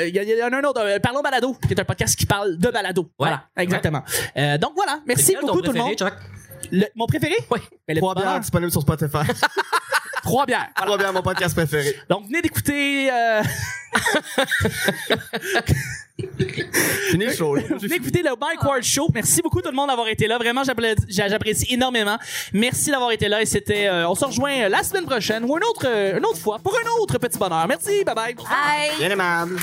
euh, il y, a- il y en a un autre, euh, Parlons Balado, qui est un podcast qui parle de balado. Voilà, exactement. Euh, donc voilà, merci
C'est lequel ton
beaucoup tout le
préféré,
monde.
Chuck?
Le- mon préféré?
Oui.
Mais le
Trois
bonheur.
bières disponibles sur Spotify.
Trois bières.
Trois bières, mon podcast préféré.
Donc venez d'écouter... euh,
Fini le show. là.
Venez écouter le Mike Ward Show. Merci beaucoup tout le monde d'avoir été là. Vraiment, j'applaudis- j'a- j'apprécie énormément. Merci d'avoir été là. Et c'était, euh, on se rejoint euh, la
Ah,
semaine prochaine ou une autre, euh, une autre fois pour un autre petit bonheur. Merci. Bye bye.
Bye.
Bien aimable.